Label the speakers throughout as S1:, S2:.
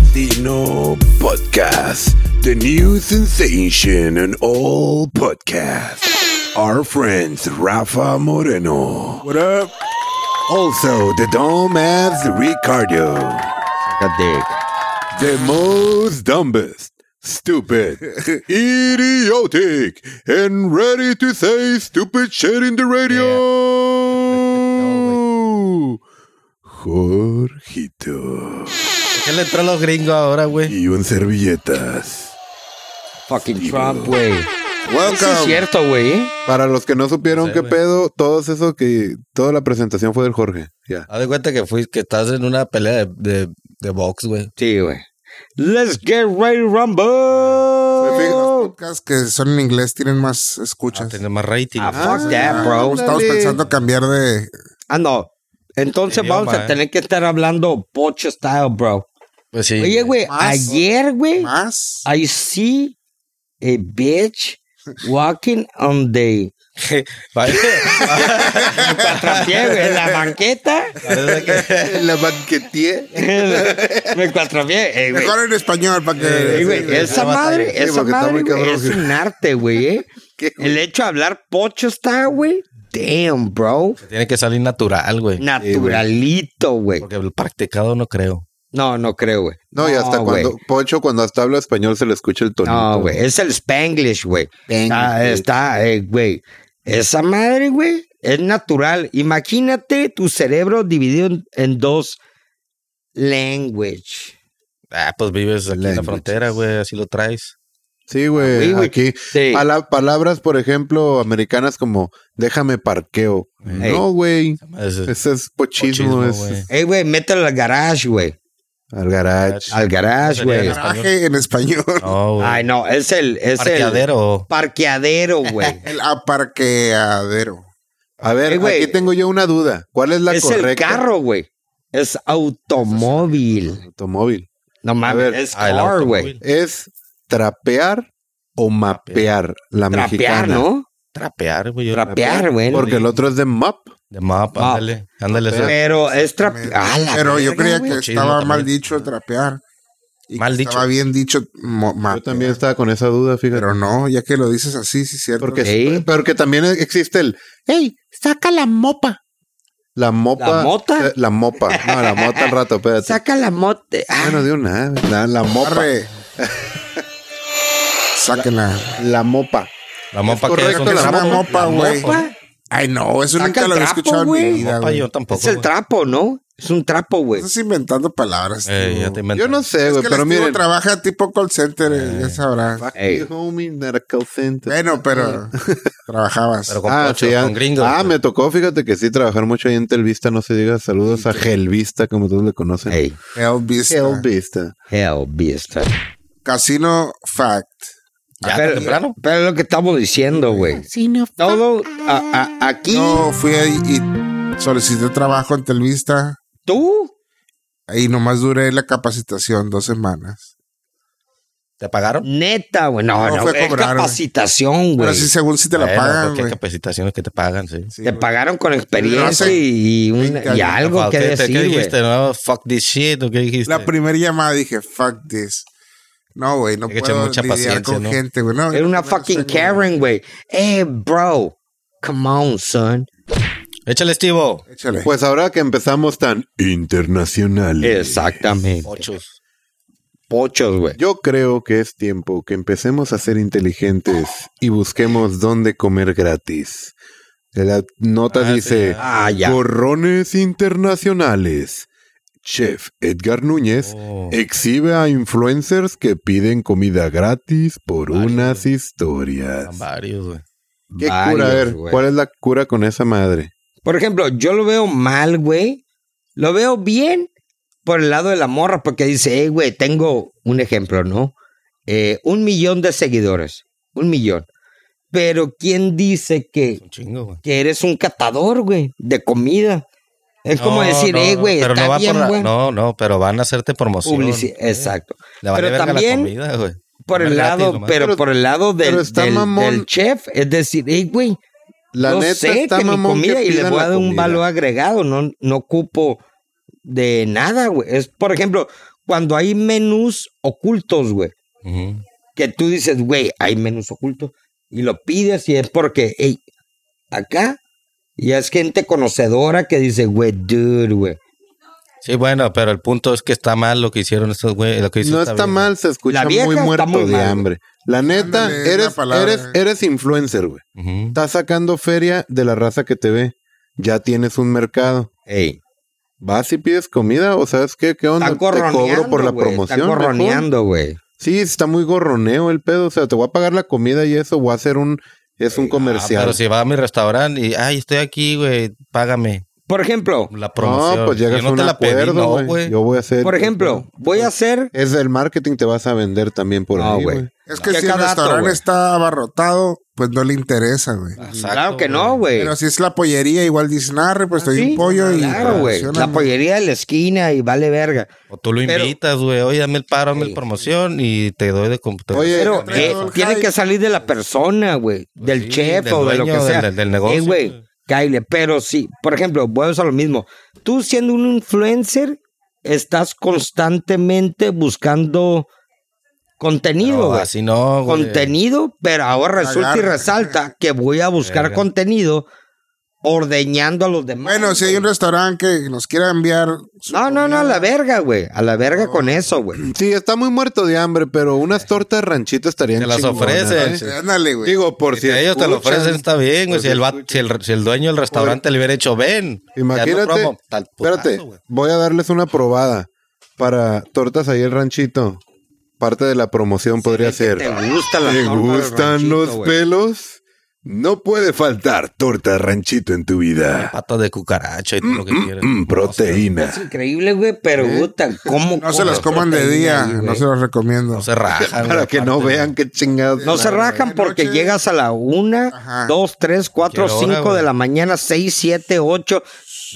S1: Latino podcast, the new sensation on all podcasts. Our friends Rafa Moreno. What up? Also, the dumbass Ricardo. The most dumbest, stupid, idiotic, and ready to say stupid shit in the radio. Jorgito.
S2: ¿Qué le entró a los gringos ahora, güey?
S1: Y un servilletas.
S3: Fucking Trump, güey. Sí, es
S1: Welcome.
S3: cierto, güey. ¿eh?
S1: Para los que no supieron
S2: Sí,
S1: qué
S2: güey.
S1: pedo, todos eso que toda la presentación fue del Jorge. Ya.
S2: Haz de cuenta que fui, que estás en una pelea de, de, de box, güey.
S3: Sí, güey. Let's get ready to
S4: Los
S3: rumble.
S4: podcasts que son en inglés tienen más escuchas.
S2: Tiene más rating.
S3: Ah, fuck
S4: Ah,
S3: that, bro.
S4: Estamos pensando cambiar de.
S3: Ah, no. Entonces
S2: Idioma,
S3: vamos a
S2: eh.
S3: tener que estar hablando pocho style, bro.
S2: Pues sí.
S3: Oye, güey,
S4: Más.
S3: ayer, güey,
S4: Más.
S3: I see a bitch walking on the contrapié, güey, en la banqueta.
S2: Parece que-
S1: La banquetier.
S3: Me contrapié, eh, güey.
S4: Mejor en español para
S3: Eh,
S4: que.
S3: güey, esa madre,
S1: Sí,
S3: esa
S1: porque está
S3: madre
S1: muy
S3: güey,
S1: cabrón,
S3: es
S1: güey.
S3: un arte, güey. eh. El hecho de hablar pocho está, güey. Damn, bro.
S2: Tiene que salir natural, güey.
S3: Naturalito, güey.
S2: Porque el practicado no creo.
S3: No, no creo, güey.
S1: No, y hasta
S3: güey.
S1: cuando Pocho cuando hasta habla español se le escucha el tonito.
S3: No, güey. Es el Spanglish, güey.
S1: Spanglish,
S3: Ah,
S1: güey.
S3: está, eh, güey. Esa madre, güey, es natural. Imagínate tu cerebro dividido en, en dos language.
S2: Ah, pues vives aquí en la
S1: Languages.
S2: frontera, güey. Así lo traes.
S1: Sí,
S3: Sí,
S1: güey,
S3: güey.
S1: Eh, aquí
S3: Sí.
S1: pala- palabras, por ejemplo, americanas como déjame parqueo.
S3: Ey.
S1: No, güey.
S2: Es-
S1: Ese es pochismo,
S2: Pochismo,
S1: es-
S2: güey.
S3: Ey, Eh, güey, mételo al garage, güey.
S1: al garage.
S3: Al garage,
S2: Sería
S3: güey.
S2: el español.
S4: Garaje en español.
S2: No, güey.
S3: Ay, no, es el. Es
S2: Parqueadero.
S3: El parqueadero, güey.
S4: El aparqueadero.
S1: A ver,
S3: Ey, güey.
S1: aquí tengo yo una duda. ¿Cuál es la
S3: es el
S1: correcta?
S3: carro, güey. Es automóvil.
S1: Automóvil.
S3: No
S1: ver.
S3: mames, es
S2: Ah, el
S3: car, güey.
S2: automóvil.
S1: Es trapear o mapear la
S3: Trapear,
S1: mexicana.
S3: ¿no?
S2: Trapear, güey. yo-
S3: Trapear, güey.
S1: Porque el otro es de map.
S2: De mapa,
S3: Ah.
S2: ándale. Ándale. ese-
S3: Pero es Ah, trapear.
S4: Pero yo creía que
S2: Machismo
S4: estaba mal
S2: también.
S4: dicho trapear. Y
S2: Mal
S4: que Estaba
S2: dicho.
S4: bien dicho. mo- ma-
S1: Yo también estaba con esa duda, fíjate.
S4: Ah, Pero no, ya que lo dices así, sí, es cierto.
S1: Porque,
S3: Ey.
S1: porque también existe el, hey, saca la mopa. La mopa.
S3: ¿La mota?
S1: eh, La mopa. No, la mota al rato, espérate.
S3: Saca la mote. Ah,
S1: Bueno, de una. eh. La, la mopa.
S4: Arre. Sáquenla.
S1: La mopa.
S2: La mopa
S1: Es
S2: que
S1: correcto,
S2: un
S1: la
S4: Una
S2: trapo.
S4: mopa, güey.
S3: mopa.
S4: Ay, no, eso
S3: Saca
S4: nunca
S3: el
S4: lo había
S3: trapo,
S4: escuchado en mi
S3: güey.
S4: vida.
S2: Mopa
S4: güey.
S2: yo tampoco.
S3: es el
S2: güey.
S3: trapo, ¿no? Es un trapo, güey.
S4: Estás inventando palabras.
S2: Eh,
S4: tú.
S2: ya te
S1: Yo no sé,
S4: Es
S1: güey,
S4: que
S1: pero
S4: el Steve
S1: miren.
S4: trabaja tipo call center, eh, ya sabrás.
S1: Fuck
S3: Ey.
S1: you, homie, not a call center.
S4: Bueno, pero trabajabas.
S2: Pero con,
S1: ah,
S2: pocho,
S1: sí, ah.
S2: con gringos.
S1: Ah,
S2: güey.
S1: me tocó, fíjate que sí, trabajar mucho ahí en Telvista, no se diga. Saludos a Gelvista, como todos le conocen.
S3: Ey,
S4: Hell Vista.
S1: Gelvista.
S3: hell beast.
S4: Casino Fact.
S2: Ya
S3: pero,
S2: temprano.
S3: pero es lo que estamos diciendo, güey. Todo a- a- aquí.
S4: Yo fui ahí y solicité trabajo en Telvista.
S3: Tú.
S4: Ahí nomás duré la capacitación dos semanas.
S2: ¿Te pagaron?
S3: Neta, güey. No,
S4: No,
S3: no,
S4: fue
S3: güey, es
S4: cobrar, güey.
S3: capacitación,
S4: Pero
S3: güey.
S4: así según si te la
S2: Bueno, pues,
S4: pagan,
S2: porque hay
S4: güey.
S2: capacitaciones que te pagan, sí.
S4: Sí,
S3: Te
S4: güey.
S3: pagaron con
S4: No
S3: experiencia
S4: sé.
S3: y, y un- y
S4: Ya
S3: algo que
S2: Faltete, ¿Qué
S3: decir, güey.
S2: dijiste? No, fuck this shit, ¿o qué dijiste?
S4: La primera llamada dije, fuck this. No, güey, no
S2: Hay que
S4: puedo
S2: echar mucha
S4: lidiar
S2: paciencia,
S4: con
S2: ¿no?
S4: gente, güey. No,
S3: Era una
S4: no sé,
S3: fucking
S4: güey.
S3: Karen, güey. Eh, bro. Come on, son.
S2: Échale, Estivo.
S4: Échale.
S1: Pues ahora que empezamos tan internacionales,
S3: Exactamente.
S2: Ochos.
S3: Pochos, güey.
S1: yo creo que es tiempo que empecemos a ser inteligentes y busquemos dónde comer gratis. La nota
S2: Ah,
S1: dice,
S2: sí,
S3: Ah, ya.
S1: gorrones internacionales. Chef Edgar Núñez
S2: Oh.
S1: exhibe a influencers que piden comida gratis por
S2: Varios,
S1: unas
S2: güey.
S1: historias.
S2: Varios, güey.
S1: ¿Qué
S3: Varios,
S1: cura? A ver,
S3: güey.
S1: ¿cuál es la cura con esa madre?
S3: Por ejemplo, yo lo veo mal, güey. Lo veo bien por el lado de la morra, porque dice, hey, güey, tengo un ejemplo, ¿no? Eh, un millón de seguidores. Un millón. Pero ¿quién dice que,
S2: Un chingo, güey.
S3: que eres un catador, güey, de comida? Es como
S2: No,
S3: decir,
S2: no,
S3: hey,
S2: no,
S3: güey,
S2: pero
S3: está
S2: no va por
S3: bien,
S2: la-
S3: güey.
S2: No, no, pero van a hacerte promoción.
S3: Publici-
S2: güey.
S3: Exacto.
S2: Le vale
S3: Pero
S2: verga la
S3: también,
S2: comida, güey.
S3: Por el
S2: Comer gratis
S3: lado,
S2: nomás.
S3: pero,
S1: Pero-
S3: por el lado del,
S1: pero está
S3: del-
S1: mamón.
S3: del chef, es decir, hey, güey,
S1: La
S3: yo
S1: neta
S3: sé
S1: está
S3: que mi
S1: mamón
S3: comida
S1: que
S3: y le
S1: pidan
S3: voy a
S1: la
S3: dar un
S1: comida.
S3: valor agregado, no, no ocupo de nada, güey. Es, por ejemplo, cuando hay menús ocultos, güey.
S2: Ujú.
S3: Que tú dices, güey, hay menús ocultos. Y lo pides y es porque, hey, acá ya es gente conocedora que dice, güey, dude, güey.
S2: Sí, bueno, pero el punto es que está mal lo que hicieron estos güeyes. lo que hizo
S1: No
S2: esta
S1: está
S2: vieja.
S1: mal, se escucha
S3: La vieja
S1: muy
S3: está
S1: muerto
S3: muy
S1: de
S3: mal, güey.
S1: hambre. La neta,
S4: Ándale, es la
S1: eres,
S4: palabra.
S1: eres, eres influencer, güey.
S2: Ujú. Ah,
S1: Estás sacando feria de la raza que te ve. Ya tienes un mercado.
S3: Ey,
S1: Vas y pides comida o sabes qué, qué onda.
S3: están
S1: Te cobro
S3: corroneando,
S1: por la
S3: güey,
S1: promoción.
S3: Están
S1: mejor.
S3: corroneando, güey.
S1: Sí, está muy gorroneo el pedo. O sea, te voy a pagar la comida y eso. Voy a hacer un. Es un
S2: Ah,
S1: comercial.
S2: pero si va a mi restaurante y, ay, estoy aquí, güey, págame
S3: Por ejemplo,
S2: la promoción.
S1: no, pues
S2: Yo
S1: llegas
S2: no
S1: a un
S2: te la pedí,
S1: acuerdo,
S2: no,
S1: güey.
S2: güey.
S1: Yo voy a hacer.
S3: por ejemplo, voy a hacer
S1: Es del marketing, te vas a vender también eh, por
S3: No,
S1: ahí,
S3: güey.
S1: güey.
S4: Es que
S3: Qué
S4: si el
S3: carato,
S4: restaurante
S3: güey.
S4: está abarrotado, pues no le interesa, güey.
S2: Exacto,
S3: claro que no, güey. Ah,
S4: Pero si es la pollería, igual dicen, arre, pues estoy
S3: Sí,
S4: un pollo y.
S3: Claro, güey.
S4: promocionan,
S3: La pollería de la esquina y vale verga.
S2: O tú lo
S3: Pero-
S2: invitas, güey. Oye, dame el paro, dame
S3: Sí.
S2: la promoción y te doy de computador.
S1: Oye,
S3: Pero
S4: trae
S3: eh,
S4: todo el
S3: tiene
S4: hype.
S3: que salir de la persona, güey. Del
S2: sí,
S3: chef
S2: del
S3: o de lo que
S2: dueño del-
S3: sea.
S2: del- del negocio,
S3: Eh, güey,
S2: güey.
S3: cáile. Pero sí, por ejemplo, vuelves a lo mismo. Tú siendo un influencer, estás constantemente buscando contenido,
S2: No,
S3: güey.
S2: así no, güey.
S3: contenido, pero ahora resulta y
S4: Agarra.
S3: resalta que voy a buscar
S2: Verga.
S3: contenido ordeñando a los demás.
S4: Bueno, si hay un restaurante que nos quiera enviar. su
S3: No, no, no, a la verga, güey. A la verga con eso, güey.
S1: Sí, está muy muerto de hambre, pero unas tortas ranchito estarían
S2: Te las
S1: chingonas,
S2: ofrecen.
S1: ¿eh?
S4: comida, Ándale, güey.
S1: Digo, por si,
S2: Si ellos te lo
S1: escuchan.
S2: ofrecen, está bien,
S3: pues
S2: güey. Si el, va- si, el, si el dueño del restaurante le hubiera hecho, ven. te ando
S1: Imagínate.
S2: promo", tal putazo,
S1: espérate,
S2: güey.
S1: voy a darles una probada para tortas ahí el ranchito. Parte de la promoción podría ser.
S3: Te gustan las
S1: ¿Te
S3: tortas del
S1: gustan
S3: ranchito,
S1: los
S3: güey.
S1: pelos? No puede faltar torta ranchito en tu vida.
S2: Patas de cucaracha y todo lo que quieras.
S1: Mm, proteína.
S3: Es increíble, güey, pero puta, ¿cómo?
S4: No se las coman de día, no se los recomiendo.
S2: No se rajan.
S1: Ah, Para
S2: güey,
S1: que no
S2: aparte,
S1: vean qué chingados.
S3: No se rajan
S4: de
S3: porque
S4: noche.
S3: llegas a la una,
S4: Ajá.
S3: dos, tres, cuatro,
S2: Cualquier hora,
S3: cinco de
S2: güey. Ah,
S3: la mañana, seis, siete, ocho,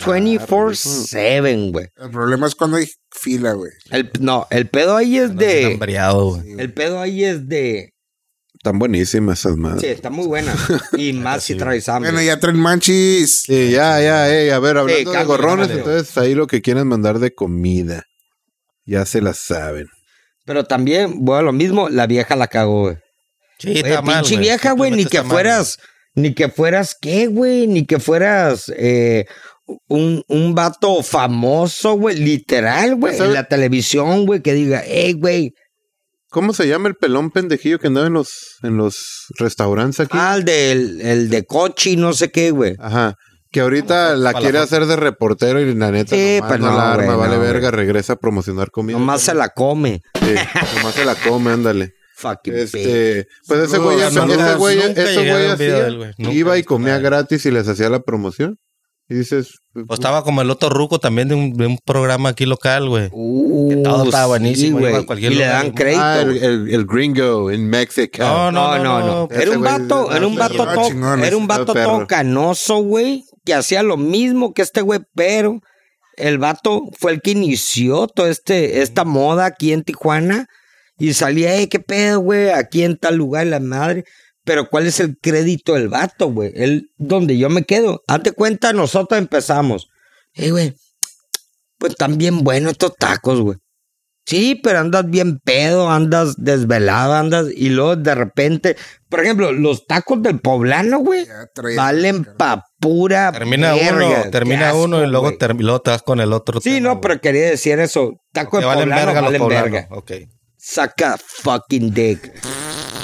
S3: 24-7, güey.
S4: El problema es cuando hay fila, güey.
S3: El- No, el pedo ahí es
S2: andan
S3: de.
S2: hambriado, güey.
S3: El pedo ahí es de.
S1: Están buenísimas esas
S3: Sí,
S2: Ah.
S1: madres.
S3: está muy buena. Y más si traes
S4: Bueno,
S3: hambre.
S4: ya traen manchis.
S1: Sí, ya, ya, eh, a ver, hablando de
S3: cámbiale,
S1: gorrones,
S3: cámbiale.
S1: entonces ahí lo que quieren mandar de comida. Ya se las saben.
S3: Pero también, bueno, lo mismo, la vieja la cagó, güey.
S2: Sí,
S3: Oye,
S2: está mal,
S3: pinche vieja, güey, ni
S2: Simplemente
S3: que
S2: está mal,
S3: fueras, ni que fueras qué, güey, ni que fueras eh, un, un vato famoso, güey, literal, güey,
S1: ¿Sabe?
S3: en la televisión, güey, que diga, hey, güey,
S1: ¿Cómo se llama el pelón pendejillo que andaba en los, en los restaurantes aquí?
S3: ah, el del el de cochi, no sé qué, güey.
S2: Ah,
S1: Ajá. Que ahorita la
S2: para la
S1: quiere
S2: foto.
S1: hacer de reportero y la neta
S3: Sí,
S1: nomás
S3: pues
S1: no,
S3: no,
S1: la
S3: güey,
S1: arma,
S3: no,
S1: vale
S3: güey.
S1: verga, regresa a promocionar comida.
S3: Nomás se la come.
S1: Sí, nomás se la come, ándale.
S3: Fucking bitch.
S1: Este, pues ese
S4: Saludos,
S1: güey,
S4: saludos.
S1: ese güey,
S2: Nunca
S1: ese
S2: llegué a
S1: güey
S2: ver un video
S1: hacía-
S2: del güey. Nunca
S1: iba
S2: he
S1: y
S2: visto
S1: comía
S2: nada.
S1: gratis y les hacía la promoción. Y dices, "Ah,
S2: Pues estaba como el otro ruco también de un, de un programa aquí local, güey.
S3: Uh,
S2: que todo estaba
S3: sí,
S2: buenísimo, iba a
S3: güey.
S2: cualquier
S3: y le
S2: lugar.
S3: dan crédito.
S1: ah, el,
S3: güey.
S1: el- el gringo en México.
S2: No,
S3: No, no, no.
S1: Ese
S3: Era un
S1: güey
S3: vato,
S1: es-
S3: era un
S1: ah,
S3: vato
S4: perro.
S3: todo,
S4: Chingón,
S3: era un
S1: ese
S3: vato
S1: perro.
S3: todo canoso, güey, que hacía lo mismo que este güey, pero el vato fue el que inició todo este, esta moda aquí en Tijuana y salía, eh, qué pedo, güey, aquí en tal lugar, la madre. Pero ¿cuál es el crédito del vato, güey? El donde yo me quedo. Hazte cuenta, nosotros empezamos. Eh, güey, pues están bien buenos estos tacos, güey. Sí, pero andas bien pedo, andas desvelado, andas y luego de repente, por ejemplo, los tacos del poblano, güey,
S4: Ya traen-
S3: valen pa pura
S2: Termina
S3: verga.
S2: uno, termina
S3: Qué asco,
S2: uno y luego,
S3: güey.
S2: termi- luego te vas con el otro.
S3: Sí,
S2: tema,
S3: no, pero quería decir eso. Taco del
S2: güey. Que valen
S3: poblano
S2: verga los
S3: valen
S2: poblanos.
S3: verga.
S2: Ok.
S3: Saca fucking dick.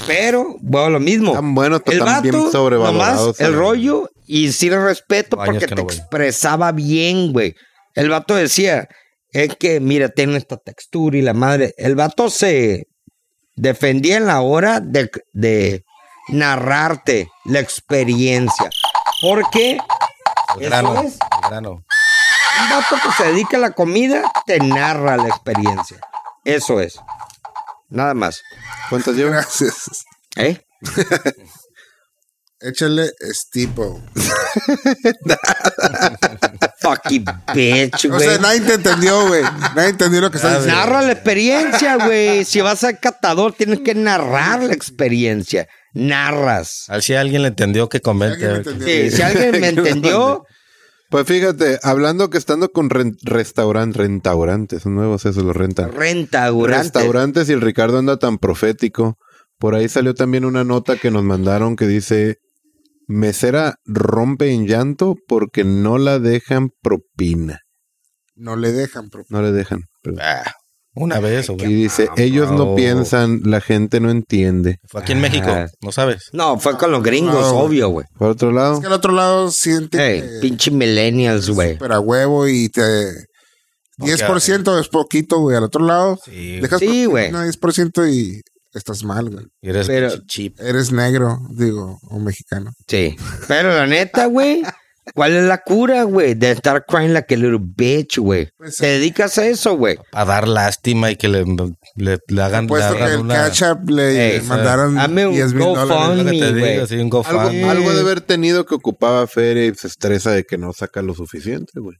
S3: Pero, bueno, lo mismo.
S1: Tan buenos, pero
S3: el
S1: tan bien
S3: vato,
S1: sobrevalorados,
S3: nomás
S1: eh.
S3: el rollo, y sí le respeto
S2: Años
S3: porque
S2: que
S3: te
S2: no voy.
S3: expresaba bien, güey. El vato decía, es que, mira, tiene esta textura y la madre. El vato se defendía en la hora de, de narrarte la experiencia. Porque
S2: El
S3: Eso
S2: grano.
S3: es.
S2: El grano.
S3: un vato que se dedica a la comida te narra la experiencia. Eso es. Nada más.
S1: ¿Cuántas llevas?
S4: Gracias.
S3: ¿Eh?
S4: Échale estipo.
S3: Fucking bitch,
S4: O
S3: güey. Pues, Ah,
S4: sea, nadie te entendió, güey. Nadie entendió lo que estás diciendo.
S3: Narra la experiencia, güey. Si vas a catador, tienes que narrar la experiencia. Narras.
S2: A ver si alguien le entendió que comente.
S4: Alguien me
S2: a ver.
S4: entendió.
S3: Sí, si alguien me entendió,
S1: Pues fíjate, hablando que estando con ren- restauran- restaurantes, son nuevos esos, los rentan.
S3: Rentagurante.
S1: Restaurantes y el Ricardo anda tan profético. Por ahí salió también una nota que nos mandaron que dice, mesera rompe en llanto porque no la dejan propina.
S4: No le dejan, pero
S1: No le dejan. perdón.
S2: Ah, una vez, güey.
S1: Y dice, ellos no piensan, la gente no entiende.
S2: Fue aquí en México,
S3: Ah.
S2: no sabes.
S3: No, fue con los gringos,
S4: No, güey.
S3: obvio, güey.
S1: Por otro
S4: Es
S1: lado,
S4: que al otro lado siente
S3: Ey,
S4: que
S3: pinche millennials, güey.
S4: super a huevo y te... 10% es poquito, güey. Al otro lado,
S2: Sí,
S4: dejas
S3: Sí, güey.
S4: propina 10% y estás mal, güey.
S2: y eres
S3: pero-
S2: chip.
S4: Eres negro, digo, o mexicano.
S3: Sí. Pero la neta, güey, ¿cuál es la cura, güey? De estar crying like a little bitch, güey.
S4: Pues,
S3: Te dedicas a eso, güey.
S2: A dar lástima y que le, le- le hagan le
S4: Puesto que
S2: hagan
S4: el
S2: una-
S4: ketchup le
S3: Ey,
S4: mandaron
S3: hazme un
S4: 10 mil
S2: Es
S4: dólares.
S3: GoFundMe.
S2: lo que te
S3: güey.
S2: digo, sí, un
S1: algo,
S2: GoFundMe.
S1: algo de haber tenido que ocupaba feria y se estresa de que no saca lo suficiente, güey.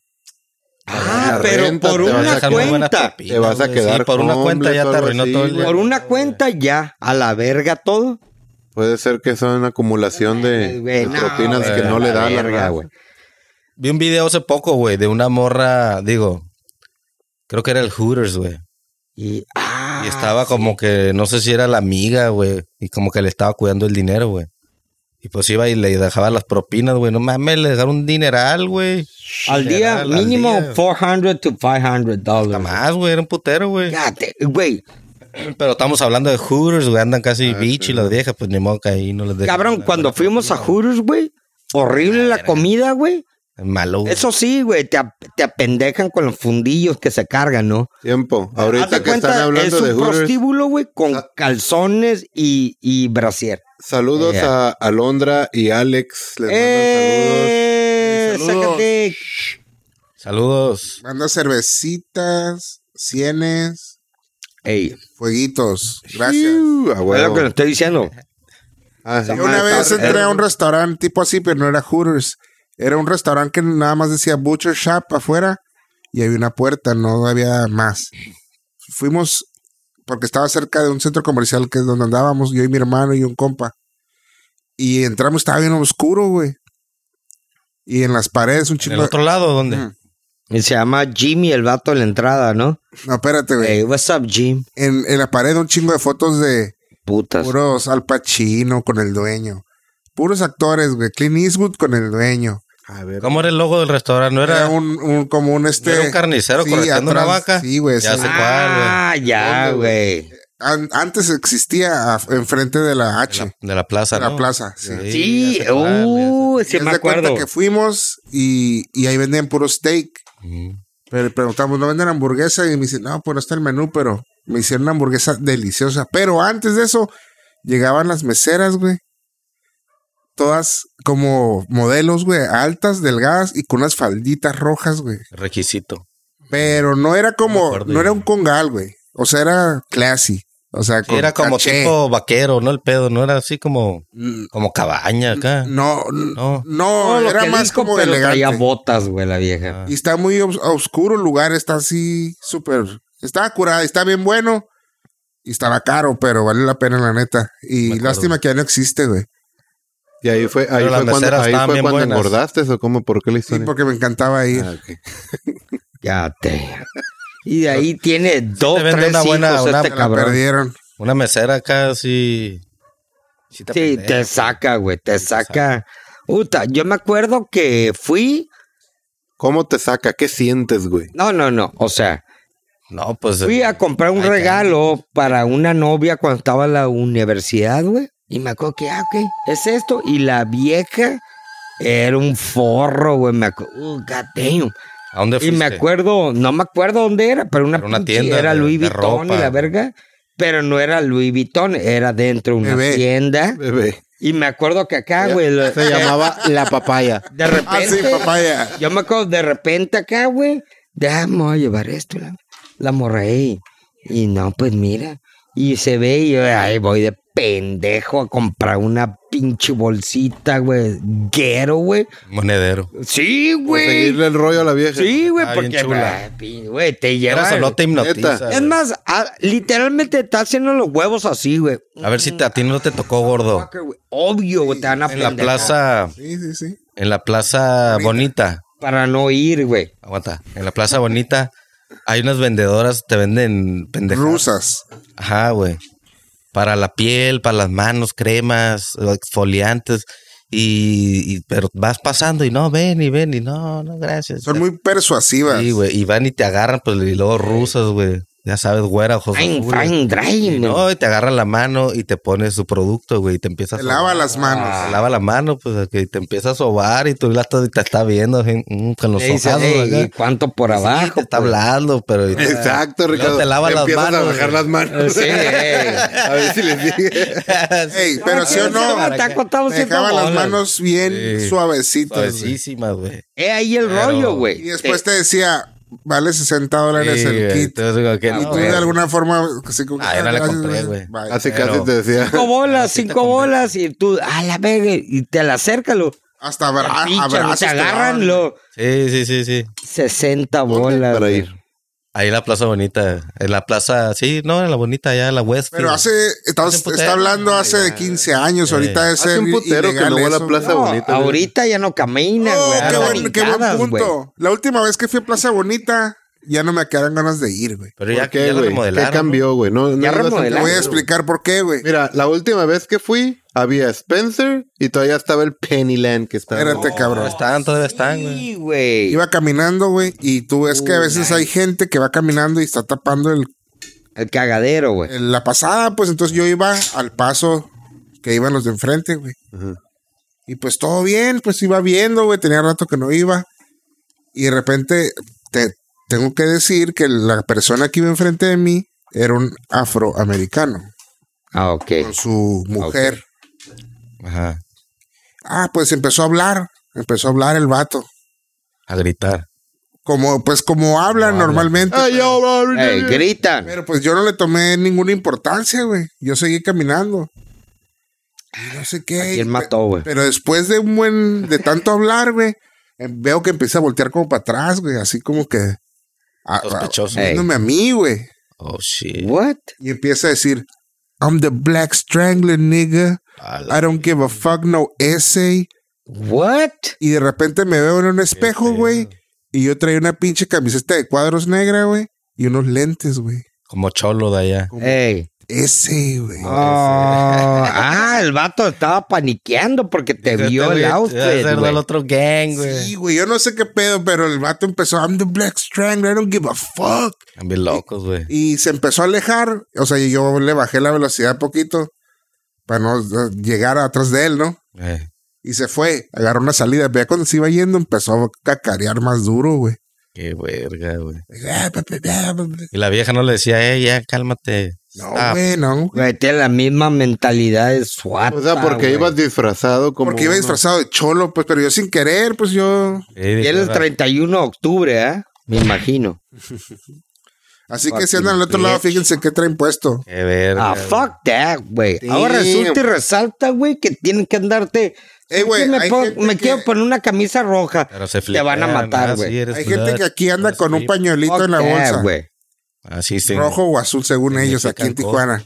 S3: Ah,
S1: la
S3: pero
S1: renta,
S3: por
S1: te vas a
S3: una
S1: sacar
S2: muy buenas
S3: cuenta.
S2: propinas,
S1: Te vas a
S2: güey. Sí,
S1: quedar
S2: por una
S1: homeless
S2: cuenta ya
S1: o
S2: te
S1: algo
S2: arruinó
S1: así,
S2: todo el
S1: güey.
S2: día.
S3: Por una cuenta ya, a la verga todo. Eh,
S1: Puede ser que sea una acumulación de,
S3: Güey,
S1: de
S3: no,
S1: propinas
S2: güey,
S1: que no
S3: la
S1: le da la
S3: verga,
S1: raza.
S3: güey.
S2: Vi un video hace poco, güey, de una morra, digo, creo que era el Hooters, güey.
S3: Y, ah,
S2: Y estaba como que, no sé si era la amiga, güey. Y como que le estaba cuidando el dinero, güey. Y pues iba y le dejaba las propinas, güey. No mames, le dejaron un dineral, güey.
S3: al día
S2: Dineral, al
S3: mínimo
S2: día.
S3: 400 to 500
S2: Hasta
S3: dólares.
S2: más, güey. Era un putero, güey.
S3: Fíjate, Güey,
S2: Pero estamos hablando de Hooters, güey. Andan
S4: Ah,
S2: casi bichi las viejas. Pues ni modo que ahí no les dejan.
S3: cabrón,
S2: la-
S3: cuando
S2: la
S3: fuimos a
S2: propina,
S3: Hooters, güey, horrible la comida, güey.
S2: güey. Malo, güey.
S3: Eso sí, güey, te, ap- te apendejan con los fundillos que se cargan, ¿no?
S1: Tiempo.
S3: Haz de
S1: Ahorita que
S3: cuenta,
S1: están hablando
S3: es un
S1: de Hooters,
S3: prostíbulo, güey, con
S1: Ah.
S3: calzones y, y brasier.
S1: saludos
S3: Yeah.
S1: a Alondra y Alex. Les mandan saludos.
S3: ¡Eh!
S4: Saludos.
S3: Sácate.
S2: Saludos.
S4: Manda cervecitas, sienes,
S3: Ey,
S4: fueguitos. Gracias.
S1: Iu, a
S3: es lo
S1: huevo.
S3: que le estoy diciendo.
S1: Ah,
S4: Yo
S1: sí.
S4: una
S3: Madre,
S4: vez
S3: cabrón.
S4: entré a un restaurante tipo así, pero no era Hooters. Era un restaurante que nada más decía Butcher Shop afuera y había una puerta, no había más. Fuimos porque estaba cerca de un centro comercial que es donde andábamos, yo y mi hermano y un compa. Y entramos, estaba bien oscuro, güey. Y en las paredes un
S2: ¿En el
S4: chingo.
S2: otro lado dónde?
S4: Mm.
S3: Y se llama Jimmy el vato de la entrada, ¿no?
S4: No, espérate, güey.
S3: Hey, what's up, Jim?
S4: En, en la pared un chingo de fotos de
S3: Putas.
S4: puros Al Pacino con el dueño. Puros actores, güey. Clint Eastwood con el dueño.
S1: A ver.
S2: ¿Cómo era el logo del restaurante? ¿No
S4: Era
S2: era,
S4: un, un- como un este.
S2: era un carnicero
S4: sí,
S2: correteando una
S4: atrás,
S2: vaca?
S4: Sí, güey.
S2: Ya
S4: sí.
S2: sé cuál, güey.
S3: Ah, ya, güey.
S4: An- antes existía a- enfrente de la H, de
S2: La- De la plaza,
S4: la,
S2: ¿no?
S4: plaza. Sí.
S3: Sí,
S2: ya sé cuál,
S3: uh, sí
S4: Y haz
S3: me
S4: de
S3: acuerdo.
S4: cuenta que fuimos y, y ahí vendían puro steak.
S2: ya sé. Mm.
S4: Pero preguntamos, ¿no venden hamburguesa? Y me dicen, no, pues no está el menú, pero me hicieron una hamburguesa deliciosa. Pero antes de eso, llegaban las meseras, güey. Todas como modelos, güey, altas, delgadas y con unas falditas rojas, güey.
S2: Requisito.
S4: Pero no era
S2: No me
S4: como,
S2: acuerdo,
S4: no era
S2: güey.
S4: un congal, güey. O sea, era classy. O sea,
S2: Sí, era como
S4: caché.
S2: tipo vaquero, ¿no? El pedo, no era así como,
S4: Mm,
S2: como cabaña acá.
S4: No,
S3: Todo
S2: No.
S4: no, no,
S3: lo
S4: era
S3: que
S4: más
S3: dijo,
S4: como
S3: pero traía
S4: elegante.
S3: botas, güey, la vieja.
S2: Ah.
S4: Y está muy obs- oscuro el lugar, está así súper, está curada, está bien bueno. Y estaba caro, pero vale la pena, la neta.
S2: Me
S4: Y
S2: acuerdo.
S4: lástima que ya no existe, güey.
S1: Y ahí fue, ahí
S2: Pero las
S1: fue cuando,
S2: meseras
S1: ahí
S2: estaban
S1: fue
S2: bien
S1: cuando
S2: buenas.
S1: engordaste o cómo, por qué la
S4: Sí,
S1: historia.
S4: porque me encantaba ir.
S1: Ah, ok.
S3: Ya te. Y de ahí tiene dos,
S2: vende
S3: tres
S2: una
S3: hijos
S2: buena- una-
S3: este
S4: Me la
S3: cabrón.
S4: perdieron.
S2: Una mesera acá así. Sí, te,
S3: Sí,
S2: pendeja.
S3: te saca, güey, te saca. Puta, yo me acuerdo que fui...
S1: ¿Cómo te saca? ¿Qué sientes, güey?
S3: No, no, no, o sea,
S2: No, pues.
S3: fui a comprar un
S2: Ay,
S3: regalo para una novia cuando estaba en la universidad, güey. Y me acuerdo que, ah, ok, es esto. Y la vieja era un forro, güey. Me acuerdo, god damn.
S2: ¿A dónde
S3: Y
S2: fuiste?
S3: me acuerdo, no me acuerdo dónde era, pero una,
S2: Era una
S3: pinche-
S2: tienda
S3: Era
S2: de-
S3: Louis
S2: de
S3: Vuitton y
S2: ropa.
S3: la verga. Pero no era Louis Vuitton, era dentro de una
S4: Bebé.
S3: tienda.
S1: Bebé.
S3: Y me acuerdo que acá, güey. lo-
S1: Se llamaba La Papaya.
S3: De
S4: Ah,
S3: repente.
S4: sí, papaya.
S3: Yo me acuerdo de repente acá, güey. Ya "Ah, me voy a llevar esto, la, la morra ahí. Y no, pues mira. Y se ve y yo, ay, voy de pendejo a comprar una pinche bolsita, güey. Guero, güey.
S2: Monedero.
S3: Sí,
S1: Por
S3: güey.
S1: seguirle el rollo a la vieja.
S3: Sí, güey,
S2: Ah, bien
S3: porque,
S2: chula.
S3: ay, pin- güey, te
S2: Pero
S3: lleva.
S2: eso no te hipnotiza.
S1: Neta.
S2: güey.
S3: Es más, a- literalmente te está haciendo los huevos así, güey.
S2: A ver si te- a ti no te tocó, gordo.
S3: Obvio, güey, te van a
S2: En la
S3: pendejar.
S2: plaza.
S4: Sí, sí, sí.
S2: En la plaza bonita.
S3: para no ir, güey.
S2: Aguanta. En la Plaza Bonita hay unas vendedoras, te venden pendejadas.
S4: Rusas.
S2: Ajá, güey. Para la piel, para las manos, cremas, exfoliantes. Y, y- pero vas pasando y no, ven y ven y no, no, gracias.
S4: Son muy persuasivas.
S2: Sí, güey. Y van y te agarran, pues, y luego rusas, güey. Ya sabes, güera, ojos
S3: Fine,
S2: azules.
S3: fine, dry,
S2: Y
S3: güey.
S2: no, y te agarran la mano y te pones su producto, güey, y te empiezas
S4: Te lava las manos.
S2: Te lava la mano, pues, que te empieza a sobar y tú la estás, te está viendo así, mm, con los
S3: Le dices,
S2: ojazos
S3: "Ey,
S2: acá.
S3: ¿y cuánto por
S2: Sí,
S3: abajo?
S2: te está
S3: pues?"
S2: hablando, pero...
S1: Exacto,
S2: Luego
S1: Ricardo.
S2: te lava las
S1: Empiezas
S2: manos,
S1: a bajar
S2: güey.
S1: las manos.
S3: Sí, eh.
S1: a ver si les sigue.
S4: Ey,
S3: Ah,
S4: pero sí o no,
S3: Está acotado
S4: me
S3: siendo
S4: dejaban las
S3: bolas.
S4: manos bien
S2: Sí.
S4: suavecitas. güey.
S2: Suavecísima, güey.
S3: Es ahí el
S2: Pero-
S3: rollo, güey.
S4: Y después te decía, vale 60 dólares
S2: Sí,
S4: el
S2: güey,
S4: kit.
S2: entonces, como que
S4: Y
S2: no,
S4: tú
S2: güey.
S4: de alguna forma, así como que,
S2: Ah, yo no la
S4: gracias,
S2: compré,
S4: gracias,
S2: güey.
S4: bye.
S1: Casi
S2: Pero-
S1: casi te decía.
S3: Cinco bolas,
S2: sí te
S3: cinco
S2: convence.
S3: bolas, y tú, a la verga, y te la acercas, lo
S4: Hasta abra-
S3: pinchan,
S4: abrazos
S3: te agarran
S4: daban.
S3: lo
S2: Sí, sí, sí, sí.
S3: 60
S1: ¿Dónde?
S3: bolas.
S1: Para
S3: güey.
S1: ir.
S2: Ahí en la plaza bonita, en la plaza, sí, no, en la bonita, allá en la West.
S4: Pero hace, estamos,
S2: Hace un putero.
S4: está hablando hace de 15 años, ahorita es
S1: Hace un
S4: el
S1: putero que
S4: ilegal
S1: no va a
S4: eso.
S1: la plaza
S3: No,
S1: bonita. güey.
S3: ahorita ya no camina,
S4: Oh,
S3: güey.
S4: qué,
S3: andan
S4: buen, qué buen
S3: hincadas,
S4: punto.
S3: güey.
S4: La última vez que fui a Plaza Bonita, ya no me quedaron ganas de ir, güey.
S2: Pero
S1: ¿Por
S2: ya,
S1: qué,
S2: ya la
S1: güey?
S2: remodelaron.
S1: ¿Qué
S2: ¿no?
S1: cambió, güey? No, no
S3: Ya
S1: ibas a-
S4: Te
S3: remodelaron.
S4: voy a explicar por qué, güey.
S1: Mira, la última vez que fui había Spencer y todavía estaba el Pennyland que estaba.
S4: Espérate,
S2: Pero
S4: cabrón.
S2: están, todavía están, güey.
S3: Sí, güey.
S4: Iba caminando, güey, y tú ves que a veces hay gente que va caminando y está tapando el
S3: El cagadero, güey.
S4: en la pasada, pues entonces yo iba al paso que iban los de enfrente, güey.
S1: Ujú.
S4: Y pues todo bien, pues iba viendo, güey. Tenía rato que no iba. Y de repente te tengo que decir que la persona que iba enfrente de mí era un afroamericano
S3: Ah, ok.
S4: con su mujer.
S2: Ajá.
S4: Ah, pues empezó a hablar. Empezó a hablar el vato.
S2: A gritar.
S4: Como, pues como hablan
S2: habla.
S4: normalmente.
S1: Ay, yo, bro,
S3: Ey, gritan.
S4: Pero pues yo no le tomé ninguna importancia, güey. Yo seguí caminando. Y no sé qué.
S3: ¿A quién mató, güey?
S4: Pero después de un buen, de tanto hablar, güey, em, veo que empieza a voltear como para atrás, güey, así como que a- a-
S2: Sospechoso.
S3: Ey.
S4: viéndome a mí, güey.
S2: Oh, shit.
S3: What?
S4: Y empieza a decir, I'm the black strangler, nigga.
S2: A la-
S4: I don't give a fuck no essay.
S3: What?
S4: Y de repente me veo en un espejo, güey, y yo traía una pinche camiseta de cuadros negra, güey, y unos lentes, güey.
S2: Como cholo de allá.
S3: Ey.
S4: Ese, güey.
S3: Ah, Oh, ah, el vato estaba paniqueando porque te vio el outfit, güey.
S2: del otro gang, güey.
S4: Sí, güey, yo no sé qué pedo, pero el vato empezó, I'm the black strangler, I don't give a fuck.
S2: Están bien locos, güey.
S4: Y se empezó a alejar. O sea, yo le bajé la velocidad poquito para no eh, llegar atrás de él, ¿no?
S2: Eh,
S4: Y se fue, agarró una salida. Vea cuando se iba yendo, empezó a cacarear más duro, güey.
S2: Qué verga, güey. Y la vieja no le decía, eh, ya, cálmate.
S4: No,
S2: Ah,
S4: güey, no. güey.
S3: Güey, tiene la misma mentalidad de SWAT.
S1: O sea, porque ibas disfrazado como.
S4: Porque iba
S1: uno.
S4: disfrazado de cholo, pues, pero yo sin querer, pues yo.
S2: eh,
S3: Y
S2: dije,
S3: era el 31 de octubre, ¿eh? Me imagino.
S4: Así que si andan al otro lado, fíjense qué traen puesto.
S2: Qué verga.
S3: Ah, fuck that, güey.
S1: Damn.
S3: Ahora resulta y resalta, güey, que tienen que andarte.
S4: Ey, Eh, güey,
S3: Si me,
S4: hay
S3: pon-
S4: gente
S3: me
S4: que-
S3: quiero poner una camisa roja.
S2: Pero se
S3: Te van a
S2: flipean,
S3: matar,
S2: ah,
S3: güey.
S2: sí, eres
S4: Hay gente
S2: blood.
S4: que aquí anda
S2: Eres
S4: con un
S2: flip.
S4: pañuelito
S3: Fuck
S4: en la
S3: that,
S4: bolsa.
S3: güey.
S2: Así Ah, sí.
S4: Rojo o azul, según ellos, aquí en
S2: Mexican
S4: Tijuana.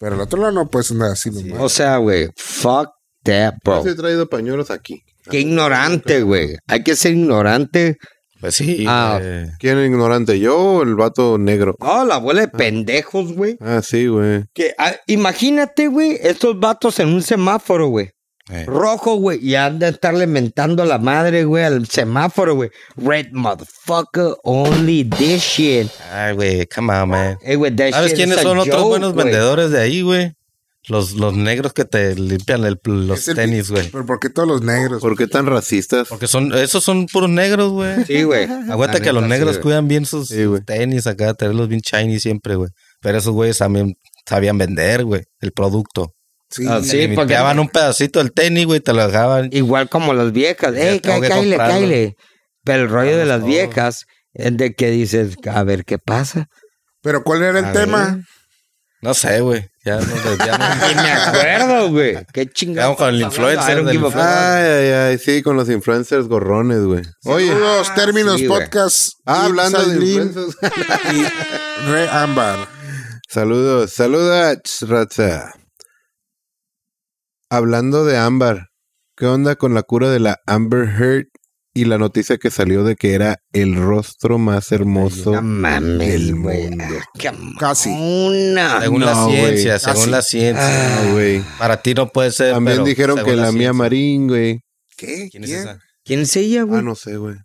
S4: Pero al otro lado no puedes andar así nomás.
S3: O sea, güey, fuck that, bro.
S1: Yo sí he traído pañuelos aquí.
S3: Qué ignorante, güey. Hay que ser ignorante.
S2: Pues sí.
S3: Ah.
S2: güey.
S1: ¿Quién es ignorante? ¿Yo o el vato negro?
S3: Oh, la bola
S4: Ah.
S3: de pendejos, güey.
S1: Ah, sí, güey.
S3: Que, ah, imagínate, güey, estos vatos en un semáforo, güey.
S2: Eh,
S3: Rojo, güey. Y han de estarle mentando a la madre, güey, al semáforo, güey. Red motherfucker, only this shit.
S2: Ay, güey, come on, man.
S3: Eh, güey, that
S2: ¿Sabes
S3: shit
S2: quiénes
S3: is a
S2: son otros
S3: joke,
S2: buenos
S3: güey.
S2: vendedores de ahí, güey? Los, los negros que te limpian el- los
S4: Es el-
S2: tenis, güey.
S4: Pero ¿por qué todos los negros?
S1: ¿Por qué tan racistas?
S2: Porque son, esos son puros negros, güey.
S3: Sí, güey.
S2: Aguanta
S3: La
S2: que a los
S3: neta, sí,
S2: negros
S3: güey.
S2: cuidan bien sus,
S1: Sí, güey.
S2: sus tenis acá, tenerlos bien shiny siempre, güey. Pero esos güeyes también sabían vender, güey, el producto.
S4: Sí.
S3: Ah,
S2: Sí,
S3: Sí, porque-
S2: daban un pedacito del tenis, güey, te lo dejaban.
S3: Igual como las viejas. Eh,
S2: Ya
S3: ¡Ey,
S2: tengo
S3: cá-
S2: que
S3: cáile,
S2: comprarlo.
S3: cáile! Pero el rollo de
S2: Vamos oh.
S3: las
S2: todos.
S3: viejas es de que dices, a ver qué pasa.
S4: Pero ¿cuál era el
S3: A
S4: tema?
S3: ver.
S2: No sé, güey. Ya nos desviamos.
S3: Ni me acuerdo, güey. Qué chingado.
S2: Vamos con el
S3: estamos hablando.
S2: influencer
S3: I don't
S2: del
S3: give a fuck.
S1: Ay, ay, ay, sí, con los influencers gorrones, güey.
S4: Oye,
S1: Oye,
S4: los términos
S3: sí, güey.
S4: podcast.
S1: ah, hablando de
S4: Insalín
S1: influencers.
S4: y Re
S1: ah,
S4: Ámbar.
S1: Saludos, saludos, raza. Hablando de Ámbar, ¿qué onda con la cura de la Amber Heard y la noticia que salió de que era el rostro más hermoso
S3: No mames,
S1: del
S3: güey.
S1: mundo.
S3: Ah, qué mamona.
S4: Casi.
S3: Ah,
S2: Según la
S1: No, güey,
S2: ciencia, según
S4: casi.
S2: la ciencia.
S1: Ah, güey.
S4: Eh,
S2: Para ti no puede ser.
S1: También
S2: pero
S1: dijeron
S2: según
S1: que la mía
S2: ciencia.
S1: Marín, güey.
S4: ¿Qué?
S2: ¿Quién es esa?
S3: ¿Quién es ella, güey?
S1: Ah, no sé, güey.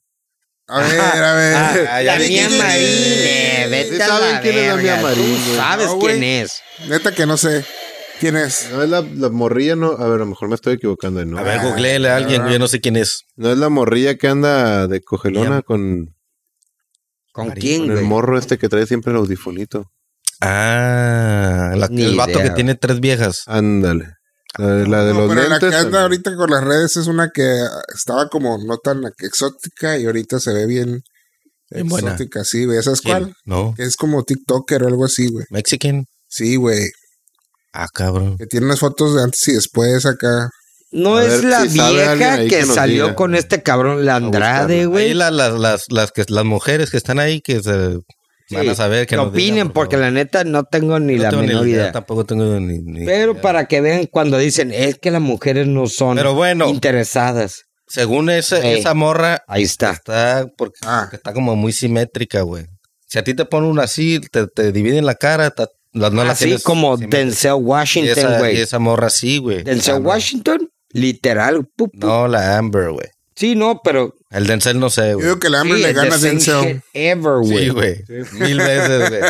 S4: A ver, a ver.
S2: Ah, ya
S3: La
S2: vi
S3: mía
S2: quién es.
S3: Marín, eh,
S1: ¿Sí
S3: vete a
S1: saben
S3: la
S1: quién es la
S3: verga,
S1: mía Marín,
S3: Tú
S1: güey?
S3: sabes
S4: No, güey.
S3: quién es.
S4: Neta que no sé quién es.
S1: No es la, la morrilla, no. A ver, a lo mejor me estoy equivocando, ¿no?
S2: A ver, googleele a alguien, güey, yo no sé quién es.
S1: No es la morrilla que anda de cogelona
S2: Mía-
S1: con,
S3: ¿Con
S1: con
S2: Marín,
S3: quién,
S1: el
S3: güey?
S1: morro este que trae siempre el audifonito.
S2: Ah, la-
S3: Ni
S2: el vato
S3: idea,
S2: que
S3: güey.
S2: tiene tres viejas.
S1: Ándale. La, la de
S4: No,
S1: los
S4: pero la
S1: lentes.
S4: que anda
S1: ¿no?
S4: ahorita con las redes es una que estaba como no tan exótica y ahorita se ve bien
S2: Bien buena.
S4: exótica, sí, güey. ¿Esa es cuál?
S2: ¿Quién? No.
S4: Que es como TikToker o algo así, güey.
S2: Mexican.
S4: Sí, güey.
S2: Ah, cabrón.
S4: Que tiene unas fotos de antes y después acá.
S3: No
S1: A
S3: es
S1: ver
S3: la
S1: si sabe alguien
S3: vieja
S1: ahí
S3: que,
S1: que nos
S3: salió
S1: diga.
S3: con este cabrón, la Andrade,
S1: buscarla.
S2: Ahí
S3: güey.
S2: la- las, las, las, que, las mujeres que están ahí que se van a
S3: Sí,
S2: saber que
S3: que
S2: nos
S3: opinen,
S2: digan, por
S3: porque
S2: favor.
S3: la neta no tengo ni
S2: No
S3: la
S2: tengo ni
S3: menor idea.
S2: Tampoco tengo ni. ni
S3: Pero
S2: idea.
S3: para que vean cuando dicen, es que las mujeres no son
S2: Pero bueno.
S3: interesadas.
S2: Según esa,
S3: Ey.
S2: esa morra,
S3: Ahí está.
S2: está, porque,
S4: Ah.
S2: porque está como muy simétrica, güey. Si a ti te ponen una así, te, te dividen la cara, ta- la- no la
S3: Así
S2: tienes
S3: como
S2: simétrica.
S3: Denzel
S2: Y
S3: Washington,
S2: esa, y
S3: güey.
S2: esa morra sí, güey.
S3: Denzel
S2: Amber.
S3: Washington, literal. pu- pu-
S2: No, la Amber, güey.
S3: Sí, no, pero...
S2: El Denzel no sé,
S4: Yo
S2: güey.
S4: digo que el hambre
S3: sí,
S4: le
S3: es
S4: gana a
S3: the same
S4: Denzel.
S3: shit ever, güey.
S2: Sí, güey. Mil veces, güey.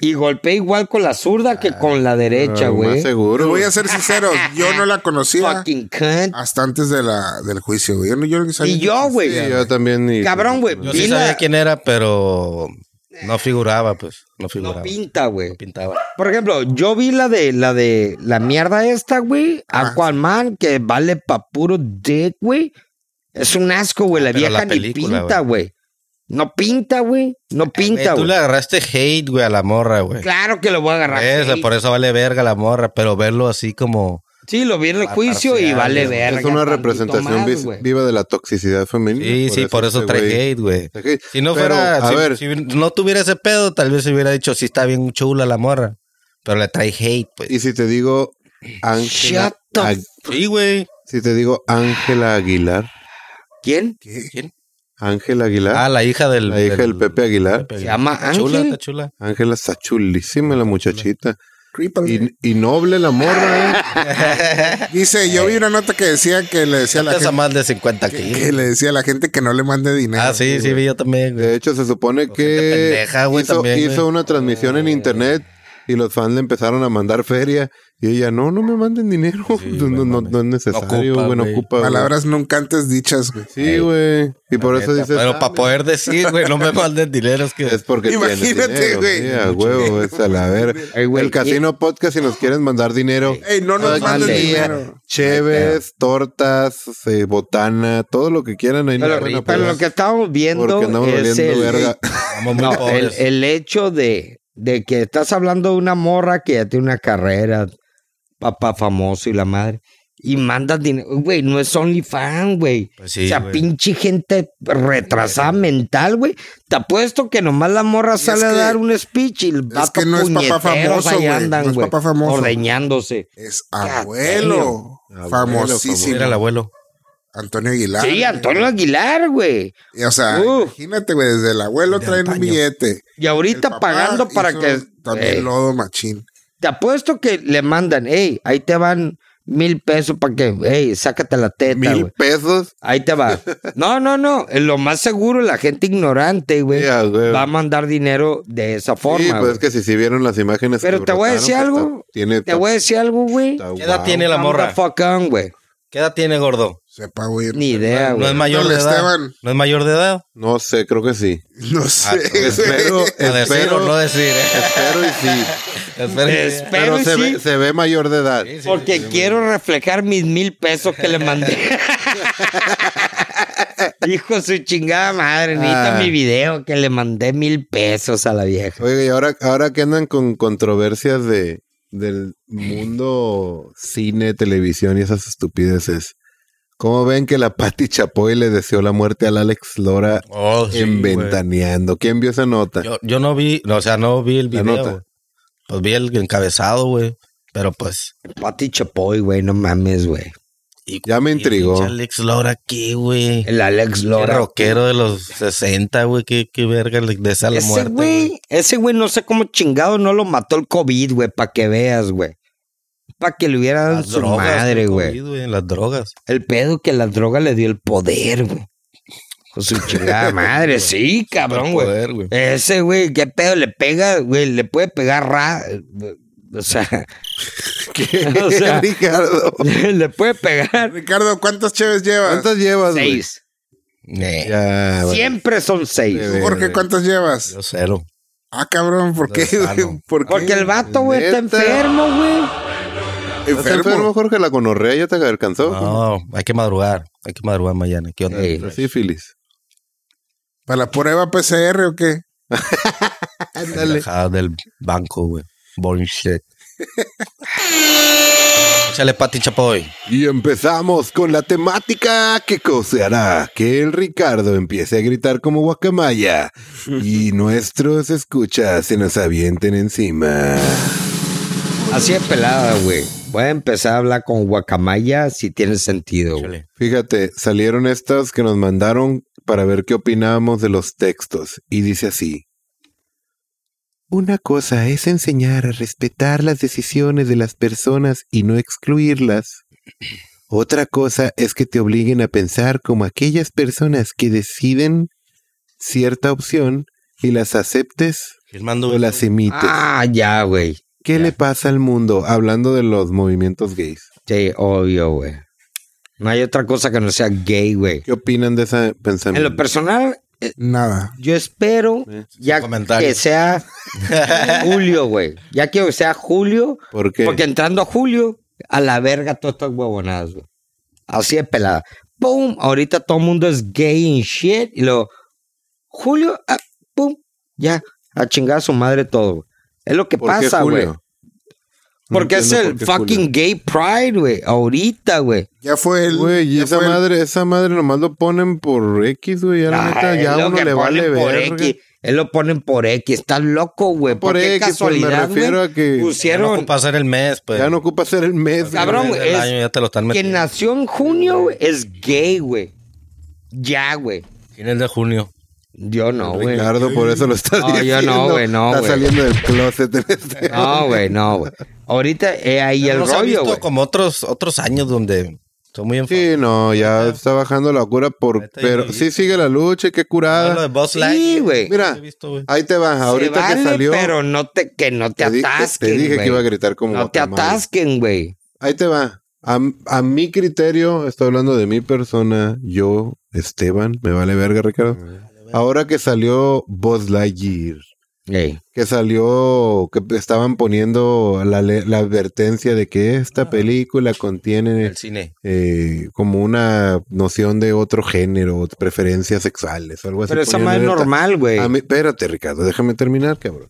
S3: y golpea igual con la zurda que con la derecha,
S1: Ah, más
S3: güey.
S1: seguro.
S4: Pero voy a ser sincero, yo no la conocía
S3: Fucking cunt.
S4: hasta antes de la, del juicio, güey. Yo, no- yo no sabía
S3: Y
S4: que
S3: yo, güey.
S1: Sí,
S4: existía,
S1: yo también. y-
S3: Cabrón, güey.
S2: Yo
S3: Vi
S2: sí
S3: la-
S2: sabía quién era, pero no figuraba, pues. No figuraba.
S3: No
S2: No,
S3: pinta, güey.
S2: pintaba.
S3: Por ejemplo, yo vi la de la de la mierda esta, güey.
S4: Ah.
S3: Aquaman, que vale pa' puro dick, güey. Es un asco, güey. La
S2: Pero
S3: vieja
S2: la película,
S3: ni pinta, güey. No pinta, güey. No pinta,
S2: Güey, Tú le
S3: güey.
S2: agarraste hate, güey, a la morra, güey.
S3: Claro que lo voy a agarrar.
S2: Eso,
S3: sí.
S2: por eso vale verga la morra, pero verlo así como.
S3: Sí, lo vi en el
S2: Ah,
S3: juicio y
S2: parcial,
S3: vale
S2: es
S3: verga.
S1: Es una
S3: tantito
S1: representación
S3: más,
S1: vis-
S3: güey.
S1: viva de la toxicidad femenina.
S2: Sí, sí, por eso
S1: este
S2: trae
S1: güey-
S2: hate, güey.
S1: trae hate.
S2: Si no
S1: Pero,
S2: fuera,
S1: a
S2: si,
S1: ver.
S2: si no tuviera ese pedo, tal vez se hubiera dicho, sí está bien chula la morra, pero le trae hate, pues.
S1: Y si te digo Ángela,
S3: Shut the
S1: Ag-
S2: Sí, güey.
S1: si te digo Ángela Aguilar,
S3: ¿Quién?
S4: ¿Qué?
S1: Ángela Aguilar,
S2: Ah, la hija del.
S1: la hija del Pepe Aguilar,
S2: Pepe
S3: Se llama
S2: Está Chula,
S3: Ángel.
S2: está chula.
S1: Ángela está chulísima la muchachita
S4: Creepal.
S1: y, y noble la morra, ¿eh?
S4: Dice, yo vi una nota que decía que le decía a la
S2: Pesa
S4: gente
S2: más de 50 kilos.
S4: que le decía a la gente que no le mande dinero.
S2: Ah, sí, sí, vi yo también, güey.
S1: De hecho se supone que
S2: pendeja, güey,
S1: hizo,
S2: también,
S1: hizo
S2: güey.
S1: una transmisión
S4: Ah.
S1: en internet y los fans le empezaron a mandar feria y ella no, no me manden dinero, no, no- no- no es necesario,
S2: ocupa,
S1: güey, no
S2: güey.
S1: ocupa. güey.
S4: Palabras nunca antes dichas, güey.
S1: Sí, güey. Y por eso dices.
S2: Pero
S1: "Ah,
S2: para poder decir, güey, no me manden dinero, es que.
S1: Es porque tienes
S4: Imagínate,
S1: dinero,
S4: güey.
S1: sí, a huevo, es a la verga.
S3: Ey, güey,
S1: El Casino Podcast, si nos quieres mandar dinero.
S4: Ey, no nos
S1: Aquí,
S4: manden
S3: mande.
S4: dinero.
S1: Cheves, tortas, eh, botana, todo lo que quieran. Ahí
S3: Pero,
S1: nos van a
S3: pero
S1: apoyar.
S3: lo que estamos viendo
S1: Porque andamos
S3: es
S1: valiendo
S3: el,
S1: verga.
S2: Estamos muy
S3: No, el,
S2: pobres.
S3: el hecho de, de que estás hablando de una morra que ya tiene una carrera, papá famoso y la madre, y mandas dinero. Güey, no es OnlyFans, güey.
S2: Pues sí,
S3: o sea,
S2: güey.
S3: pinche gente retrasada mental, güey. Te apuesto que nomás la morra sale a
S4: que-
S3: dar un speech y el vato
S4: que no es papá
S3: puñeteros
S4: famoso,
S3: ahí
S4: güey,
S3: andan,
S4: no es
S3: güey,
S4: papá famoso.
S3: Ordeñándose.
S4: Es
S3: Ya,
S4: abuelo.
S1: Abuelo,
S4: Famosísimo.
S2: Era el abuelo.
S4: Antonio Aguilar.
S3: Sí, Antonio Uh. Aguilar, güey.
S4: Y, o sea,
S3: Uf.
S4: imagínate, güey, desde el abuelo traen un billete.
S3: Y
S4: El
S3: ahorita
S4: papá
S3: pagando para
S4: hizo
S3: que...
S4: También
S3: Eh,
S4: lodo machín.
S3: te apuesto que le mandan, hey, ahí te van mil pesos para que, hey, sácate la teta,
S1: Mil
S3: güey.
S1: pesos.
S3: Ahí te va. No, no, no. Lo más seguro, la gente ignorante, güey,
S1: Sí, a huevo.
S3: va a mandar dinero de esa forma.
S1: Sí, pues
S3: güey.
S1: es que si sí vieron las imágenes.
S3: Pero
S1: que
S3: te voy a
S1: brotaron,
S3: decir
S1: pues,
S3: algo.
S1: está- Tiene,
S3: Te voy a decir algo, güey.
S1: está
S2: ¿Qué edad
S1: guau.
S2: tiene la
S3: Calm
S2: morra?
S3: the fuck on, güey.
S2: ¿Qué edad tiene, gordo?
S4: Sepa, güey.
S3: Ni idea,
S2: No
S3: Ah, güey.
S2: es mayor de
S4: Pregúntale,
S2: edad.
S4: Esteban.
S2: No es mayor de edad. Ah,
S1: No sé, creo que sí. Ah,
S4: No sé, güey.
S1: Espero,
S2: A decir
S1: espero,
S2: o no decir, eh.
S1: espero y sí.
S2: Espero que-
S3: Espero
S1: Pero
S3: y
S1: se,
S3: sí,
S1: ve, se ve mayor de edad.
S2: Sí, sí,
S3: porque
S2: sí,
S3: quiero reflejar mis mil pesos que le mandé. Hijo de su chingada madre, necesita
S1: Ah.
S3: mi video que le mandé mil pesos a la vieja.
S1: Oye, y ahora, ahora que andan con controversias de, del mundo cine, televisión y esas estupideces, ¿cómo ven que la Patti Chapoy le deseó la muerte al Alex Lora
S2: Oh, sí,
S1: en
S2: güey.
S1: Ventaneando? ¿Quién vio esa nota?
S2: Yo, yo no vi, no, o sea, no vi el
S1: La
S2: video.
S1: nota.
S2: güey. Pues vi el encabezado, güey. Pero pues,
S3: Pati Chapoy, güey, no mames, güey.
S1: Ya me intrigó.
S2: Pinche Alex Lora aquí, güey.
S3: El Alex
S2: El
S3: Lora.
S2: rockero de los 60, güey. Qué, qué verga le- de esa la
S3: Ese
S2: muerte.
S3: güey, ese güey, no sé cómo chingado no lo mató el COVID, güey, para que veas, güey. Para que le hubiera dado
S2: Las
S3: su
S2: drogas,
S3: madre,
S2: el
S3: güey.
S2: COVID, Las drogas.
S3: El pedo que la droga le dio el poder, güey. Con su chingada madre, sí, cabrón, güey.
S2: Poder, güey.
S3: Ese, güey, qué pedo le pega, güey, le puede pegar ra... O sea, O sea-
S1: Ricardo.
S3: le puede pegar
S4: Ricardo, ¿cuántas cheves llevas?
S1: ¿Cuántas llevas, güey?
S3: seis.
S2: Eh,
S1: Ya, güey.
S3: Siempre son seis.
S1: Sí, güey.
S4: Jorge, ¿cuántas llevas?
S2: yo cero.
S4: Ah, cabrón, ¿por qué?
S2: No es sano.
S4: güey? ¿Por qué?
S3: Porque el vato, güey, está
S1: Neta.
S3: enfermo, güey.
S1: ¿Estás
S4: enfermo.
S1: enfermo, Jorge? ¿La conorrea ya te alcanzó?
S2: No, hay que madrugar. Hay que madrugar mañana. ¿Qué onda?
S3: Ey.
S1: La sífilis.
S4: ¿Para la prueba PCR o qué?
S2: Relajada del banco, güey. Boring shit. Échale, Pati Chapoy.
S1: Y empezamos con la temática que coseará que el Ricardo empiece a gritar como guacamaya y nuestros escuchas se nos avienten encima.
S3: Así es pelada, güey. Voy a empezar a hablar con guacamaya si tiene sentido. güey.
S2: Échale.
S1: Fíjate, salieron estas que nos mandaron para ver qué opinábamos de los textos y dice así. Una cosa es enseñar a respetar las decisiones de las personas y no excluirlas. Otra cosa es que te obliguen a pensar como aquellas personas que deciden cierta opción y las aceptes
S2: ¿Quién mandó
S1: o las imites.
S3: Ah, ya, güey.
S1: ¿Qué le pasa al mundo hablando de los movimientos gays?
S3: Sí, obvio, güey. No hay otra cosa que no sea gay, güey.
S1: ¿Qué opinan de ese
S4: Em.
S3: En lo
S1: pensamiento?
S3: personal, eh,
S4: Nada.
S3: yo espero ya
S2: comentario.
S3: que sea Julio, güey. Ya quiero que sea Julio,
S1: ¿Por qué?
S3: porque entrando Julio, a la verga todas estas huevonadas, güey. Así es pelada. ¡Pum! Ahorita todo el mundo es gay and shit. Y luego, Julio, ah, ¡pum! Ya, a chingar a su madre todo, güey. Es lo que
S1: ¿Por qué,
S3: pasa, güey.
S1: Julio? No
S3: Porque es
S1: entiendo
S3: el
S1: por qué
S3: fucking
S1: Julio.
S3: gay pride, güey. Ahorita, güey.
S4: Ya fue el.
S1: Güey, y
S4: ya
S1: esa
S4: fue el-
S1: madre, esa madre nomás lo ponen por X, güey. Ya la
S3: Ah,
S1: neta,
S3: es
S1: ya
S3: lo
S1: uno
S3: que
S1: le vale
S3: ponen por
S1: verga.
S3: X. Él lo ponen por X. Estás loco, güey.
S1: Por
S3: ¿Por qué
S1: X, pues, me
S3: casualidad,
S1: refiero
S3: güey?
S1: a que
S2: Ya no
S3: Pusieron
S2: ocupa hacer el mes, pues.
S1: Ya no ocupa ser el mes, güey.
S3: Cabrón,
S2: El
S3: es-
S2: año ya te lo están
S3: que
S2: metiendo.
S3: nació en junio güey, es gay, güey. Ya, güey.
S2: ¿Quién es de junio?
S3: Yo no, güey.
S1: Ricardo, por eso lo estás
S3: No, yo no,
S1: diciendo.
S3: güey, no,
S1: Está
S3: güey.
S1: saliendo del closet en este-
S3: No, güey, no, güey. Ahorita es ahí
S2: Pero
S3: el
S2: no se ha
S3: rollo,
S2: visto
S3: güey.
S2: como otros, otros años donde son muy enfermos.
S1: Sí, no, ya está bajando la cura por...
S2: Neta,
S1: Pero
S2: y-
S1: sí sigue la lucha, y qué
S2: Ah, Lo
S1: curada.
S2: de Buzz
S3: Sí,
S2: Lightyear,
S3: güey.
S1: Mira, Ah,
S2: he visto, güey.
S1: ahí te vas. Ahorita
S3: Se vale,
S1: que salió...
S3: Pero no te, que no te,
S1: te dije,
S3: atasquen,
S1: te dije que
S3: güey.
S1: iba a gritar como
S3: No te
S1: guacamaya.
S3: atasquen, güey.
S1: Ahí te va. A, a mi criterio, estoy hablando de mi persona, yo, Esteban, me vale verga, Ricardo. Ahora que salió Buzz Lightyear,
S3: Ey.
S1: que salió, que estaban poniendo la, le- la advertencia de que esta película contiene
S2: El cine.
S1: eh, como una noción de otro género, o preferencias sexuales, o algo así.
S3: Pero esa
S1: ponían
S3: madre es
S1: alerta.
S3: normal, güey.
S1: A mí- espérate, Ricardo, déjame terminar, cabrón.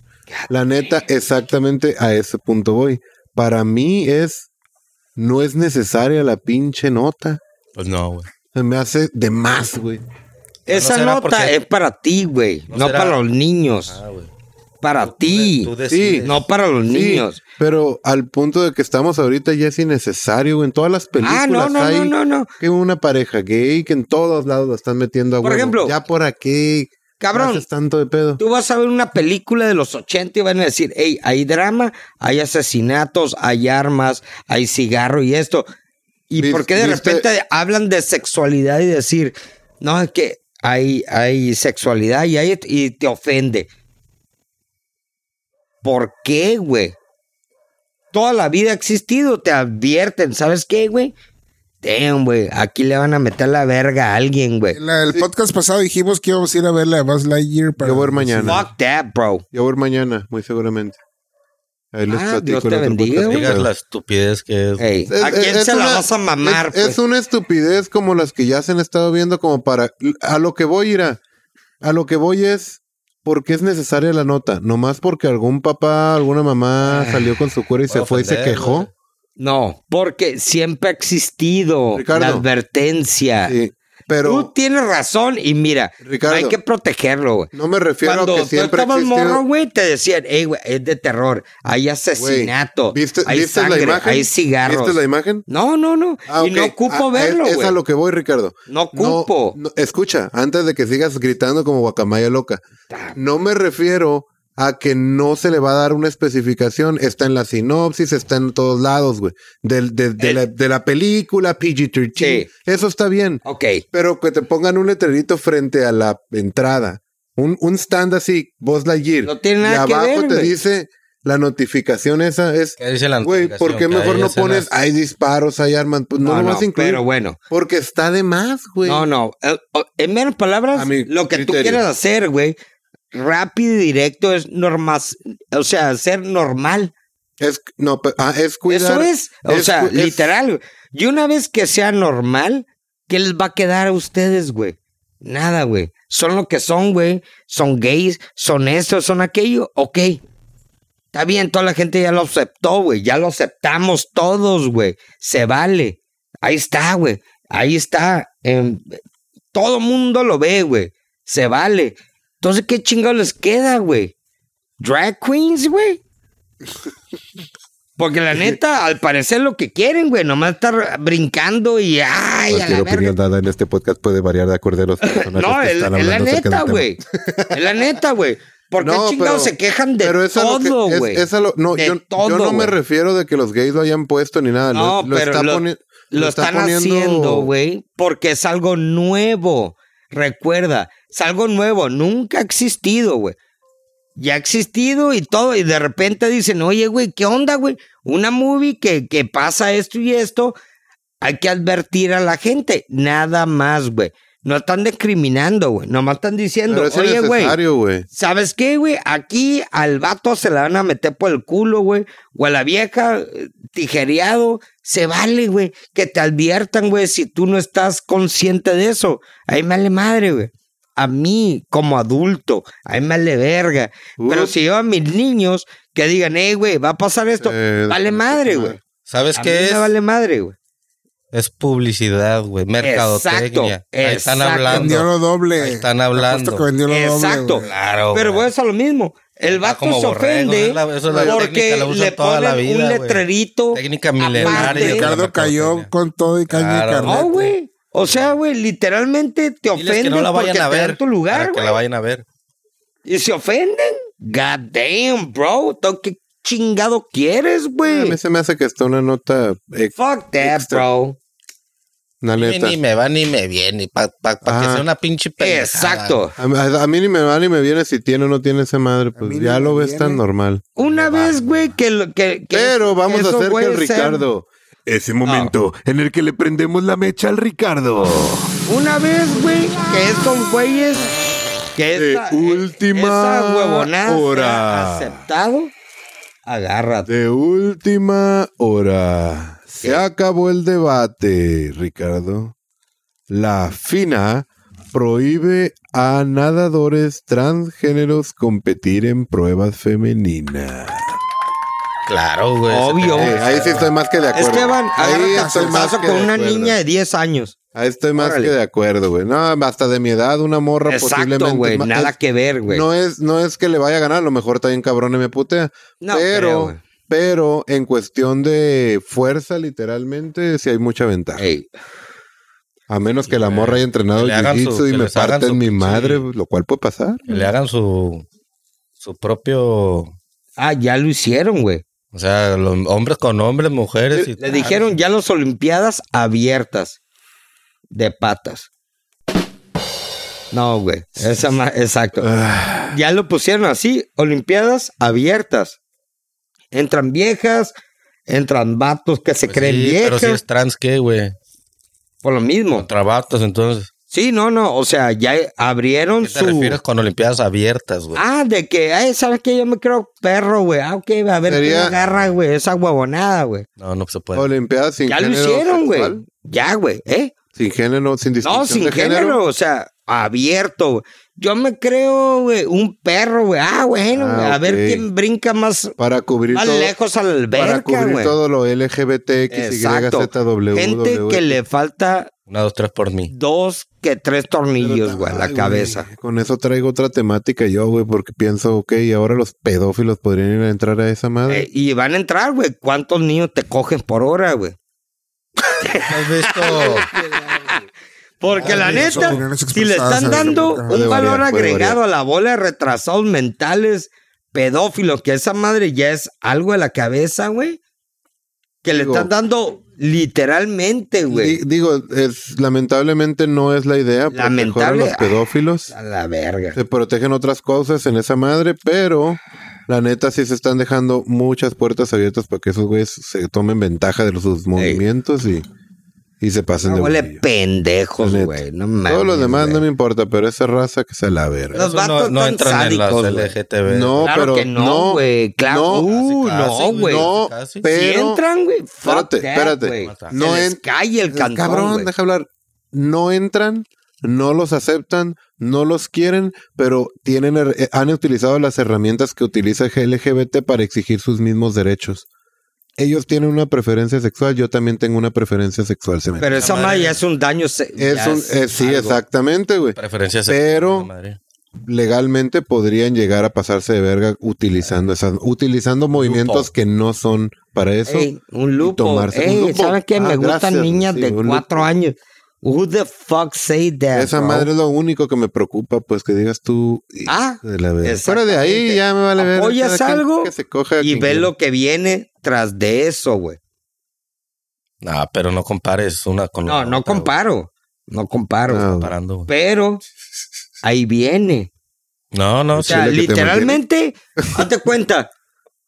S1: La neta, exactamente a ese punto voy. Para mí es. No es necesaria la pinche nota.
S2: Pues no, güey.
S1: Se me hace de más, güey.
S3: Esa
S2: será
S3: nota
S2: porque-
S3: es para ti, güey. No,
S2: No será-
S3: para los niños.
S2: Ah, güey.
S3: para
S2: Tú-
S3: ti.
S2: tú
S1: Sí.
S2: decides.
S3: No para los
S1: Sí,
S3: niños.
S1: Pero al punto de que estamos ahorita ya es innecesario, güey. En todas las películas
S3: Ah, no, no,
S1: hay
S3: no, no, no.
S1: que una pareja gay que en todos lados la están metiendo a
S3: Por
S1: huevo.
S3: ejemplo,
S1: Ya por aquí.
S3: Cabrón,
S1: haces tanto de pedo.
S3: tú vas a ver una película de los 80 y van a decir, hey, hay drama, hay asesinatos, hay armas, hay cigarro y esto. ¿Y
S1: Vis-
S3: por qué de
S1: viste-
S3: repente hablan de sexualidad y decir, no, es que hay, hay sexualidad y, hay, y te ofende? ¿Por qué, güey? Toda la vida ha existido, te advierten, ¿sabes qué, güey? Damn, güey, aquí le van a meter la verga a alguien, güey.
S4: en la- el podcast pasado dijimos que íbamos a ir a ver la de Buzz Lightyear para.
S1: Yo voy a ir mañana.
S3: Fuck that, bro.
S1: Yo voy mañana, muy seguramente. Ahí les
S3: Ah,
S1: platico
S3: Dios
S1: en
S3: te
S1: otro
S3: bendiga,
S1: podcast.
S3: güey.
S2: Digas la estupidez que es.
S3: Ey, ¿A
S1: Es-
S3: quién
S1: es
S3: se la
S1: una-
S3: vas a mamar?
S1: Es, es
S3: pues?
S1: una estupidez como las que ya se han estado viendo como para... A lo que voy, Ira. A lo que voy es... Porque es necesaria la nota. Nomás porque algún papá, alguna mamá
S3: Ah,
S1: salió con su cuero y se
S2: puede
S1: fue y se
S2: ofender,
S1: quejó.
S3: No, porque siempre ha existido
S1: Ricardo.
S3: la advertencia.
S1: Sí. Pero
S3: Tú tienes razón y mira,
S1: Ricardo,
S3: hay que protegerlo, güey.
S1: no me refiero
S3: Cuando
S1: a que
S3: tú
S1: siempre
S3: estabas
S1: existió-
S3: morro, güey, te decían, "Ey, güey, es de terror, hay asesinato,
S1: Güey, ¿Viste,
S3: hay
S1: viste
S3: sangre,
S1: la imagen?
S3: hay cigarros.
S1: ¿Viste la imagen?
S3: No, no, no.
S1: Ah,
S3: Y no
S1: ok.
S3: ocupo
S1: Ah,
S3: verlo,
S1: Es, es
S3: güey.
S1: a lo que voy, Ricardo.
S3: No ocupo.
S1: no- escucha, antes de que sigas gritando como guacamaya loca, no me refiero a que no se le va a dar una especificación. Está en la sinopsis, está en todos lados, güey. Del- De, de
S3: Eh.
S1: la, de la película PG-13.
S3: Sí.
S1: Eso está bien.
S3: Ok.
S1: Pero que te pongan un letrerito frente a la entrada. Un, un stand así, Buzz Lightyear.
S3: No tiene nada
S1: y
S3: que
S1: abajo
S3: ver,
S1: te
S3: güey.
S1: dice la notificación esa es...
S2: ¿Qué dice la
S1: Güey,
S2: notificación?
S1: ¿por qué
S2: Que
S1: mejor
S2: ahí
S1: no
S2: hacen
S1: pones
S2: las-
S1: hay disparos, hay armas? Pues no,
S3: No,
S1: lo
S3: no,
S1: vas a incluir.
S3: pero bueno.
S1: Porque está de más, güey.
S3: No, no. Eh, o- En menos palabras,
S1: A mi
S3: lo que tú
S1: criterio.
S3: quieras hacer, güey, rápido y directo es normal. O sea, hacer normal.
S1: Es, no, pe- ah, es cuidar.
S3: Eso es. O
S1: es
S3: sea,
S1: cu- es-
S3: literal. güey. Y una vez que sea normal, ¿qué les va a quedar a ustedes, güey? Nada, güey. Son lo que son, güey. Son gays, son esto, son aquello. Ok. Está bien, toda la gente ya lo aceptó, güey. Ya lo aceptamos todos, güey. Se vale. Ahí está, güey. Ahí está. Em, todo mundo lo ve, güey. Se vale. Entonces, ¿qué chingado les queda, güey? Drag queens, güey. Porque la neta, al parecer lo que quieren, güey, nomás estar brincando y ay, a
S1: Cualquier
S3: la verga.
S1: opinión dada en este podcast puede variar de acuerdo a los personajes
S3: No,
S1: que
S3: es,
S1: están
S3: es la
S1: hablando acerca del
S3: neta,
S1: tema.
S3: güey. Es la neta, güey. ¿Por qué
S1: No,
S3: chingados
S1: pero-
S3: se quejan de
S1: Pero eso es
S3: todo,
S1: lo que, es-
S3: güey?
S1: es a lo- no,
S3: De
S1: yo, yo
S3: todo,
S1: no me
S3: güey.
S1: refiero de que los gays lo hayan puesto ni nada.
S3: No,
S1: lo, lo
S3: pero
S1: está
S3: lo-
S1: poni-
S3: Lo,
S1: lo está
S3: están
S1: poniendo-
S3: haciendo, güey, porque es algo nuevo. Recuerda, es algo nuevo, nunca ha existido, güey. Ya ha existido y todo, y de repente dicen, oye, güey, ¿qué onda, güey? Una movie que, que pasa esto y esto, hay que advertir a la gente, nada más, güey. No están discriminando, güey, nomás están diciendo,
S1: Pero es
S3: oye, güey,
S1: necesario, güey.
S3: ¿Sabes qué, güey? Aquí al vato se la van a meter por el culo, güey. O a la vieja, eh, tijereado. Se vale, güey. Que te adviertan, güey, si tú no estás consciente de eso. Ahí me vale madre, güey. A mí, como adulto, ahí me vale verga. Pero
S1: Ups.
S3: si yo a mis niños que digan, hey, güey, va a pasar esto.
S1: Eh,
S3: vale
S1: déjame
S3: madre,
S1: continuar.
S3: güey.
S2: ¿Sabes
S3: a
S2: qué
S3: mí
S2: es?
S3: me vale madre, güey.
S2: Es publicidad, güey. Mercadotecnia.
S3: Exacto,
S2: Ahí están
S3: exacto.
S4: Vendió
S2: hablando.
S4: lo doble.
S2: Ahí están
S4: Te apuesto
S2: hablando.
S4: que vendió lo doble,
S3: Exacto.
S4: güey.
S3: Pero,
S2: Claro, Oh, güey.
S3: güey, eso es lo mismo. El
S2: Está
S3: vato
S2: como
S3: se
S2: borrego,
S3: ofende
S2: es la- eso es la
S3: porque
S2: técnica, la usan
S3: le
S2: toda la
S3: ponen
S2: vida,
S3: un
S2: güey.
S3: letrerito.
S2: Técnica
S3: aparte.
S2: milenaria. de la
S4: Ricardo cayó
S2: mercadotecnia.
S4: con todo y caña
S2: Claro.
S4: y carneta.
S3: No, güey. O sea, güey, literalmente te
S2: Diles
S3: ofenden
S2: que no la vayan
S3: porque
S2: a
S3: te dan
S2: ver.
S3: tu
S2: para
S3: lugar,
S2: que
S3: güey.
S2: la vayan a ver.
S3: Y se ofenden. God damn, bro. ¿Tú ¿Qué chingado quieres,
S1: A
S3: güey?
S1: mí se me hace que está una nota. eh,
S3: Fuck that,
S1: Extra.
S3: bro.
S1: una
S2: Ni-
S1: neta.
S2: Ni me va ni me viene. Para que
S1: Ajá.
S2: sea una pinche pendejada.
S3: Ah. Exacto.
S1: A, a- a mí ni me va ni me viene si tiene o no tiene esa madre.
S4: mí
S1: Pues
S4: ni
S1: ya
S4: me
S1: lo ves
S4: viene.
S1: tan normal.
S3: Una vez, güey, que, lo- que, que-
S1: Pero vamos a
S3: eso
S1: hacer que
S3: puede
S1: el
S3: ser-
S1: Ricardo. Ese momento en el que le prendemos la mecha al Ricardo.
S3: Una vez, güey, que estos güeyes. Que
S1: De
S3: esta,
S1: Eh,
S3: eh,
S1: última
S3: esa huevonada
S1: hora.
S3: sea aceptado. Agárrate.
S1: De última hora. Se acabó el debate, Ricardo. La FINA prohíbe a nadadores transgéneros competir en pruebas femeninas.
S2: Claro, güey.
S3: Obvio.
S1: Eh, ahí sí estoy más que de acuerdo.
S3: Esteban,
S1: ahí
S3: agárrate a
S1: estoy más
S3: putazo
S1: que
S3: con
S1: de
S3: una
S1: acuerdo.
S3: niña de 10 años.
S1: Ahí estoy más
S3: Órale.
S1: que de acuerdo, güey. No, hasta de mi edad, una morra
S3: Exacto,
S1: posiblemente.
S3: güey.
S1: ma-
S3: Nada
S1: es-
S3: que ver, güey.
S1: No es, no es que le vaya a ganar, a lo mejor está bien cabrón y me putea.
S3: No creo,
S1: pero,
S3: güey.
S1: pero en cuestión de fuerza, literalmente, sí hay mucha ventaja.
S3: Ey,
S1: A menos que la
S2: Eh, güey.
S1: morra haya entrenado
S2: Que le hagan
S1: jiu-jitsu
S2: su-
S1: y
S2: que
S1: me
S2: les hagan
S1: parten
S2: su
S1: mi
S2: pinche-
S1: madre, lo cual puede pasar.
S2: Que le hagan su, su propio.
S3: Ah, ya lo hicieron, güey.
S2: O sea, los hombres con hombres, mujeres. Y
S3: Le dijeron ya las Olimpiadas abiertas de patas. No, güey. Esa ma- exacto.
S2: Ah.
S3: Ya lo pusieron así, Olimpiadas abiertas. Entran viejas, entran vatos que se
S2: Pues
S3: creen
S2: sí, Pero
S3: viejas,
S2: si es trans, ¿qué, güey?
S3: por lo mismo.
S2: Contra vatos, entonces.
S3: Sí, no, no, o sea, ya abrieron
S2: ¿Qué te
S3: su
S2: refieres con Olimpiadas abiertas, güey?
S3: Ah, de que, ay, ¿sabes qué? Yo me creo perro, güey. Ah, ok, a ver
S1: Sería-
S3: quién agarra, güey, esa huevonada, güey.
S2: No, no se puede.
S1: Olimpiadas sin
S3: Ya lo
S1: género.
S3: hicieron,
S1: sexual,
S3: güey. Ya, güey, ¿eh?
S1: Sin género, sin distinción.
S3: No, sin
S1: de
S3: género, o sea, abierto, güey. Yo me creo, güey, un perro, güey. Ah, bueno,
S1: Ah,
S3: güey, a ver
S1: ok.
S3: quién brinca más,
S1: Para cubrir
S3: más
S1: todo.
S3: lejos a la
S1: para
S3: alberca,
S1: cubrir
S3: güey.
S1: todo lo LGBT,
S3: Exacto.
S1: XYZ, W, E.
S3: Gente
S1: W.
S3: que le falta
S2: Una, dos, tres por mí.
S3: Dos que tres tornillos,
S1: Pero,
S3: güey, a la
S1: ay,
S3: cabeza.
S1: güey, Con eso traigo otra temática yo, güey, porque pienso, ok, ahora los pedófilos podrían ir a entrar a esa madre.
S3: Eh, y van a entrar, güey. ¿Cuántos niños te cogen por hora, güey?
S2: ¿Has visto?
S3: Porque
S1: Ah,
S4: Ay,
S3: la
S4: esas
S3: neta,
S4: opiniones
S3: si le
S4: expresadas
S3: están
S4: a veces
S3: dando
S4: nunca
S1: puede
S3: un valor
S1: variar, puede
S3: agregado a la bola de retrasados mentales, pedófilos, que esa madre ya es algo de la cabeza, güey. Que le
S1: Digo-
S3: están dando literalmente, güey.
S1: Di- digo, es, lamentablemente no es la idea proteger a
S3: Lamentable.
S1: los pedófilos.
S3: A la verga.
S1: Se protegen otras cosas en esa madre, pero la neta sí se están dejando muchas puertas abiertas para que esos güeyes se tomen ventaja de los- sus movimientos y, y se pasen
S3: No,
S1: de
S3: huele
S1: bolillo.
S3: pendejos,
S1: La neta.
S3: güey. No mames.
S1: Todos los demás
S3: güey.
S1: no me importa, pero esa raza que se la verga.
S3: Los
S2: Eso
S3: vatos
S2: no, no
S3: tan
S2: entran en las
S3: sádicos, güey.
S2: LGTB.
S1: No,
S3: claro
S1: pero
S3: que no, güey. claro.
S1: no,
S3: Uh,
S2: Casi, casi,
S3: no, güey.
S1: no,
S2: Casi.
S3: si
S1: pero
S3: entran, güey.
S1: espérate, espérate.
S3: No
S1: No
S3: les
S1: en-
S3: calle el cantón,
S1: cabrón,
S3: güey.
S1: deja hablar. No entran, no los aceptan, no los quieren, pero tienen her- eh, han utilizado las herramientas que utiliza el LGBT para exigir sus mismos derechos. Ellos tienen una preferencia sexual, yo también tengo una preferencia sexual. se me-
S3: Pero esa
S2: madre-
S3: madre ya es un daño. se-
S1: es
S3: ya
S1: un-
S3: es
S1: eh, sí,
S3: algo.
S1: exactamente, güey.
S2: Preferencias.
S1: Pero-
S2: de madre.
S1: Legalmente podrían llegar a pasarse de verga utilizando esas, utilizando movimientos que no son para eso.
S3: Ey, un lupo.
S1: tomarse un
S3: Ey,
S1: lupo.
S3: ¿Sabes qué?
S1: Ah,
S3: Me
S1: gracias,
S3: gustan niñas
S1: sí,
S3: de
S1: un
S3: cuatro años. Who the fuck say that?
S1: Esa
S3: bro?
S1: madre es lo único que me preocupa, pues que digas tú. hijo
S3: Ah,
S1: de la verga.
S3: exactamente.
S1: Fuera de ahí ya me vale ver.
S3: Apoyas
S1: cada quien
S3: algo
S1: que se coja
S3: Y
S1: quien
S3: ve
S1: quiera.
S3: lo que viene tras de eso, güey.
S2: No, Ah, pero no compares una con
S3: No,
S2: la
S3: no
S2: otra, güey.
S3: comparo. No comparo.
S1: No,
S2: Comparando, güey.
S3: Pero ahí viene.
S2: No, no,
S3: O
S2: sí.
S3: sea,
S1: Chile que te
S3: literalmente, hazte cuenta,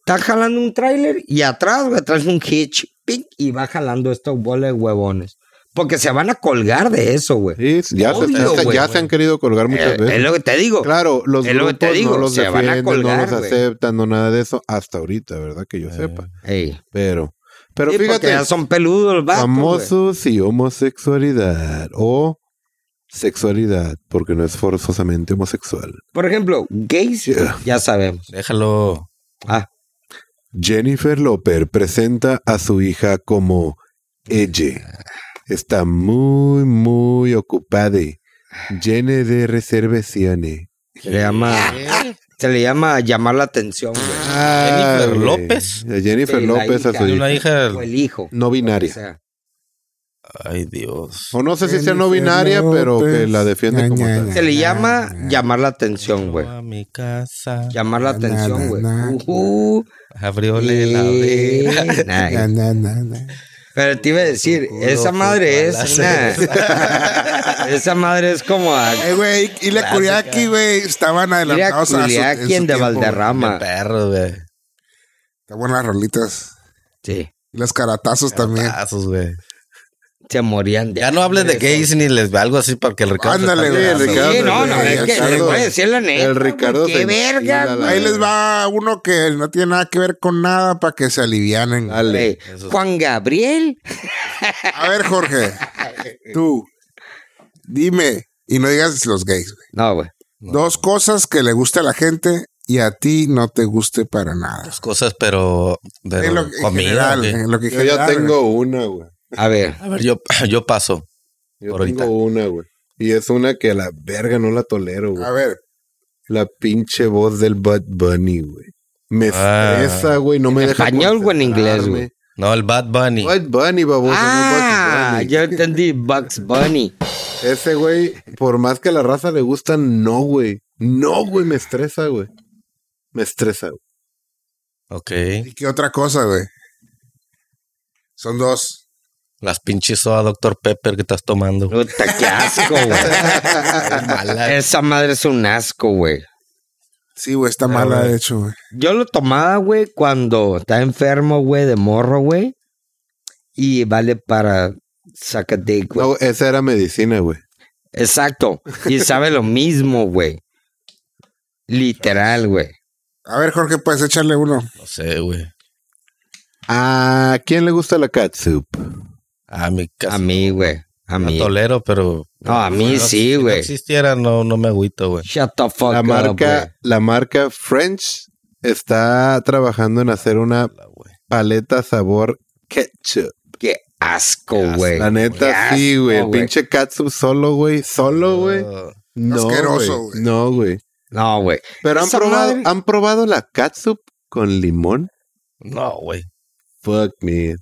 S3: está jalando un tráiler y atrás, güey, traes un hitch, pic, y va jalando estos bolas de huevones. Porque se van a colgar de eso, güey.
S1: Sí, ya, se,
S3: Obvio,
S1: ya se-
S3: güey,
S1: ya
S2: güey.
S1: se han querido colgar muchas
S3: Eh,
S1: veces.
S3: es lo que te digo.
S1: claro, los
S3: es lo
S1: grupos
S3: que te digo,
S1: no los
S3: se van a
S1: defienden,
S3: colgar,
S1: no los
S3: güey.
S1: aceptan, no nada de eso hasta ahorita, ¿verdad? Que yo sepa.
S3: Ey.
S1: Pero, pero
S3: Sí, porque
S1: fíjate,
S3: ya son peludos los vatos, güey.
S1: famosos y homosexualidad o sexualidad, porque no es forzosamente homosexual.
S3: Por ejemplo, gays,
S1: Yeah.
S3: ya sabemos.
S2: Déjalo.
S3: Ah,
S1: Jennifer Loper presenta a su hija como ella. Está muy, muy ocupada. Llena de reservaciones.
S3: se le llama, se le llama llamar la atención, güey.
S1: Ah, güey.
S2: López?
S1: A Jennifer
S3: Sí, la
S1: López a
S3: hija.
S1: su
S2: Tiene
S1: hija.
S2: una hija.
S3: O el hijo.
S1: No
S3: O
S1: binaria.
S3: sea,
S2: Ay, Dios.
S1: O no sé si sea
S4: Jennifer
S1: no binaria, pero que
S4: López.
S1: la defiende
S4: Ña,
S1: como
S4: Ña,
S1: tal.
S4: Ña.
S3: se le llama llamar la atención, güey.
S2: A mi casa.
S3: Llamar la
S4: Na, na,
S3: atención,
S4: na,
S3: güey.
S4: na.
S3: Ujú.
S2: Abrióle la
S3: Eh,
S2: oreja.
S3: nice.
S4: Na, na, na, na.
S3: Pero te iba a decir,
S2: Culo,
S3: esa madre
S2: fútbol,
S3: es una- Esa madre es como a
S4: Eh, güey, y la Kuriaki, güey, estaban adelantados a su, en su
S3: Culiacán de
S4: tiempo,
S3: Valderrama.
S2: Perro, güey.
S4: güey. Está buenas las rolitas.
S3: Sí,
S4: Y los caratazos también.
S2: Tazos, güey.
S3: se morían de
S2: Ya no hables de
S3: hambre,
S2: gays ni les algo así porque el Ricardo. se
S4: Ándale,
S2: está
S4: güey.
S2: pegando,
S1: Sí,
S3: güey. Sí, no, no,
S4: Ricardo,
S3: es
S4: güey,
S3: que le
S4: Ricardo.
S3: voy a decir la neta.
S1: El
S3: güey,
S1: Ricardo
S3: Qué
S1: se
S3: verga,
S1: enfila, la
S4: Ahí
S3: güey.
S4: les va uno que no tiene nada que ver con nada para que se alivianen. güey.
S1: Dale.
S3: Güey, Juan Gabriel.
S4: A ver, Jorge, tú, dime, y no digas los gays, güey.
S3: No, güey.
S4: Dos cosas que le gusta a la gente y a ti no te guste para nada.
S2: Las cosas, pero de
S4: En lo que en
S2: comida.
S4: general, eh.
S2: güey.
S4: en lo que en
S1: Yo ya
S4: general,
S1: tengo una, güey.
S3: A ver.
S2: A ver, yo, yo paso.
S1: Yo
S2: Por ahorita.
S1: tengo una, güey. Y es una que a la verga no la tolero,
S4: güey.
S1: güey.
S4: A ver,
S1: La pinche voz del Bud Bunny, güey. Me
S2: Ah.
S1: estresa, güey. No me
S3: ¿En
S1: deja
S3: español o en inglés,
S1: concentrarme.
S3: güey?
S2: No, el Bad Bunny.
S1: Bad Bunny, baboso. no
S3: Ah,
S1: Bad Bunny.
S3: yo entendí Bugs Bunny.
S1: Ese güey, por más que a la raza le gusta, no, güey. No, güey, me estresa, güey. Me estresa, güey.
S2: Ok.
S4: ¿y qué otra cosa, güey? Son dos.
S2: Las pinches soda Dr. Pepper que estás tomando.
S3: Puta, qué asco, güey.
S2: Mala.
S3: Esa madre es un asco, güey.
S4: Sí, güey, está mala, de hecho, güey.
S3: Yo lo tomaba, güey, cuando estaba enfermo, güey, de morro, güey. Y vale para Zacatec, güey.
S1: No, esa era medicina, güey.
S3: Exacto. Y sabe lo mismo, güey. Literal, güey.
S4: A ver, Jorge, puedes echarle uno.
S2: No sé, güey.
S1: ¿A quién le gusta la catsup?
S2: A mi casa.
S3: A mí, güey. A
S2: No
S3: mí.
S2: tolero, pero.
S3: No, a mí
S2: Bueno,
S3: sí,
S2: Si no
S3: güey.
S2: existiera, no, no me agüito, güey.
S3: Shut the fuck
S1: La
S3: up, güey.
S1: marca, la marca French está trabajando en hacer una
S2: Mala, güey.
S1: paleta sabor ketchup.
S3: Qué asco, güey.
S1: La neta,
S3: Qué
S1: sí,
S3: asco,
S1: güey. El pinche Katsu solo, güey. Solo, güey. No,
S4: Asqueroso,
S1: güey.
S4: güey.
S1: No, güey.
S3: No, güey.
S1: Pero han
S3: Esa
S1: probado,
S3: madre-
S1: han probado la catsup con limón.
S2: No, güey.
S1: Fuck me.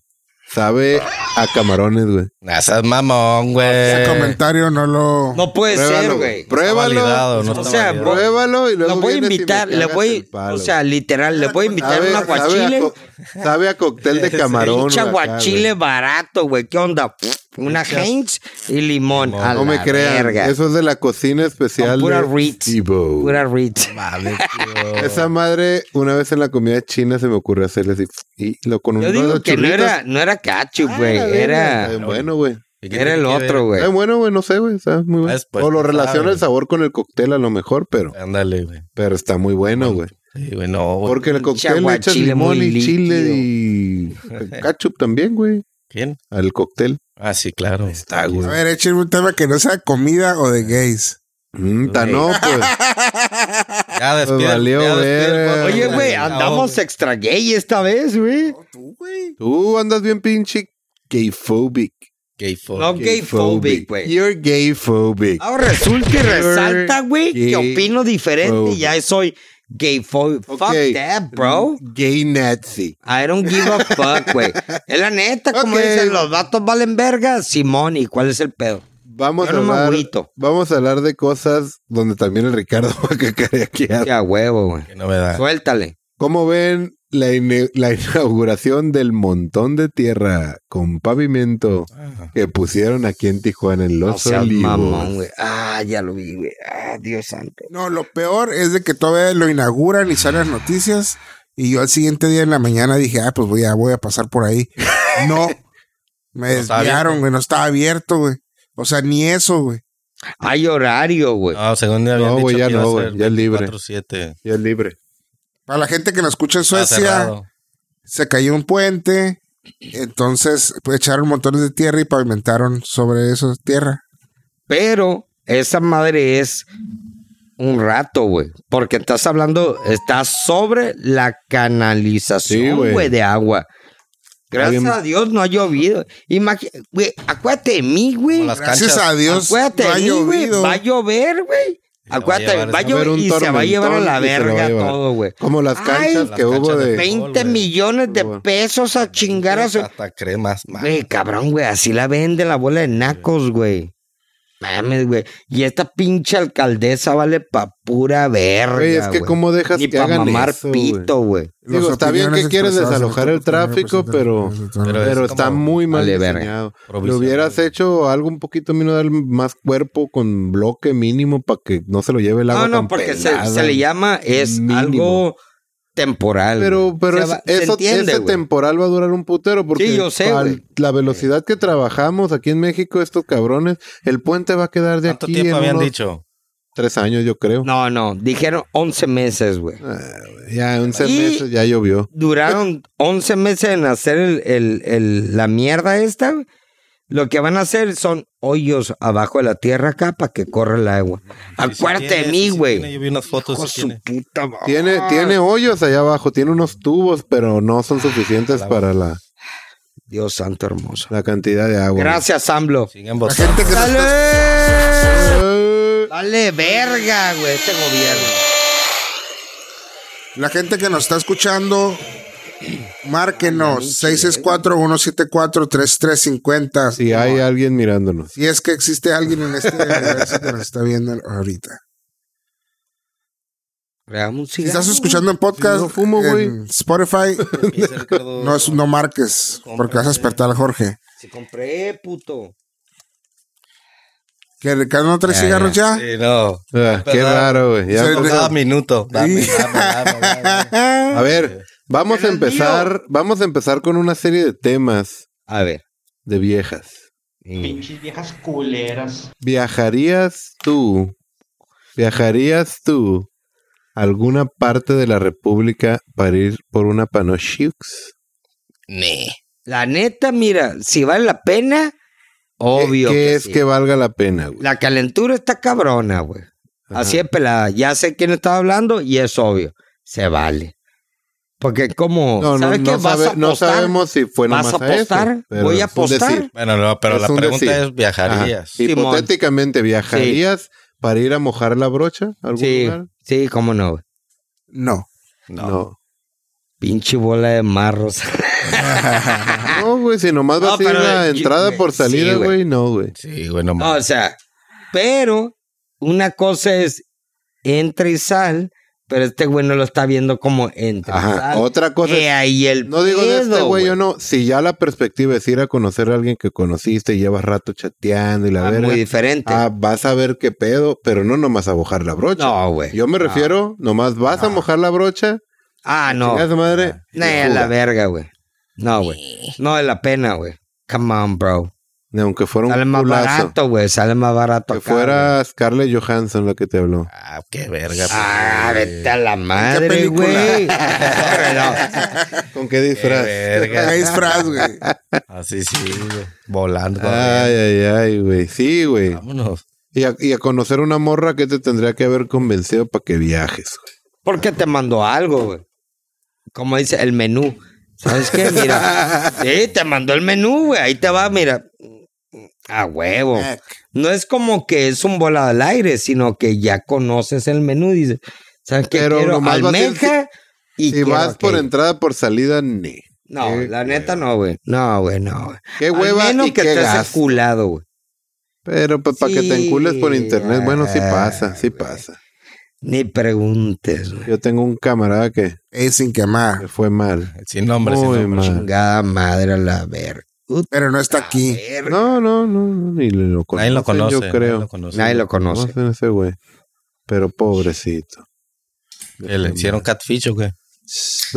S1: Sabe a camarones, güey.
S2: No seas mamón,
S1: Eh,
S4: Ese
S2: güey.
S4: comentario no lo.
S3: No puede ser,
S1: Pruébalo,
S3: güey.
S1: Pruébalo.
S2: validado, no
S3: O
S2: está
S3: sea,
S2: validado.
S3: bro-
S1: Pruébalo y luego
S3: Lo voy a
S1: vienes y me
S3: invitar, le
S1: cagas
S3: voy,
S1: el palo. Ah,
S3: o sea, literal, le voy a invitar
S1: Sabe-
S3: un
S1: Sabe a,
S3: aguachile.
S1: co- sabe a cóctel de camarón.
S3: Pinche
S1: güey, acá,
S3: aguachile barato, güey. ¿Qué onda? Una Heinz y limón.
S1: güey.
S3: A
S1: No
S3: la
S1: me crean.
S3: verga.
S1: Eso es de la cocina especial.
S3: Con pura
S1: de
S3: Ritz.
S1: Tebow.
S3: Pura Ritz.
S2: Mames, tío.
S1: Esa madre, una vez en la comida china se me ocurrió hacerle así. Y lo con un Ah,
S3: Yo digo que no era, no era ketchup, güey. era
S1: bueno, güey.
S2: ¿Y qué
S3: era
S2: tiene
S3: el
S2: que
S3: otro,
S2: ver?
S1: Está
S3: güey.
S1: bueno, güey, no sé, güey. Está muy bueno.
S2: Es, pues,
S1: o lo
S2: no
S1: relaciona
S2: sabe.
S1: el sabor con el cóctel a lo mejor, pero,
S2: Ándale, güey.
S1: pero está muy bueno, güey.
S2: Sí, güey, no, güey.
S1: Porque el cóctel le echas
S3: aguachile
S1: limón
S3: muy
S1: y chile
S3: líquido.
S1: y ketchup también, güey.
S2: ¿Quién?
S1: Al cóctel.
S2: Ah, sí, claro.
S1: Está,
S4: A
S1: güey.
S4: ver, échenme un tema que no sea comida o de gays.
S1: Mm, ta no, pues.
S2: Ya despide.
S1: valió
S2: ya
S1: ver.
S2: despide el podcast.
S3: Oye, güey,
S2: Ah,
S3: andamos
S2: güey.
S3: extra gay esta vez, güey.
S4: Tú, güey.
S1: Tú andas bien pinche gayphobic.
S2: Gay fuck.
S3: No gayphobic, güey.
S1: You're gayphobic.
S3: Ahora resulta y resalta, güey, que
S1: Gay-
S3: opino diferente y
S1: phobic.
S3: ya soy gayphobic.
S1: Ok.
S3: Fuck that, bro.
S1: Gay Nazi.
S3: I don't give a fuck, güey. Es la neta, como
S1: Ok.
S3: dicen, los vatos valen verga, Simón, ¿y cuál es el pedo?
S1: Vamos
S3: Yo
S1: a
S3: no me
S1: hablar.
S3: agüito.
S1: Vamos a hablar de cosas donde también el Ricardo va a cacarear.
S3: Ya huevo, güey.
S2: Qué novedad.
S3: Suéltale.
S1: ¿Cómo ven la, ine- la inauguración del montón de tierra con pavimento que pusieron aquí en Tijuana en
S3: No
S1: Los
S3: seas
S1: Olivos?
S3: mamón, güey. Ah, ya lo vi, güey. Ah, Dios santo.
S4: No, lo peor es de que todavía lo inauguran y salen las noticias. Y yo al siguiente día en la mañana dije, ah, pues voy a, voy a pasar por ahí. No. Me
S2: No estaba
S4: desviaron, güey. No estaba abierto, güey. O sea, ni eso, güey.
S3: Hay horario, güey.
S2: Ah, No, según ya habían
S1: No,
S2: dicho
S1: güey, ya
S2: que iba a
S1: no,
S2: ser
S1: güey, ya es libre.
S2: 24/7.
S1: Ya es libre.
S4: Para la gente que nos escucha en
S2: Está
S4: Suecia,
S2: cerrado.
S4: se cayó un puente. Entonces, pues echaron montones de tierra y pavimentaron sobre esa tierra.
S3: Pero esa madre es un rato, güey. Porque estás hablando, está sobre la
S1: Sí,
S3: canalización,
S1: güey.
S3: güey, de agua. Gracias
S1: Está bien.
S3: a Dios no ha llovido. Imagi- güey, acuérdate de mí, güey.
S2: Como las
S4: Gracias
S2: canchas.
S4: a Dios.
S3: Acuérdate
S4: no
S3: de
S4: ha
S3: mí, güey.
S4: llovido.
S3: Va a llover, güey. Acuérdate, va a
S2: llevar-
S1: va a haber
S3: llover
S1: un
S3: y se va a llevar a la
S1: tormentón y se lo va a
S3: verga
S1: llevar.
S3: todo, güey.
S1: Como las
S3: Ay,
S1: canchas
S2: las
S1: que hubo
S2: canchas de
S1: de...
S2: béisbol.
S3: 20
S2: güey.
S3: millones de
S1: Fútbol.
S3: pesos a chingar a su...
S2: Hasta cremas, man.
S3: Güey, cabrón, güey, así la vende la bola de nacos, güey. Mames, güey. Y esta pinche alcaldesa vale pa' pura verga,
S1: Güey, es que
S3: güey.
S1: cómo dejas
S3: Ni
S1: que
S3: pa'
S1: hagan
S3: mamar
S1: eso, güey?
S3: pito, güey.
S1: Digo,
S4: Las
S1: está bien
S4: opiniones
S1: que quieres
S4: expresadas en
S1: desalojar
S4: este
S1: el
S4: podcast no
S1: tráfico,
S4: representan
S1: pero-
S4: las opiniones de
S2: pero
S4: todos.
S1: Pero
S2: es
S1: está
S2: como
S1: muy mal
S3: vale verga.
S1: diseñado. Lo
S2: Provisional,
S1: hubieras
S2: güey.
S1: hecho algo un poquito menos, dar más cuerpo con bloque mínimo para que no se lo lleve el agua
S3: No, no,
S1: tan
S3: porque se,
S1: pelada.
S3: se le llama, es
S1: Mínimo.
S3: algo temporal.
S1: Pero,
S3: güey.
S1: pero
S3: Se
S1: es-
S3: va- se
S1: eso,
S3: entiende,
S1: ese
S3: güey.
S1: temporal va a durar un putero porque
S3: Sí, yo sé,
S1: al-
S3: güey.
S1: la velocidad que trabajamos aquí en México, estos cabrones, el puente va a quedar de
S2: ¿Cuánto
S1: aquí
S2: tiempo
S1: en
S2: habían
S1: unos
S2: dicho?
S1: tres años, yo creo. Ah,
S3: No, no, dijeron 11 meses, güey.
S1: Ya, 11
S3: Y-
S1: meses, ya llovió.
S3: Duraron 11 meses en hacer el, el- el- la mierda esta. güey. Lo que van a hacer son hoyos abajo de la tierra acá para que corra el agua. Ah, Acuérdate de mí, güey.
S2: Yo vi unas fotos.
S3: Hijo
S2: sí
S3: su
S2: tiene.
S3: puta madre.
S1: Tiene, tiene hoyos allá abajo, tiene unos tubos, pero no
S3: Ah,
S1: son suficientes para la,
S3: Dios santo hermoso.
S1: la cantidad de agua.
S3: Gracias, AMLO.
S2: Siguen
S4: La
S2: votando.
S4: gente que nos está
S3: ¡Dale!
S1: Eh,
S3: Dale verga, güey, este gobierno.
S4: La gente que nos está escuchando, márquenos 664-174-3350.
S1: si hay alguien mirándonos.
S4: Si es que existe alguien en este universo que nos está viendo ahorita.
S3: Hagamos un
S4: Si
S3: cigarro,
S4: estás escuchando en podcast,
S1: Sí, no fumo, güey.
S4: en Spotify, no, es- no marques, porque vas a despertar a Jorge.
S3: güey. Si compré, puto.
S4: ¿Que Ricardo no trae cigarros ya?
S2: Sí, no.
S1: Ah, qué
S2: ¿Verdad?
S1: raro, güey. Ya-
S4: Sí.
S2: Cada minuto. Dame,
S4: Sí.
S2: dame, dame, dame.
S1: A ver, vamos a empezar, vamos a empezar con una serie de temas
S3: A ver. Mm.
S1: de viejas.
S5: Pinches viejas culeras.
S1: ¿Viajarías tú? ¿Viajarías tú a alguna parte de la República para ir por una panoshux?
S2: Ni.
S3: La neta, mira, si vale la pena, obvio.
S1: ¿Qué,
S3: que
S1: es
S3: sí.
S1: que valga la pena, güey?
S3: La calentura está cabrona, güey.
S1: Ajá.
S3: Así es pelada. Ya sé quién estaba hablando y es obvio. Se vale. Porque como...
S1: No, no,
S3: ¿sabes qué?
S1: no,
S3: ¿Vas a
S1: sabe- no
S3: apostar?
S1: sabemos si fue
S3: ¿Vas
S1: nomás
S3: a apostar?
S1: eso, pero
S3: ¿Voy a
S1: es un decir.
S3: apostar?
S2: Bueno, no, pero
S1: Es
S2: la
S1: un
S2: pregunta
S1: decir.
S2: es, ¿viajarías?
S1: Ajá. Hipotéticamente, ¿viajarías para ir a mojar la brocha a algún
S3: Sí,
S1: lugar?
S3: sí, cómo no.
S4: No.
S1: No.
S2: No.
S1: No,
S3: Pinche bola de marros.
S1: güey, si nomás
S3: No,
S1: vas a ir
S3: pero,
S1: a
S3: eh,
S1: entrada
S3: yo-
S1: por
S3: sí,
S1: salida,
S3: güey.
S1: güey, no, güey.
S2: Sí, güey, no
S3: O
S2: mames.
S3: sea, pero una cosa es entra y sal, pero este güey no lo está viendo como entra y
S1: Ajá.
S3: sal.
S1: Otra cosa
S3: He
S1: es-
S3: ahí el
S1: No digo de este
S3: pedo,
S1: güey, yo no. Si ya la perspectiva es ir a conocer a alguien que conociste y llevas rato chateando y la
S3: Ah,
S1: verga,
S3: muy diferente.
S1: ah, vas a ver qué pedo, pero no nomás a mojar la brocha.
S3: no, güey.
S1: Yo me
S3: No.
S1: refiero, nomás vas a mojar la brocha,
S3: Ah, no.
S1: chingas de madre.
S3: No,
S1: y
S3: es
S1: fuga.
S3: la verga, güey. No, güey. No es la pena, güey. Come on, bro.
S1: Ni Aunque fuera un
S3: Sale más
S1: culazo.
S3: barato, güey. Sale más barato.
S1: Que
S3: acá, güey.
S1: fuera Scarlett Johansson la que te habló.
S2: Ah, qué verga.
S3: Ah,
S2: güey.
S3: vete a la madre,
S4: película?
S3: güey. No,
S1: ¿Con qué
S2: Qué
S1: disfraz?
S2: verga.
S4: Qué disfraz, güey.
S2: Así sí, güey. Volando.
S1: Ay, ay, ay, güey. Sí, güey.
S2: Vámonos.
S1: Y a, y a conocer una morra que te tendría que haber convencido para que viajes. güey.
S3: Porque te mandó algo, güey. Como dice, el menú. ¿Sabes qué? Mira. Sí, te mandó el menú, güey. Ahí te va, mira. A huevo. No es como que es un volado al aire, sino que ya conoces el menú. Dices, ¿sabes qué?
S1: Pero
S3: quiero
S1: nomás vas a ir
S3: almeja y
S1: Si
S3: quiero
S1: vas por
S3: aquello.
S1: entrada, por salida, ni.
S3: No,
S1: Qué
S3: la neta no, güey. No, güey, no, güey.
S1: Qué
S3: Al
S1: hueva
S3: menos
S1: y
S3: que
S1: qué
S3: estés
S1: gasto.
S3: culado, güey.
S1: Pero pues para que te
S3: Sí,
S1: encules por internet, bueno, sí
S3: ah,
S1: pasa, sí
S3: güey.
S1: pasa.
S3: Ni preguntes, güey.
S1: Yo tengo un camarada que
S4: Es sin quemar.
S1: le fue mal.
S2: Sin nombre, sin
S1: Muy
S2: nombre.
S1: mal.
S3: Chingada madre a la verga.
S4: Pero no está aquí.
S3: Verga.
S1: No, no, no, no, ni lo
S2: Nadie
S1: conocen,
S2: lo conoce.
S1: yo creo.
S2: Nadie lo conoce.
S3: Nadie lo conoce.
S1: Conocen a ese güey. Pero pobrecito.
S2: Que le hicieron catfish o qué.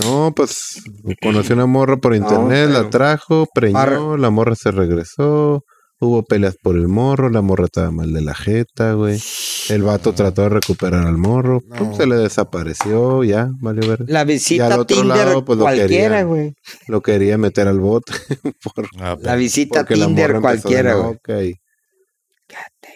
S1: No, pues conoció una morra por internet,
S3: pero-
S1: la trajo, preñó,
S3: Ar-
S1: la morra se regresó, hubo peleas por el morro, la morra estaba mal de la jeta, güey. El vato trató de recuperar al morro, pum, se le desapareció, ya, valió ver.
S3: La
S1: Y al
S3: visita
S1: otro
S3: Tinder
S1: lado, pues, lo
S3: cualquiera,
S1: querían.
S3: güey.
S1: Lo quería meter al bote por
S2: Ah,
S3: La visita
S1: Porque la
S3: Tinder
S1: morra empezó de
S3: cualquiera, güey.
S1: loca y-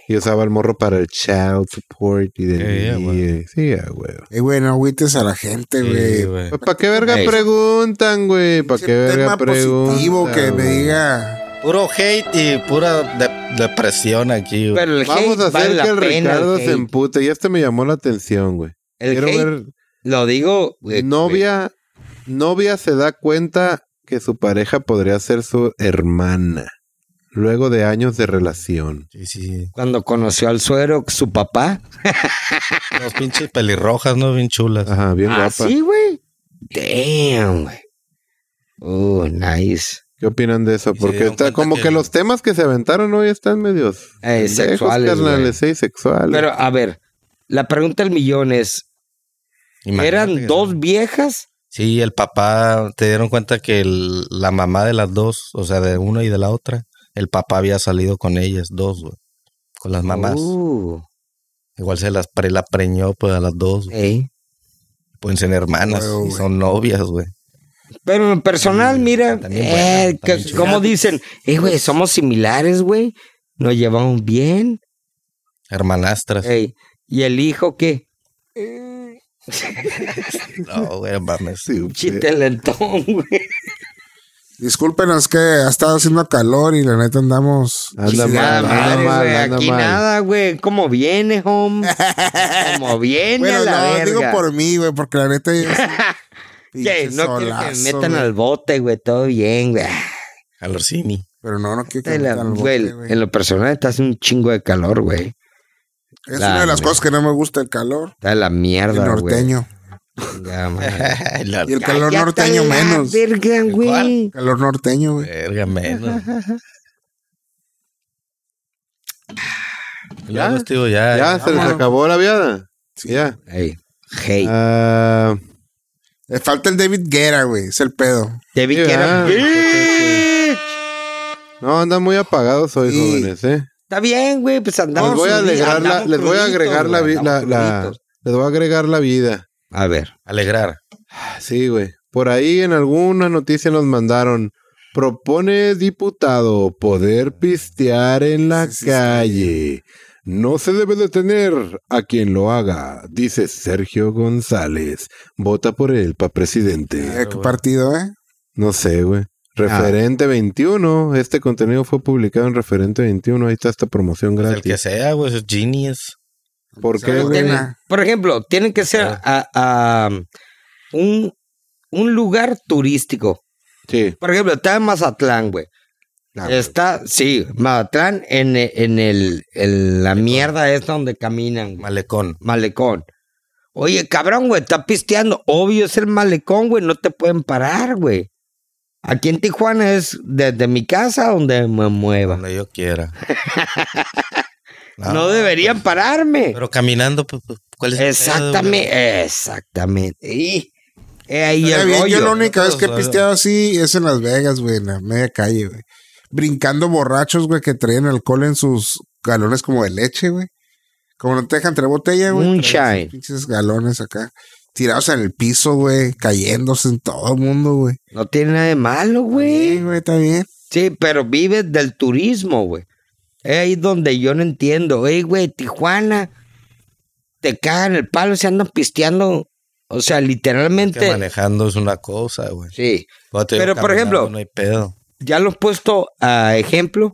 S1: Y usaba el morro para el child support y
S2: Sí,
S1: del
S2: Eh, ya, güey.
S1: y- Sí, ya, güey.
S4: Eh, güey, no agüites a la gente,
S2: pues, sí,
S4: güey.
S2: güey.
S1: ¿Para qué verga
S3: Ey.
S1: preguntan, güey? ¿Para
S4: Pinche
S1: qué verga
S4: tema
S1: preguntan?
S4: positivo que me
S1: güey?
S4: diga.
S2: Puro hate y pura de- depresión aquí, güey.
S3: Pero el
S1: Vamos
S3: hate
S1: a
S3: Pues vale
S1: hacer
S3: la
S1: que el
S3: pena,
S1: Ricardo
S3: el
S1: se
S3: hate.
S1: empute. Ya este me llamó la atención, güey.
S3: El
S1: Quiero
S3: hate,
S1: ver.
S3: lo digo, güey.
S1: Novia, novia se da cuenta que su pareja podría ser su hermana. Luego de años de relación.
S2: Sí, sí.
S3: Cuando conoció al suero, su papá.
S2: Los pinches pelirrojas, ¿no? Bien chulas.
S1: Ajá, bien
S3: Ah,
S1: guapa.
S3: sí, güey. Damn, güey. Oh, nice.
S1: ¿Qué opinan de eso?
S2: Y se
S1: Porque
S2: dieron
S1: está
S2: cuenta
S1: como que...
S2: que-
S1: los temas que se aventaron hoy están medios
S3: Eh,
S1: pendejos,
S3: sexuales,
S1: carnales, sí, sexuales.
S3: Pero, a ver, la pregunta del millón es,
S2: Imagínate que-
S3: ¿eran dos viejas?
S2: Sí, el papá, te dieron cuenta que el- la mamá de las dos, o sea, de una y de la otra, el papá había salido con ellas, dos, güey. Con las mamás.
S3: Uh,
S2: Igual se las pre, la preñó pues, a las dos. güey.
S3: ey.
S2: Pueden ser hermanas
S4: Huevo,
S2: y
S4: güey.
S2: son novias, güey.
S3: Pero en personal, mira,
S2: también
S3: eh, que-
S2: buena, también chula.
S3: como dicen, eh, güey, somos similares, güey. Nos llevamos bien.
S2: Hermanastras.
S3: Ey, ¿Y el hijo qué?
S2: No, güey, mames.
S1: Sí,
S3: Chiste lentón, güey.
S4: Discúlpenos que ha estado haciendo calor y la neta andamos.
S1: Anda
S4: Sí,
S1: mal,
S3: Nada
S1: anda
S3: madre,
S1: mal,
S3: güey,
S1: anda
S3: Aquí
S1: mal.
S3: nada, güey. ¿Cómo viene, home? ¿Cómo viene a
S4: Bueno,
S3: la
S4: no,
S3: verga?
S4: digo por mí, güey, porque la neta yo sí.
S3: Que
S4: Pinche
S3: no quiero que me
S4: solazo,
S3: metan
S4: güey.
S3: al bote, güey. Todo bien, güey. Ah,
S2: Alorcini.
S4: Pero no, no quiero que me
S3: la-
S4: metan al bote,
S3: güey,
S4: güey.
S3: en lo personal está haciendo un chingo de calor, güey.
S4: Es
S3: la-
S4: una de las
S3: güey.
S4: cosas que no me gusta, el calor.
S3: Está de la
S4: El
S3: mierda, güey.
S4: norteño.
S3: Chinga madre.
S2: La
S4: Y el calor
S3: Cállate
S4: norteño
S3: la
S4: menos.
S3: Verga, güey.
S2: cuál?
S4: Calor norteño, güey.
S2: verga menos.
S1: Ya.
S2: Ya, tío, ya.
S1: Ya, se les
S4: Vámonos.
S1: acabó la viada.
S4: Sí.
S1: Ya.
S3: Ey, hey.
S1: Ah,
S4: Le Eh, falta el David Guerra, güey. Es el pedo.
S3: Te vi
S1: sí,
S3: que era.
S1: ah, no, andan muy apagados hoy,
S4: Sí.
S1: jóvenes, ¿eh?
S3: Está bien, güey, pues andamos.
S1: Les voy a
S3: cruditos,
S1: agregar la,
S3: andamos
S1: les voy a agregar
S3: cruditos,
S1: la,
S3: güey,
S1: vi- la,
S3: andamos
S1: la-
S3: cruditos.
S1: les voy a agregar la vida.
S3: A ver.
S2: Alegrar.
S1: Sí, güey. Por ahí en alguna noticia nos mandaron. Propone diputado poder pistear en la
S4: Sí, sí, sí.
S1: calle. No se debe detener a quien lo haga, dice Sergio González. Vota por él para presidente.
S4: Eh, ¿Qué partido, eh?
S1: No sé, güey. Referente 21. Este contenido fue publicado en Referente 21. Ahí está esta promoción
S2: Pues el que
S1: gratis.
S2: sea, güey, esos genius.
S1: ¿Por qué,
S4: Sabe
S1: güey?
S4: pena.
S3: Por ejemplo, tienen que ser a, a, um, un, un lugar turístico.
S1: Sí. Ah,
S3: Por ejemplo, está en Mazatlán, güey.
S4: La-
S3: Está, sí, Mazatlán en, e- en el, en la mierda esta donde caminan, güey.
S2: Malecón.
S3: malecón. Oye, cabrón, güey, está pisteando. Obvio es el malecón, güey, no te pueden parar, güey. Aquí en Tijuana es desde mi casa donde me mueva.
S2: Donde yo quiera. Ah,
S3: No, deberían pararme.
S2: Pero caminando, pues, pues, ¿cuál es el pedo,
S3: Exactamente, exactamente. Y eh, ahí
S4: Está
S3: el
S4: bien, yo
S3: rollo.
S4: la única vez que he
S2: Todos,
S4: pisteado así es en Las Vegas, güey, en la media calle, güey. Brincando borrachos, güey, que traían alcohol en sus galones como de leche, güey. Como no te dejan traer botella, güey. traen sus
S3: Moonshine.
S4: Pinches galones acá. Tirados en el piso, güey. Cayéndose en todo el mundo, güey.
S3: No tiene nada de malo,
S4: Sí,
S3: güey.
S4: güey, está bien.
S3: Sí, pero vives del turismo, güey. Es ahí donde yo no entiendo. Ey, güey, Tijuana, te cagan el palo, se andan pisteando. O sea,
S2: güey? Que
S3: literalmente.
S2: manejando es una cosa, güey.
S3: Sí.
S2: Pero, te digo,
S3: Pero, por
S2: caminando
S3: ejemplo-
S2: No hay pedo.
S3: ya lo he puesto a ejemplo.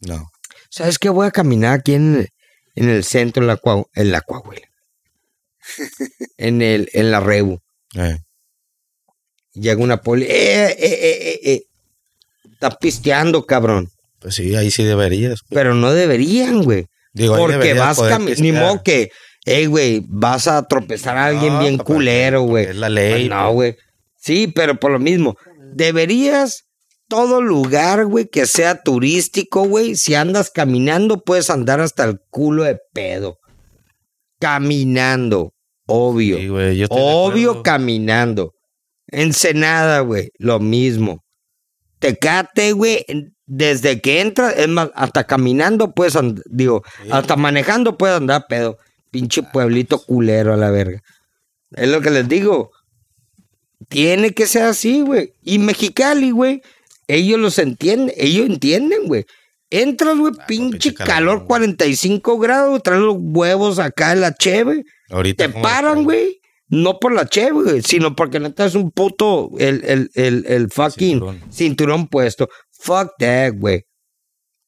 S2: No.
S3: ¿Sabes qué? Voy a caminar aquí en, en el centro, en la, Coahu- en la Coahuila. en, el, en la Rebu.
S2: Eh.
S3: Llega una poli. ¡Eh, eh, eh, eh, eh! Está pisteando, cabrón.
S2: Pues sí, ahí sí deberías. güey.
S3: Pero no deberían, güey.
S2: Digo, ahí
S3: Porque
S2: deberías
S3: vas
S2: poder
S3: caminando. Ni
S2: pistear.
S3: modo que, ¡ey, güey! Vas a tropezar a alguien
S2: No,
S3: bien
S2: papá,
S3: culero, güey.
S2: Es la ley.
S3: Pues no, güey. Sí, pero por lo mismo, deberías todo lugar, güey, que sea turístico, güey. Si andas caminando, puedes andar hasta el culo de pedo. Caminando, obvio.
S2: Sí, güey, yo estoy de
S3: obvio
S2: acuerdo.
S3: caminando. Ensenada, güey, lo mismo. Tecate, güey, en- desde que entras, es más, hasta caminando puedes andar, digo, hasta manejando puedes andar pedo. Pinche
S2: Ah,
S3: pueblito culero a la verga. Es lo que les digo. Tiene que ser así, güey. Y Mexicali, güey, ellos los entienden, ellos entienden, güey. Entras, güey, pinche
S2: Ah, pinche calor,
S3: calor,
S2: güey.
S3: 45 grados, traes los huevos acá en la cheve.
S2: Ahorita
S3: Te
S2: como-
S3: paran, güey. No por la cheve, güey, sino porque no es un puto el, el, el, el fucking cinturón.
S2: Cinturón.
S3: puesto. Fuck that, güey.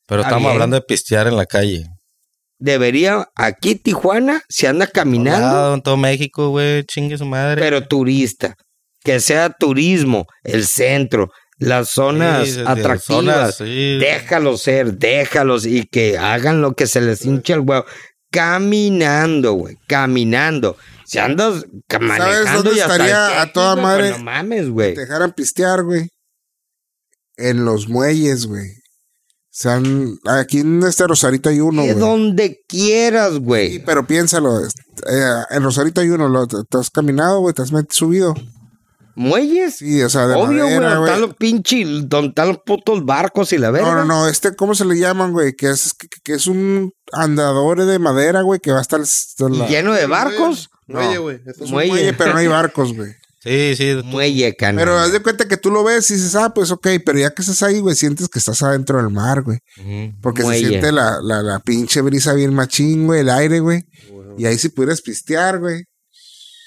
S2: Pero
S3: Está
S2: estamos
S3: bien.
S2: hablando de pistear en la calle.
S3: Debería, aquí Tijuana, se anda caminando,
S2: Lado, en todo México, güey, chingue su madre.
S3: pero turista. Que sea turismo, el centro, las zonas
S2: Sí, de- de
S3: atractivas.
S2: zonas, sí.
S3: Déjalos ser, déjalos y que hagan lo que se
S4: Pues,
S3: les hincha el huevo. Caminando, güey, caminando. Si andas ca- manejando
S4: dónde
S3: y hasta el
S4: estaría a
S3: cheque,
S4: toda
S3: güey,
S4: madre?
S3: pues No mames, güey.
S4: Te dejaran pistear, güey. En los muelles, güey. Se han- aquí en este Rosarito hay uno,
S3: Que
S4: güey.
S3: donde quieras,
S4: Sí,
S3: güey.
S4: pero piénsalo. est- eh, en Rosarito hay uno. lo- te, te has caminado, güey. Te has met- subido.
S3: Muelles.
S4: Sí, o sea, de
S3: Obvio, güey.
S4: madera,
S3: Donde
S4: güey.
S3: están los pinches, donde están los putos barcos y la verga.
S4: No, no, no, este, ¿cómo se le llaman, güey? Que es, que, que es un andador de madera, güey, que va hasta el... hasta
S3: Y
S4: la-
S3: lleno de barcos.
S1: Muelle,
S4: No.
S1: güey. Esto
S4: es
S1: es
S4: un
S1: un-
S4: muelle,
S3: muelle.
S4: pero no hay barcos, güey.
S2: Sí, sí. tú-
S3: Muelle, cano.
S4: Pero haz de cuenta que tú lo ves y dices, ah, pues ok, pero ya que estás ahí, güey, sientes que estás adentro del mar, güey.
S2: Ujú.
S4: Porque
S3: Muelle.
S4: se siente la, la, la pinche brisa bien machín, güey, el aire, güey. Y ahí si pudieras pistear, güey.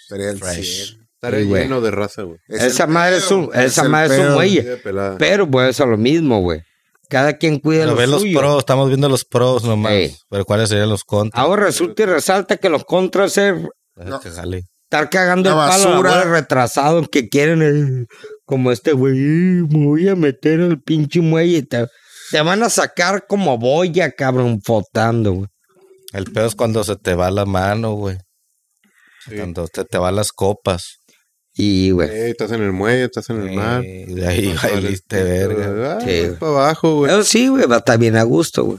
S4: Estaría el
S2: Fresh.
S4: cielo.
S1: Estaría
S3: Sí, güey.
S1: lleno de raza, güey.
S4: Es
S3: esa
S4: el
S3: madre es
S4: pedo,
S3: un, esa
S4: el
S3: madre es un
S4: pedo.
S1: Sí,
S3: muelle.
S1: de pelada.
S3: Pero, pues, eso es lo mismo, güey. Cada quien cuida
S2: Pero
S3: lo
S2: ve los
S3: suyo.
S2: pros, estamos viendo los pros nomás.
S3: Ey.
S2: Pero cuáles serían los contras.
S3: Ahora resulta y resalta que los contras es
S2: Deja que jale.
S3: estar cagando
S4: La
S3: el palo a la
S4: basura.
S3: bola retrasados que quieren el- como este güey, me voy a meter al pinche muelle. Te, te van a sacar como boya, cabrón, flotando, güey.
S2: El peor es cuando se te va la mano, güey.
S1: Sí.
S2: Cuando te, te van las copas.
S3: Y, güey.
S1: Eh, estás en el muelle, estás en el mar.
S2: Eh, Y de ahí valiste verga.
S3: Sí, güey.
S1: para abajo, güey.
S3: Pero sí, güey, va a estar bien a gusto, güey.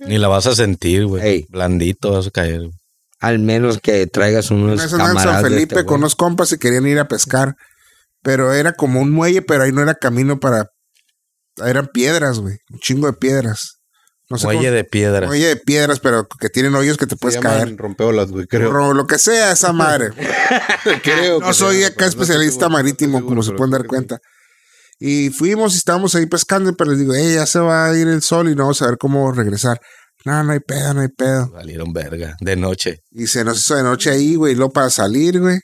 S2: Ni la vas a sentir,
S3: Ey.
S2: güey. Blandito vas a caer. güey.
S3: Al menos que traigas
S4: Una
S3: unos
S4: vez andaba en
S3: camaradas.
S4: San
S3: de
S4: Felipe
S3: este
S4: con
S3: güey.
S4: unos compas y querían ir a pescar. Pero era como un muelle, pero ahí no era camino para. Eran piedras, güey. Un chingo de piedras. No sé
S2: Muelle
S4: cómo-
S2: de piedra.
S4: muelle de piedras, pero que tienen hoyos que te
S1: Se
S4: puedes
S1: llaman
S4: caer.
S1: rompeolas, güey, creo.
S4: Ro- Lo que sea, esa madre.
S1: Creo
S4: no
S1: que
S4: soy
S1: sí,
S4: acá
S1: pero no estoy
S4: especialista
S1: seguro, no estoy
S4: marítimo,
S1: seguro,
S4: como se
S1: pero
S4: pueden
S1: creo
S4: dar
S1: que
S4: cuenta. Y fuimos y estábamos ahí pescando, pero les digo, eh, ya se va a ir el sol y no vamos a ver cómo regresar. No, no hay pedo, no hay pedo.
S2: Valieron verga. De noche.
S4: Y se nos hizo de noche ahí, güey. Y luego para salir, güey.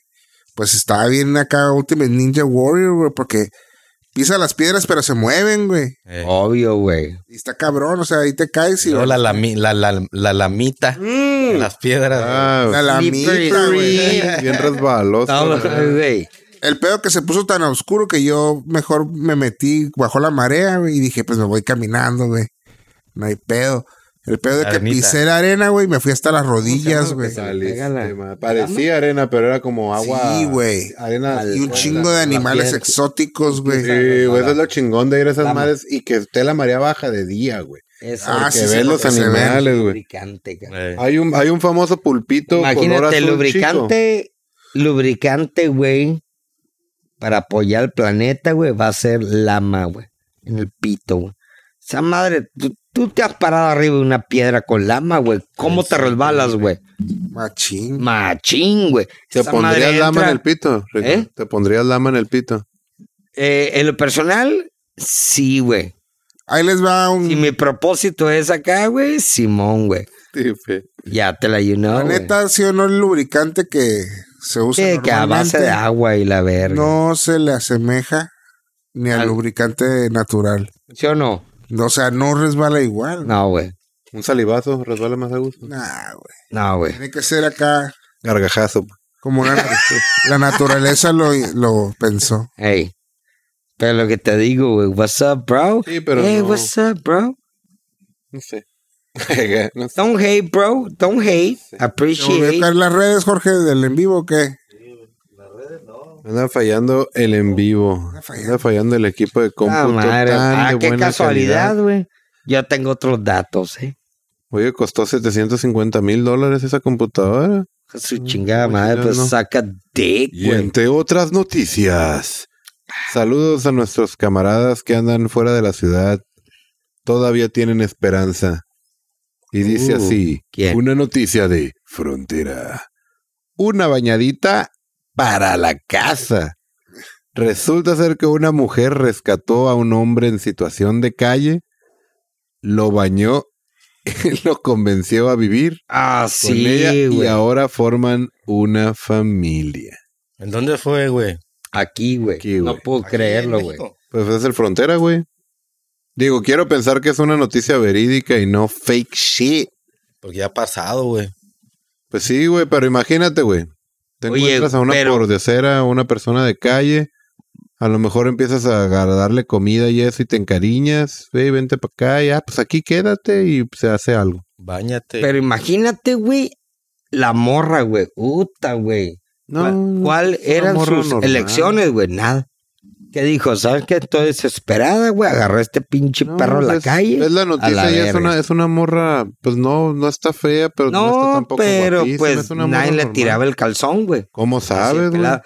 S4: Pues estaba bien acá Ultimate Ninja Warrior, güey. Porque pisa las piedras, pero se mueven, güey.
S2: Eh.
S3: Obvio, güey.
S4: Y está cabrón, o sea, ahí te caes y...
S2: Luego la, lami- la, la- la lamita en las piedras.
S4: la
S1: Ah,
S4: lamita, güey.
S1: bien resbaloso.
S3: No, güey.
S4: El pedo que se puso tan oscuro que yo mejor me metí, bajó la marea, güey, y dije, pues me voy caminando, güey. No hay pedo. El pedo de que
S2: Arenita.
S4: pisé la arena, güey, me fui hasta las rodillas, güey.
S1: Saliste,
S3: Pégala.
S1: ma. Parecía arena, pero era como agua.
S4: Sí, güey.
S1: Arena.
S4: Y un chingo de animales exóticos,
S1: Sí,
S4: güey.
S1: güey, eso es lo chingón de ir a esas
S3: Lama.
S1: madres y que esté la marea baja de día, güey.
S3: Eso
S4: Ah,
S1: que
S4: sí,
S1: ves
S4: sí,
S1: los
S4: porque se ven.
S1: animales, güey.
S3: lubricante, cabrón.
S2: Eh.
S1: Hay un, hay un famoso pulpito color
S3: Imagínate,
S1: azul
S3: lubricante, lubricante, güey, para apoyar al planeta, güey, va a ser lama, güey, en el pito, güey. Esa madre, tú, tú te has parado arriba de una piedra con lama, güey. ¿Cómo te resbalas, güey?
S4: Machín.
S3: Machín, güey.
S1: chico. Te
S3: Esa
S1: pondrías
S3: madre
S1: lama en
S3: entra-
S1: el pito, Rico?
S3: ¿Eh?
S1: Te pondrías lama en el pito.
S3: Eh, en lo personal, sí, güey.
S4: Ahí les va un...
S3: Si mi
S1: Mm.
S3: propósito es acá, güey, Simón, güey.
S1: Sí, fe.
S3: Ya te la you know,
S4: la
S3: güey.
S4: neta, sí o no, el lubricante que se usa
S3: Sí, que a base de
S4: normalmente
S3: agua y la verga.
S4: no se le asemeja ni al
S3: Al-
S4: lubricante natural.
S3: ¿Sí o no?
S4: O sea, no resbala igual.
S3: No, güey.
S1: Un salivazo resbala más a gusto.
S4: Nah, güey.
S3: No, güey.
S4: Tiene que ser acá
S1: Gargajazo.
S4: Como la, la naturaleza lo, lo pensó.
S3: Hey. Pero lo que te digo, güey, what's up, bro?
S1: Sí, pero
S3: hey,
S1: no,
S3: what's up, bro?
S1: no sé. No sé.
S3: Don't hate, bro. Don't hate.
S4: ¿Te volvió a
S3: Appreciate. Ah,
S4: caer las redes, Jorge, del en vivo o qué?
S1: Anda fallando el en vivo.
S4: Anda fallando.
S1: Anda fallando el equipo de
S3: Ah,
S1: cómputo.
S3: madre,
S1: tan
S3: ah,
S1: de
S3: qué
S1: buena
S3: casualidad,
S1: calidad.
S3: güey. Yo tengo otros datos, eh.
S1: Oye, costó 750 mil dólares esa computadora.
S3: Su chingada
S1: güey,
S3: madre,
S1: ya
S3: pues
S1: Mm, no.
S3: saca dick,
S1: Y
S3: güey.
S1: entre otras noticias, saludos a nuestros camaradas que andan fuera de la ciudad. Todavía tienen esperanza. Y dice
S3: Uh,
S1: así,
S3: ¿quién?
S1: una noticia de frontera. Una bañadita para la casa. Resulta ser que una mujer rescató a un hombre en situación de calle, lo bañó, lo convenció a vivir
S3: Ah,
S1: con ella
S3: sí,
S1: y
S3: güey.
S1: ahora forman una familia.
S2: ¿En dónde fue, güey?
S3: Aquí, güey.
S1: Aquí,
S3: No
S1: güey.
S3: puedo
S2: Aquí en
S3: creerlo, güey.
S2: México.
S1: Pues es el frontera, güey. Digo, quiero pensar que es una noticia verídica y no fake shit.
S2: Porque ya ha pasado, güey.
S1: Pues sí, güey, pero imagínate, güey. Te
S3: Oye,
S1: encuentras a una
S3: pero-
S1: cordecera, a una persona de calle. A lo mejor empiezas a gar- darle comida y eso y te encariñas. Güey, vente para acá, ya, pues aquí quédate y se hace algo.
S2: Báñate.
S3: Pero imagínate, güey, la morra, güey. Uta, güey. ¿Cuál,
S1: No,
S3: cuál eran
S1: morra
S3: sus
S1: normal.
S3: elecciones, güey? Nada. Que dijo, ¿sabes qué? Estoy desesperada, güey. Agarré este pinche
S1: no,
S3: perro en la
S1: es-
S3: calle.
S1: Es la
S3: la
S1: noticia y es
S3: verga.
S1: una, es una morra, pues no, no está fea, pero no, está
S3: no,
S1: tampoco
S3: pero
S1: guapísima,
S3: pues
S1: es una morra
S3: nadie le
S1: normal.
S3: tiraba el calzón, güey.
S1: ¿Cómo sabes,
S3: Así,
S1: güey? pues.
S3: pelada.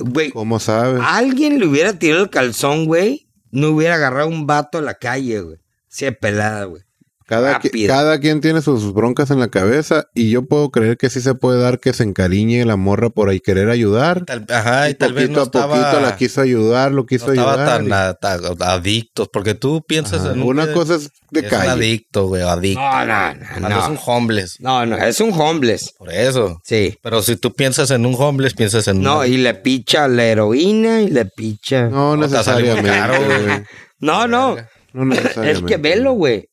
S3: Güey,
S1: ¿Cómo sabes?
S3: Ah, alguien le hubiera tirado el calzón, güey. No hubiera agarrado un vato en la calle, güey. Sí, de pelada, güey.
S1: Cada, qui-
S3: rápido.
S1: cada quien tiene sus broncas en la cabeza y yo puedo creer que sí se puede dar que se encariñe la morra por ahí querer ayudar.
S2: Tal- ajá, y,
S1: Y
S2: tal vez no
S1: poquito a
S2: estaba,
S1: poquito la quiso ayudar, lo quiso
S2: no estaba
S1: ayudar.
S2: tan
S1: y-
S2: a- tan adictos. Porque tú piensas
S1: Ajá.
S2: en un
S1: Una
S2: güey-
S1: cosa es de
S2: es un
S1: calle.
S2: adicto, güey, adicto.
S3: No, no,
S2: Cuando Es
S3: no.
S2: un
S3: No,
S2: homeless.
S3: no, no es un homeless.
S2: Por eso.
S3: Sí.
S2: Pero si tú piensas en un homeless, piensas en
S3: No,
S2: una-
S3: y le picha la heroína y le picha. No,
S1: No
S2: No, te sale muy
S1: necesariamente.
S2: caro, güey.
S1: güey.
S3: no.
S1: No necesariamente.
S3: Es que velo, güey.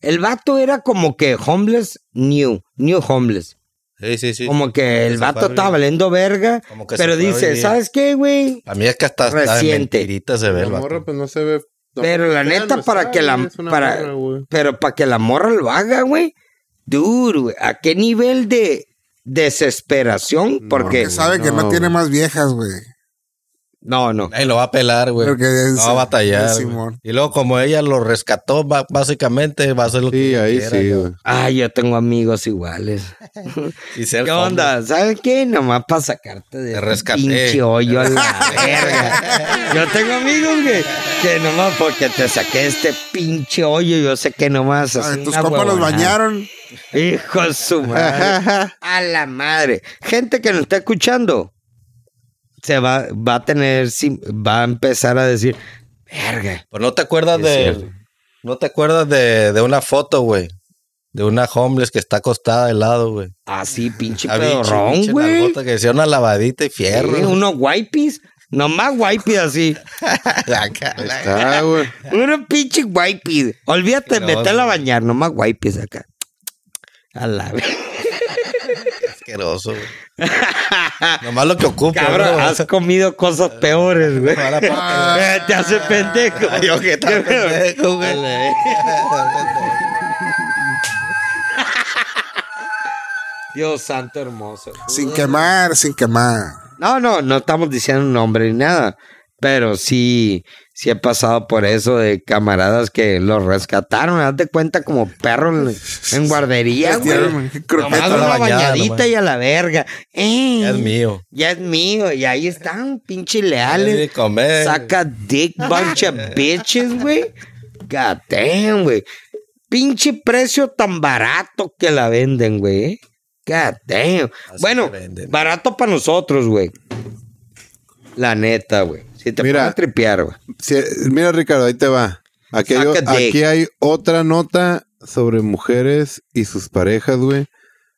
S3: El vato era como que homeless new, new homeless.
S2: Sí, sí, sí.
S3: Como que el
S2: Se
S3: vato
S2: fue a
S3: estaba valiendo verga,
S2: Como que se
S3: pero
S2: fue a
S3: dice,
S2: vivir.
S3: ¿sabes qué, güey?
S2: Para mí es que hasta, hasta de
S3: Reciente.
S2: mentirita se ve
S1: La
S2: el vato.
S1: morra pues no se ve. no,
S3: Pero
S1: fea
S3: la neta,
S1: no
S3: para
S1: está,
S3: que la-
S1: güey, es una
S3: para-
S1: morra, güey.
S3: Pero para que la morra lo haga, güey. Duro, güey. ¿A qué nivel de desesperación?
S1: No,
S3: Porque
S4: Que sabe que no,
S1: No,
S4: tiene
S1: güey.
S4: más viejas, güey.
S3: no, no.
S2: Ahí lo va a pelar, güey.
S4: Pero que es-
S2: No va a batallar.
S4: es
S2: güey.
S4: Simón.
S2: Y luego, como ella lo rescató, ba- básicamente va a hacer lo que
S1: Sí,
S2: ella
S1: ahí
S2: quiera,
S1: sí,
S2: güey.
S1: güey.
S3: Ay, yo tengo amigos iguales.
S2: Y ser
S3: ¿Qué
S2: homeless.
S3: onda? ¿Sabes qué? Nomás para sacarte de
S2: Te
S3: este
S2: rescaté.
S3: pinche hoyo a la verga. Yo tengo amigos, güey, que nomás porque te saqué de este pinche hoyo, yo sé que nomás
S4: A
S3: así
S4: ver, Ah, Tus
S3: una
S4: compas los
S3: huevonada.
S4: bañaron.
S3: Hijo de su madre. A la madre. Gente que nos está escuchando se va, va a tener, sim- va a empezar a decir, verga.
S2: Pues no te acuerdas
S3: Sí,
S2: de,
S3: cierto.
S2: ¿No te acuerdas de, de una foto, güey? De una homeless que está acostada de lado, güey.
S3: Así, pinche
S2: Había un
S3: pedorrón,
S2: pinche
S3: güey.
S2: nalgota Que decía una lavadita y fierro.
S3: Sí, unos guaypis. Nomás guaypis así.
S2: Acá, la-
S1: Ah, güey.
S3: Unos pinche guaypis. Olvídate,
S2: No,
S3: metela a
S2: no.
S3: bañar. Nomás guaypis acá. A la vez.
S2: asqueroso, güey. Nomás lo que ocupa,
S3: Cabrón,
S2: güey.
S3: has comido cosas peores, güey.
S2: Mala pa-
S3: Eh, Te hace pendejo.
S2: Ay, Yo que tan pendejo, güey.
S3: eh. Dios santo hermoso.
S4: Sin quemar, sin quemar.
S3: No, no, no estamos diciendo un nombre ni nada. Pero sí, sí he pasado por eso de camaradas que los rescataron. Haz de cuenta como perros en, en guardería, Ah, güey.
S4: Tiraron
S3: Nomás
S4: croqueta.
S2: a la
S3: una
S2: bañada,
S3: bañadita
S2: nomás.
S3: y a la verga. Eh,
S2: Ya es mío.
S3: Ya es mío. Y ahí están, pinche
S2: Es
S3: leales.
S2: de
S1: eh.
S2: comer.
S3: Saca dick, bunch of bitches, güey. God damn, güey. Pinche precio tan barato que la venden, güey. eh. God damn.
S2: Así
S3: bueno,
S2: la venden.
S3: barato para nosotros, güey. La neta, güey. Si te
S1: Mira.
S3: pones a tripear, güey.
S1: Sí, mira, Ricardo, ahí te va. Aquí hay, o-
S3: Saca dick.
S1: aquí hay otra nota sobre mujeres y sus parejas, güey.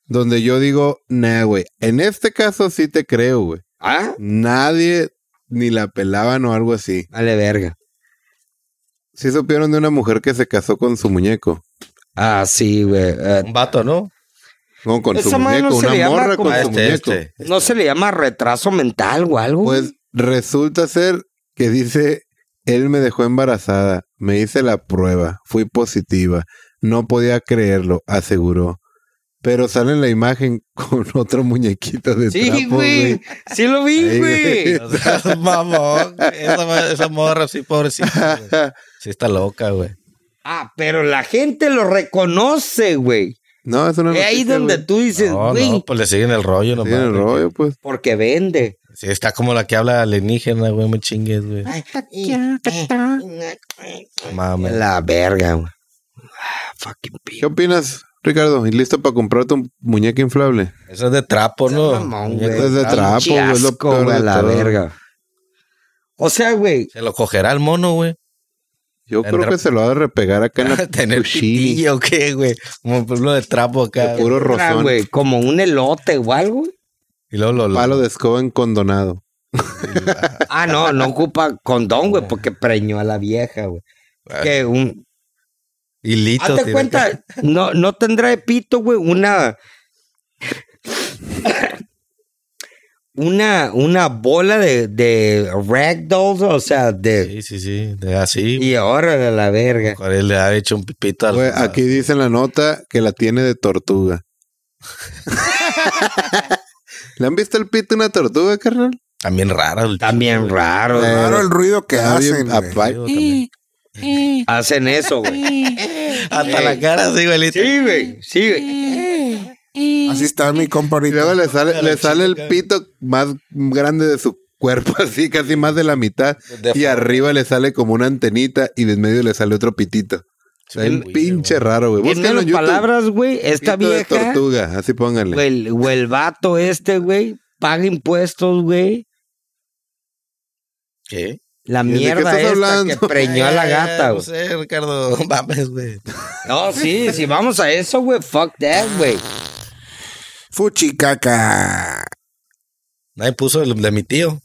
S1: Donde yo digo, nah, güey. En este caso sí te creo, güey.
S3: Ah,
S1: Nadie ni la pelaban o algo así.
S3: vale verga.
S1: Sí supieron de una mujer que se casó con su muñeco.
S3: Ah, sí, güey. Eh,
S2: Un vato, ¿no?
S1: No, con
S3: Esa
S1: su
S3: madre no
S1: muñeco,
S3: se le
S1: una
S3: llama
S1: morra con
S3: como-
S1: su
S2: Ah, este,
S1: muñeco.
S2: este.
S3: ¿No se le llama retraso mental o algo?
S1: Pues resulta ser que dice, él me dejó embarazada, me hice la prueba, fui positiva, no podía creerlo, aseguró. Pero sale en la imagen con otro muñequito de
S3: sí,
S1: trapo,
S3: güey.
S1: güey.
S3: Sí lo vi,
S1: Ahí,
S3: güey.
S1: güey.
S2: O sea, este. Mamón. Esa, ma- esa morra, sí, pobrecita. güey. Sí, está loca, güey.
S3: Ah, pero la gente lo reconoce, güey.
S1: No, es una
S3: Es Eh, ahí
S1: noticia,
S3: donde
S1: güey.
S3: tú dices,
S2: No,
S3: güey,
S2: no, pues le siguen el rollo nomás.
S1: Tiene
S2: güey.
S1: rollo, pues.
S3: porque vende.
S2: Sí, está como la que habla alienígena, güey, muy chingues, güey. Mames.
S3: eh, La verga, güey. Ah, Fucking
S1: ¿Qué
S3: pig.
S1: opinas, Ricardo? ¿Y listo para comprarte un muñeco inflable?
S2: Eso es de trapo, ¿no?
S3: Mamón, güey.
S1: Es de trapo,
S3: Pinche
S1: güey, es lo
S3: asco,
S1: peor
S3: güey,
S1: de
S3: la
S1: todo.
S3: verga. O sea, güey,
S2: Se lo cogerá el mono, güey.
S1: Yo
S2: El
S1: creo
S2: tra-
S1: que se lo va a repegar acá en la
S2: Tener
S1: cuchilla.
S2: pitillo, o ¿qué, güey? Como un pueblo de trapo acá.
S1: De puro
S3: otra,
S1: rozón.
S3: güey, como un elote o algo. güey.
S2: Y luego lo, lo-
S1: Palo de escoba encondonado.
S3: Ah, no, no ocupa condón, güey, porque preñó a la vieja, güey. Que un.
S2: Hilito.
S3: Hazte
S2: tira acá.
S3: cuenta, no, no tendrá de pito, güey, una. Una, una bola de, de ragdolls, o sea, de.
S2: Sí, sí, sí. De así.
S3: Y ahora de la verga.
S2: Con él le ha hecho un pipito al.
S1: Güey, aquí dice en la nota que la tiene de tortuga. ¿Le han visto el pito a una tortuga, carnal?
S2: También raro. el
S3: También ¿eh?
S2: chico,
S3: raro.
S1: Eh,
S4: Claro, el ruido que
S1: Está bien,
S4: hacen. güey.
S1: apa-
S2: güey. También.
S3: Hacen eso, güey.
S2: Hasta la cara, sí, güelito.
S3: Sí, güey. Sí, güey.
S4: Así está mi compa
S1: Y luego
S4: ahorita.
S1: le sale, le sale el pito más grande de su cuerpo, así casi más de la mitad.
S2: De-
S1: Y arriba le sale como una antenita y de en medio le sale otro pitito. O sea, el
S2: Sí,
S1: pinche raro, güey.
S3: En
S1: Búscalo
S3: menos
S1: en YouTube.
S3: palabras, güey,
S1: Pito
S3: esta
S1: de
S3: vieja
S1: tortuga, así
S3: o
S1: pónganle.
S3: el, o el vato este, güey, paga impuestos, güey.
S2: ¿Qué?
S3: La
S1: ¿De qué
S3: mierda
S1: estás
S3: esta
S1: hablando? Eh,
S3: que preñó a la gata,
S2: No
S3: güey.
S2: sé, Ricardo. Mames, güey.
S3: No, sí, si vamos a eso, güey, fuck that, güey.
S4: Fuchicaca.
S2: Nadie puso el de mi tío.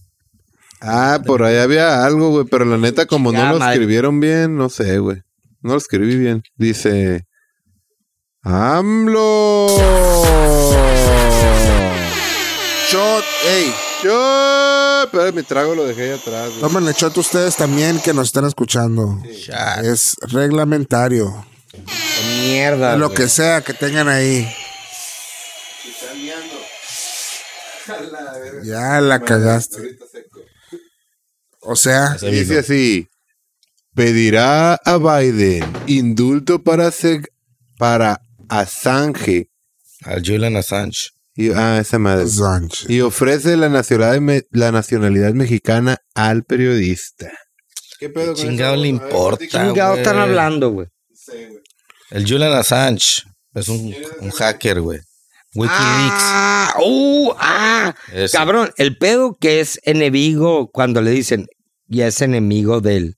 S1: Ah, por ahí había algo, güey, pero la neta, como no
S3: Chingada
S1: lo
S3: madre.
S1: escribieron bien, no sé, güey. No lo escribí bien. Dice. ¡AMLO!
S4: Shot, ey.
S1: Yo. Pero mi trago lo dejé ahí atrás, güey.
S4: Tómenle shot ustedes también que nos están escuchando.
S2: Shot.
S4: Es reglamentario.
S3: Mierda.
S4: De lo
S3: güey.
S4: que sea que tengan ahí. Ya la cagaste. O sea,
S2: Se
S1: Dice
S2: vino.
S1: así. Pedirá a Biden indulto para, Seg- para Assange.
S2: Al Julian Assange.
S1: Y, ah, esa madre.
S4: pues, Sánchez.
S1: Y ofrece la nacionalidad, me- la nacionalidad mexicana al periodista. ¿Qué pedo
S2: Chingado le importa.
S3: Chingado
S2: güey.
S3: están hablando, güey.
S2: El Julian Assange es un, un hacker, güey. Wikileaks.
S3: Ah, uh, ah.
S2: Ese.
S3: Cabrón, el pedo que es enemigo cuando le dicen ya es enemigo del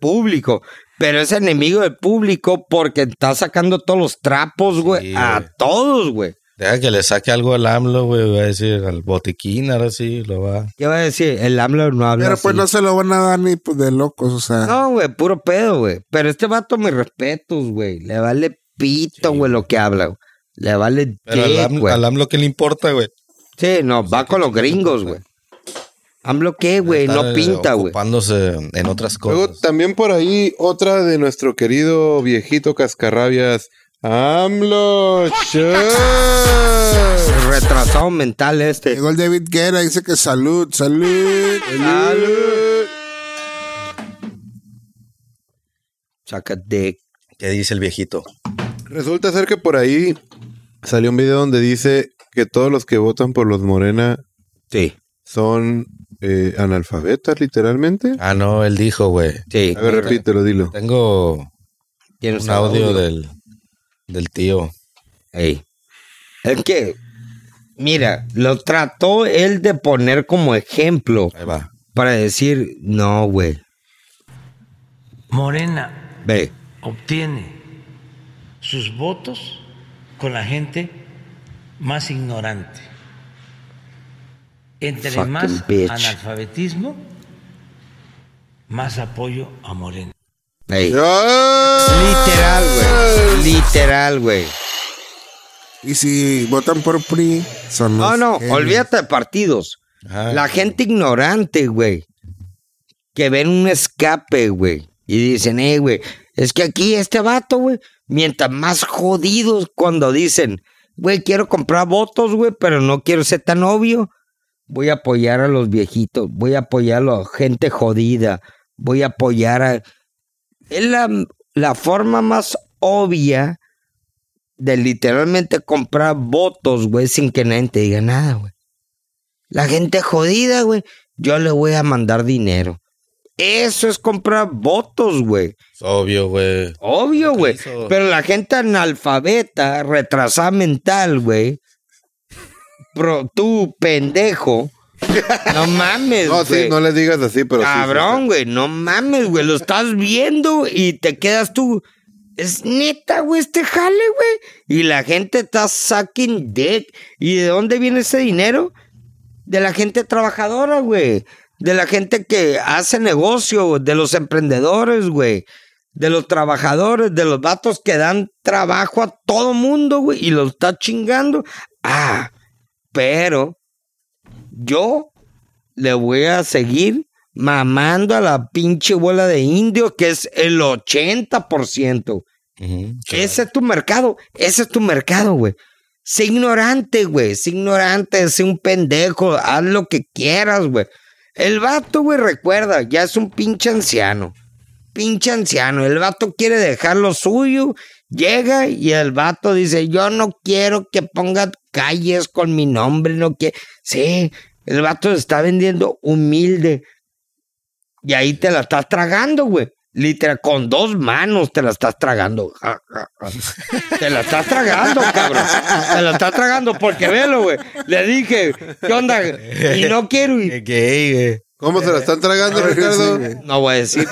S3: público, Pero es enemigo del público porque está sacando todos los trapos, güey.
S2: Sí,
S3: a
S2: güey.
S3: todos, güey.
S2: Deja que le saque algo al AMLO, güey. Va a decir al botiquín, ahora sí, lo va.
S3: ¿Qué va a decir? El AMLO no habla
S4: Pero pues
S3: así.
S4: no se lo van a dar ni pues, de locos, o sea.
S3: No, güey, puro pedo, güey. Pero este vato, mis respetos, güey. Le vale pito, güey, lo que habla, güey. Le vale
S2: Pero al
S3: dick,
S2: AMLO,
S3: güey.
S2: al AMLO, ¿qué le importa, güey?
S3: Sí, no, va con los gringos, güey. AMLO qué, güey, no
S2: Está, eh,
S3: pinta, güey.
S2: Ocupándose en otras
S1: Luego
S2: cosas.
S1: también por ahí otra de nuestro querido viejito cascarrabias. AMLO show.
S3: El Retrasado mental este.
S4: Llegó el David Guerra, dice que salud, salud.
S3: Salud. Saca dick.
S2: ¿Qué dice el viejito?
S1: Resulta ser que por ahí salió un video donde dice que todos los que votan por los Morena
S3: Sí,
S1: son eh, analfabetas, literalmente.
S2: Ah, no, él dijo, güey.
S3: sí.
S1: A ver, repítelo, dilo.
S2: Tengo
S3: Tienes
S2: un audio del, del tío.
S3: Ey. Es que, mira, lo trató él de poner como ejemplo
S2: Ahí va.
S3: para decir, no, güey.
S6: Morena
S3: Ve,
S6: obtiene sus votos con la gente más ignorante. Entre
S3: Fucking
S6: más
S3: bitch.
S6: analfabetismo, más apoyo a Morena.
S3: ey.
S1: Literal,
S3: Literal, güey. Literal, güey.
S4: Y si votan por PRI, son los
S3: No, no,
S4: genios.
S3: olvídate de partidos.
S2: Ajá.
S3: La gente ignorante, güey. Que ven un escape, güey. Y dicen, eh, güey, es que aquí este vato, güey, mientras más jodidos cuando dicen, güey, quiero comprar votos, güey, pero no quiero ser tan obvio. Voy a apoyar a los viejitos, voy a apoyar a la gente jodida, voy a apoyar a... Es la, la forma más obvia de literalmente comprar votos, güey, sin que nadie te diga nada, güey. La gente jodida, güey. Yo le voy a mandar dinero. Eso es comprar votos, güey.
S2: Es obvio, güey.
S3: Obvio, güey.
S2: hizo.
S3: Pero la gente analfabeta, retrasada mental, güey. Pro, tú, pendejo. No mames,
S1: No, sí,
S3: güey.
S1: no le digas así, pero sí, sí,
S3: Cabrón, güey. No mames, güey. Lo estás viendo y te quedas tú. Es neta, güey, este jale, güey. Y la gente está sucking dick. ¿Y de dónde viene ese dinero? de la gente trabajadora, güey. De la gente que hace negocio, de los emprendedores, güey. De los trabajadores, de los vatos que dan trabajo a todo mundo, güey. Y lo está chingando. Ah, pero yo le voy a seguir mamando a la pinche bola de indio, que es el 80%.
S2: Ujú.
S3: Ese es tu mercado, ese es tu mercado, güey. Sé ignorante, güey. Sé ignorante, sé un pendejo. Haz lo que quieras, güey. El vato, güey, recuerda, ya es un pinche anciano. Pinche anciano. El vato quiere dejar lo suyo. Llega y el vato dice, yo no quiero que pongan calles con mi nombre. No quiero. Sí, el vato se está vendiendo humilde. Y ahí te la estás tragando, güey. Literal, con dos manos te la estás tragando. Ja, ja, ja. Te la estás tragando, cabrón. Te la estás tragando porque velo, güey. Le dije, ¿qué onda? Y no quiero. y-
S2: Qué gay, güey.
S1: ¿Cómo se la están tragando, Ricardo?
S3: no voy a decir.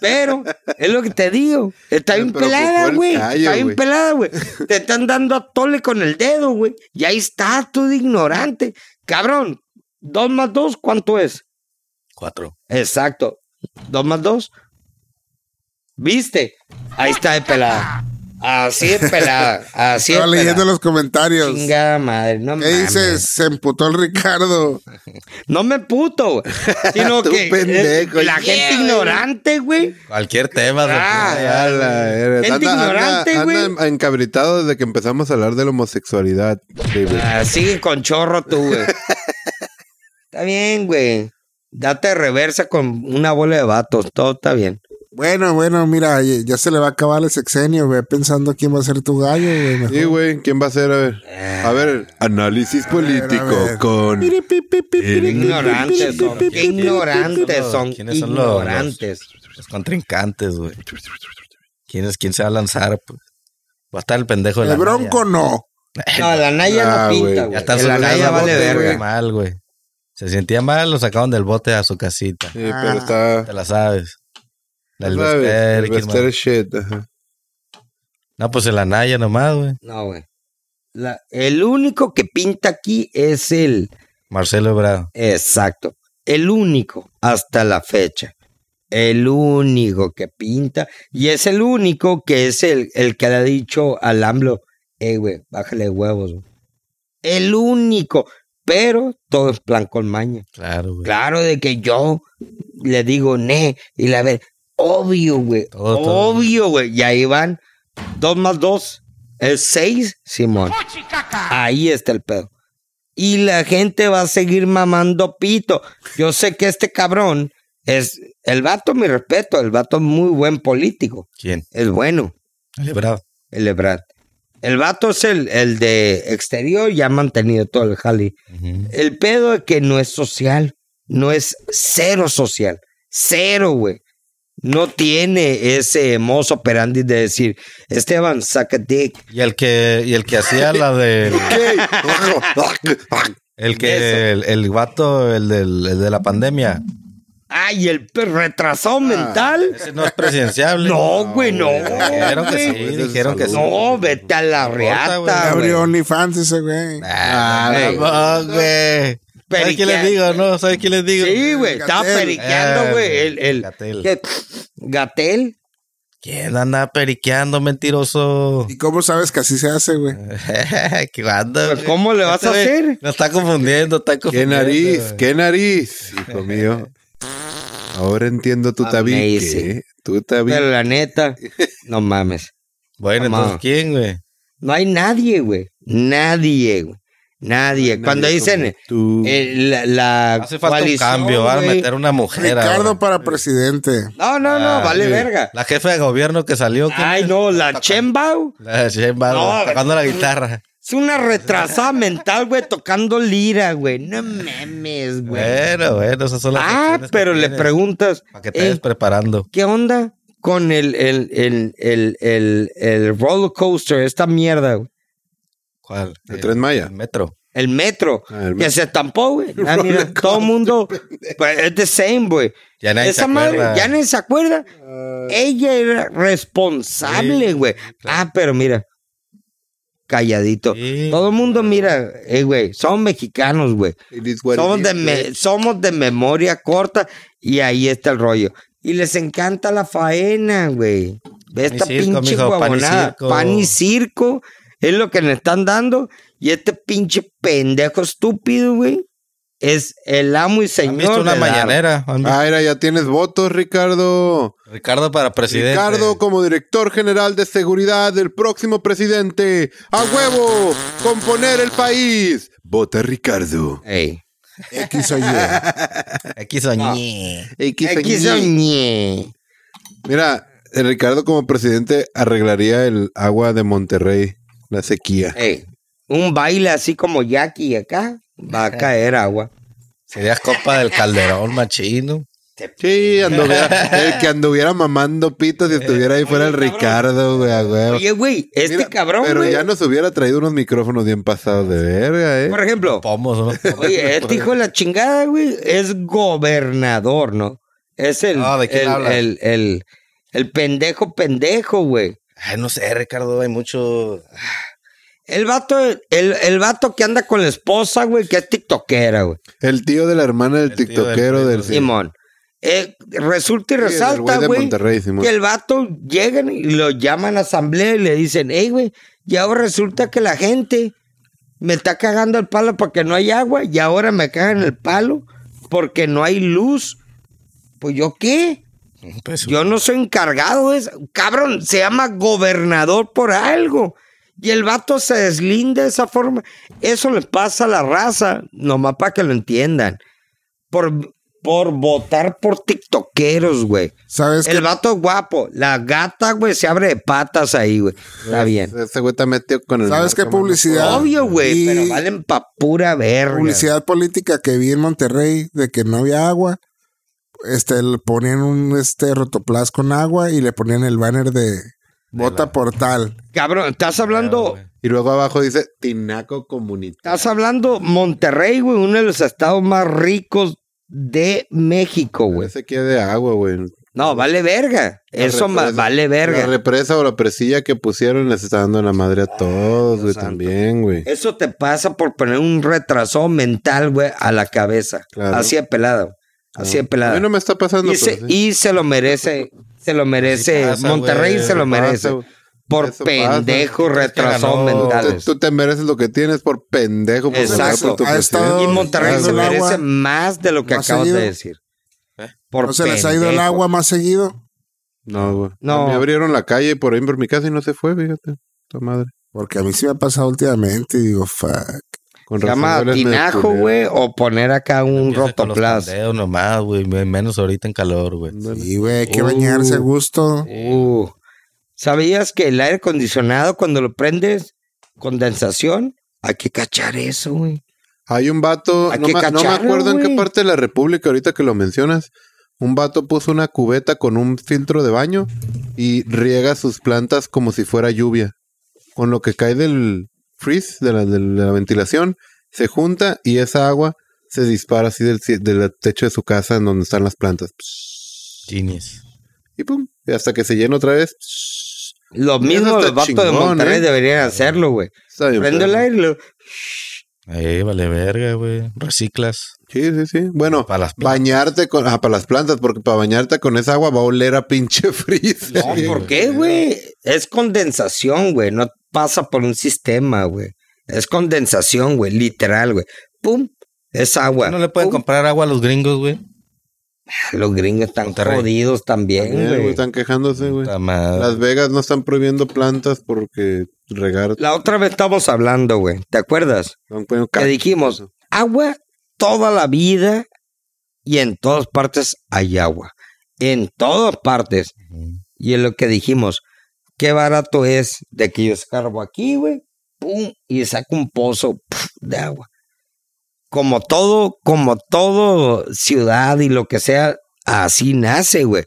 S3: Pero es lo que te digo. Está
S1: Me
S3: bien
S1: preocupó
S3: pelada,
S1: pues, el
S3: güey.
S1: callo,
S3: Está bien
S1: güey.
S3: pelada, güey. Te están dando a tole con el dedo, güey. Y ahí está tú de ignorante. Cabrón, dos más dos, ¿cuánto es?
S2: Cuatro.
S3: Exacto. Dos más dos. ¿Viste? Ahí está de pelada. Así de pelada. Así de
S4: Estaba leyendo
S3: pelada.
S4: los comentarios.
S3: Chingada madre. No
S4: ¿Qué
S3: mames.
S4: dices? Se emputó el Ricardo.
S3: No me puto, güey. Sino
S1: Tú
S3: que eh,
S1: pendejo.
S3: la gente
S1: Yeah,
S3: ignorante, güey.
S2: Cualquier tema.
S3: Ah,
S2: güey.
S1: A la verga.
S3: Gente ignorante, güey.
S1: anda encabritado desde que empezamos a hablar de la homosexualidad. Sí, güey.
S3: Ah, sigue con chorro tú, güey. está bien, güey. Date reversa con una bola de vatos. Todo está bien.
S4: Bueno, bueno, mira, ya ya se le va a acabar el sexenio, güey, pensando quién va a ser tu gallo, güey. mejor.
S1: Sí, güey. ¿Quién va a ser? A ver. A ver, análisis político
S4: ver.
S1: con.
S3: Ignorantes son. Qué ignorantes son.
S2: ¿Quiénes son los-
S3: Ignorantes.
S2: Los Pues contrincantes, güey. ¿Quién, es, ¿Quién se va a lanzar? pues? Va a estar el pendejo de
S4: El
S2: la
S4: bronco no.
S3: No, la Naya
S1: Ah,
S3: no
S1: güey.
S3: pinta,
S2: Naya. Ya
S3: güey.
S2: está
S3: La
S2: solo
S3: Naya
S2: al
S3: vale
S2: bote, güey,
S3: verga.
S2: mal, güey. Se sentía mal, lo sacaron del bote a su casita.
S1: Sí, pero está.
S2: Te la sabes. Del
S1: ¿Sabes?
S2: Vester,
S1: El
S2: Kidman.
S1: Bester shit. ajá.
S2: No, pues el Anaya nomás, güey.
S3: No, güey. La- el único que pinta aquí es el.
S2: Marcelo Ebrard.
S3: Exacto. El único hasta la fecha. El único que pinta. Y es el único que es el, el que le ha dicho al AMLO, hey, güey, bájale huevos. güey". El único. Pero todo es plan con maña.
S2: Claro, güey.
S3: Claro de que yo le digo ne y la ve, obvio, güey.
S2: Todo, todo.
S3: Obvio, güey. Y ahí van dos más dos. Es seis, Simón. Ahí está el pedo. Y la gente va a seguir mamando pito. Yo sé que este cabrón es el vato, mi respeto, el vato es muy buen político.
S2: ¿Quién?
S3: Es bueno,
S2: El Ebrard.
S3: el Ebrard. El vato es el, el de exterior y ha mantenido todo el jali.
S2: Ujú.
S3: El pedo es que no es social. No es cero social. Cero, güey. No tiene ese mozo operandi de decir, Esteban, saca dick.
S2: Y el que, y el que hacía la del. El que, el, el vato, el, del, el de la pandemia.
S3: Ay, el pe- retrasado mental.
S2: Ese no es presidenciable.
S3: No, güey, no.
S2: Dijeron que
S3: güey.
S2: sí, dijeron que sí.
S3: No, vete a la reata, Ah, güey.
S4: Abrió OnlyFans ese güey.
S2: Ah,
S3: güey.
S2: no, güey. ¿Sabes quién les
S3: Periquea-
S2: digo? No, ¿sabes quién les digo?
S3: Sí, güey, estaba
S4: Gatel.
S3: periqueando,
S2: Ah,
S3: güey. El, el,
S2: Gatel.
S3: ¿qué? Gatel.
S2: ¿Quién anda periqueando, mentiroso?
S4: ¿Y cómo sabes que así se hace, güey?
S3: Eh,
S2: ¿Qué onda,
S3: Pues,
S2: güey?
S3: ¿cómo le vas a
S2: Este, güey,
S3: hacer?
S2: Nos está confundiendo, está
S1: ¡Qué
S2: confundiendo.
S1: nariz!
S2: güey.
S1: ¡Qué nariz! Hijo mío. Ahora entiendo tu tabique.
S3: Amazing.
S1: ¿eh? Tu tabique.
S3: Pero la neta, no mames.
S2: Bueno, entonces,
S3: Mamá.
S2: ¿quién, güey?
S3: No hay nadie, güey. Nadie, güey. Nadie.
S1: Nadie
S3: Cuando dicen
S1: como tú.
S3: eh, la, la
S2: Hace falta un
S3: coalición,
S2: cambio, van a
S3: güey.
S2: meter una mujer.
S4: Ricardo
S2: ahora.
S4: para presidente.
S3: No, no, no,
S2: Ah,
S3: vale
S2: sí.
S3: verga.
S2: La jefa de gobierno que salió. ¿quién
S3: Ay,
S2: es?
S3: no, la Chembao
S2: La Shane Bauer,
S3: No,
S2: tocando la guitarra.
S3: es una retrasada mental, güey, tocando lira, güey. No memes, güey.
S2: Bueno, bueno, esas son las
S3: Ah,
S2: opciones que
S3: pero le
S2: Eh, tienes,
S3: preguntas,
S2: Para que te
S3: eh,
S2: vayas preparando.
S3: ¿qué onda con el, el, el, el, el, el roller coaster, esta mierda, güey?
S2: ¿Cuál?
S1: El
S2: Eh,
S1: Tren Maya.
S2: El metro.
S3: El metro,
S1: Ah, el
S3: que
S1: metro.
S3: se estampó, güey. Ah, mira, todo el mundo, pues, es the same, güey.
S2: Ya nadie
S3: Esa
S2: se
S3: madre,
S2: acuerda.
S3: ya nadie se acuerda. Ella era responsable,
S2: Sí,
S3: güey. Ah, pero mira, calladito.
S2: Sí.
S3: Todo el mundo mira, eh, güey, somos mexicanos, güey.
S1: It is what it
S3: Somos
S1: is,
S3: de,
S1: güey.
S3: me- somos de memoria corta y ahí está el rollo. Y les encanta la faena, güey. Ve
S2: Pan y
S3: esta
S2: circo,
S3: pinche
S2: mijo, pan y
S3: guabonada.
S2: circo.
S3: Pan y circo es lo que le están dando. Y este pinche pendejo estúpido, güey, es el amo y señor.
S2: ¿Han visto una
S3: de la-
S2: mañanera? ¿Han visto?
S1: Ah, era, ya tienes votos, Ricardo.
S2: Ricardo para presidente.
S1: Ricardo como director general de seguridad del próximo presidente. ¡A huevo! ¡Componer el país! Vota Ricardo.
S3: Ey.
S4: X o Y.
S2: Aquí soñé.
S3: X o ñe.
S1: Mira, el Ricardo como presidente arreglaría el agua de Monterrey, la sequía.
S3: Ey, un baile así como Jackie acá, va a caer agua.
S2: Serías copa del calderón, machino.
S1: Sí, anduviera, el que anduviera mamando pitos si estuviera ahí fuera el Ricardo, güey, a huevo.
S3: eh, Oye, güey, este
S1: Mira,
S3: cabrón,
S1: Pero
S3: güey,
S1: ya nos hubiera traído unos micrófonos bien pasados de verga, ¿eh?
S3: por ejemplo,
S2: Pomos, ¿no?
S3: oye, este hijo de la chingada, güey, es gobernador, ¿no? Es el,
S2: Ah, ¿de quién
S3: el,
S2: hablas?
S3: el, el- el pendejo pendejo, güey.
S2: Ay, no sé, Ricardo, hay mucho.
S3: El vato, el, el vato que anda con la esposa, güey, que es tiktokera, güey.
S1: El tío de la hermana del
S2: El tío del
S1: tiktokero
S2: primo,
S1: del...
S2: sí.
S3: Simón. Eh, resulta y
S1: del güey
S3: resalta,
S1: de
S3: güey,
S1: Monterrey, Simón.
S3: que el vato llegan y lo llaman a asamblea y le dicen, hey, güey, y ahora resulta que la gente me está cagando el palo porque no hay agua y ahora me cagan el palo porque no hay luz. Pues yo qué?
S2: Pues,
S3: Yo no soy encargado de eso. Cabrón, se llama gobernador por algo. Y el vato se deslinda de esa forma. Eso le pasa a la raza, nomás para que lo entiendan. Por, por votar por tiktokeros, güey.
S4: ¿Sabes
S3: el
S4: qué?
S3: vato es guapo. La gata, güey, se abre de patas ahí, güey. Está bien.
S1: Ese güey está metido con el...
S4: ¿Sabes qué
S1: narco, mano.
S4: publicidad?
S3: Obvio, güey,
S4: Y-
S3: pero valen pa' pura verga.
S4: publicidad política que vi en Monterrey de que no había agua. Este, le ponían un este rotoplas con agua y le ponían el banner de vota por tal.
S3: Cabrón, estás hablando,
S1: Y luego abajo dice Tinaco Comunitario.
S3: estás hablando Monterrey, güey, uno de los estados más ricos de México, güey.
S1: Güey, sequía de agua, güey.
S3: No, vale verga. Eso ma-
S1: represa-
S3: vale
S1: La
S3: verga.
S1: represa o la presilla que pusieron les está dando la madre a todos, güey,
S3: santo.
S1: también, güey.
S3: Eso te pasa por poner un retraso mental, güey, a la cabeza.
S1: Claro.
S3: Así de pelado. Así de
S1: A
S3: pelado.
S1: mí no me está pasando,
S3: Ah, y, se,
S1: pero sí.
S3: y se lo merece. Se lo merece.
S2: Así pasa,
S3: Monterrey
S2: güey,
S3: se lo
S1: eso
S3: merece.
S1: pasa, güey.
S3: por
S1: Eso pasa.
S3: pendejos retrasos
S2: ganó.
S1: Tú,
S3: mentales.
S1: tú te mereces lo que tienes por pendejo. Por
S3: Exacto.
S1: votar por tu
S4: Ha
S1: presidente.
S4: estado-
S3: Y Monterrey
S4: Claro.
S3: se
S4: El agua.
S3: merece más de lo que
S4: ¿No se ha
S3: acabas de
S4: ido?
S3: decir. Por
S2: ¿Eh?
S4: ¿No se les ha ido el
S3: pendejo.
S4: agua más seguido?
S1: No, güey.
S3: No.
S1: Me abrieron la calle por ahí por mi casa y no se fue, fíjate. Tu madre.
S4: Porque a mí sí me ha pasado últimamente y digo, fuck.
S1: Con
S3: Se
S1: razón
S3: llama
S1: hueles medio
S3: tinajo,
S1: culero.
S3: güey, o poner acá un
S2: Empieza con los
S3: rotoplas.
S2: pandeos nomás, güey. Menos ahorita en calor, güey.
S1: Ándale.
S4: Y, güey, hay que
S3: Uh.
S4: bañarse a gusto.
S3: Uh, ¿Sabías que el aire acondicionado cuando lo prendes, condensación? Hay que cachar eso, güey.
S1: Hay un vato,
S3: Hay
S1: no,
S3: que
S1: ma- no me
S3: cacharlo,
S1: acuerdo en
S3: güey.
S1: qué parte de la República ahorita que lo mencionas. Un vato puso una cubeta con un filtro de baño y riega sus plantas como si fuera lluvia. Con lo que cae del freeze, de la, de la ventilación, se junta y esa agua se dispara así del, ci- del techo de su casa en donde están las plantas.
S2: Genius.
S1: Y pum, y hasta que se llena otra vez.
S3: Lo mismo
S1: está
S3: los vatos de
S1: chingón,
S3: Monterrey
S1: ¿eh?
S3: deberían hacerlo, güey.
S1: Está bien,
S3: Prende
S1: pero-
S3: el aire. y lo-
S2: Eh, vale verga, güey. Reciclas.
S1: Sí, sí, sí. Bueno,
S2: Para las plantas.
S1: bañarte con... Ah, para las plantas, porque para bañarte con esa agua va a oler a pinche freeze.
S3: No, ¿por qué, güey? Es condensación, güey. No pasa por un sistema, güey. Es condensación, güey. Literal, güey. Pum. Es agua.
S2: No le pueden
S3: Pum. ah,
S2: comprar agua a los gringos, güey.
S3: Los gringos están
S2: Monterrey.
S3: jodidos también,
S1: También, güey,
S3: güey.
S1: están quejándose, güey.
S2: Puta madre.
S1: Las Vegas no están prohibiendo plantas porque regar.
S3: La otra vez estábamos hablando, güey. ¿Te acuerdas?
S1: están poniendo
S3: que
S1: cactus.
S3: dijimos, agua toda la vida y en todas partes hay agua. En todas partes. Y es lo que dijimos, qué barato es de que yo escarbo aquí, güey, pum, y saco un pozo puf, de agua. Como todo, como todo ciudad y lo que sea, así nace, güey.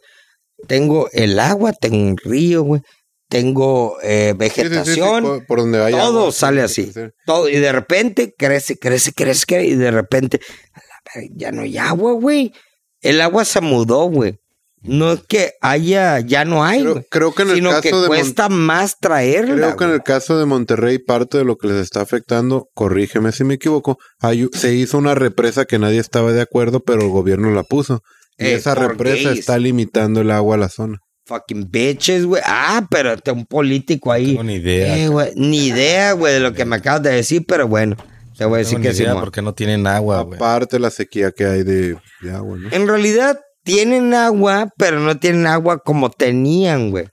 S3: Tengo el agua, tengo un río, güey. Tengo eh,
S1: Sí, sí, sí, sí,
S3: vegetación,
S1: por- por donde vaya.
S3: todo sale así. Todo, y de repente crece, crece, crece, crece, y de repente a la verga, ya no hay agua, güey. El agua se mudó, güey. No es que haya, ya no hay,
S1: Creo,
S3: güey.
S1: creo que en el
S3: Sino
S1: caso
S3: que
S1: de Mon-
S3: cuesta más traerla.
S1: creo que en
S3: güey.
S1: el caso de Monterrey parte de lo que les está afectando, corrígeme si me equivoco, hay- se hizo una represa que nadie estaba de acuerdo, pero el gobierno la puso. Y
S3: Eh,
S1: esa
S3: por
S1: represa
S3: gays.
S1: está limitando el agua a la zona.
S3: Fucking bitches, güey. Ah, pero está un político ahí.
S2: tengo ni idea,
S3: Eh, güey, ni idea, güey, de lo que me acabas de decir, pero bueno, te voy a decir
S2: Tengo ni
S3: que sí.
S2: idea por qué no tienen agua, güey.
S1: Aparte la sequía que hay de, de agua, ¿no?
S3: En realidad tienen agua, pero no tienen agua como tenían, güey.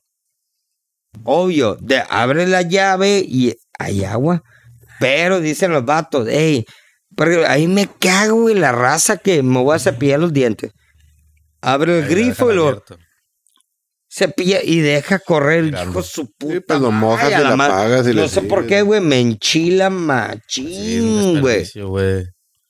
S3: Obvio, de, abre la llave y hay agua. Pero dicen los vatos, hey, pero ahí me cago, güey, la raza que me voy a cepillar los dientes. Abre el
S2: Ahí la
S3: grifo y
S2: dejan
S3: lo
S2: abierto.
S3: cepilla y deja correr el
S2: Tirando.
S3: hijo de su puta.
S1: Sí, pues lo mojas
S3: madre, a
S1: y la
S3: madre.
S1: apagas y
S3: No
S1: le
S3: sé por
S1: sigues.
S3: qué, güey, me enchila
S2: Sí, es un
S3: machín, Mm, güey.
S2: desperdicio, güey.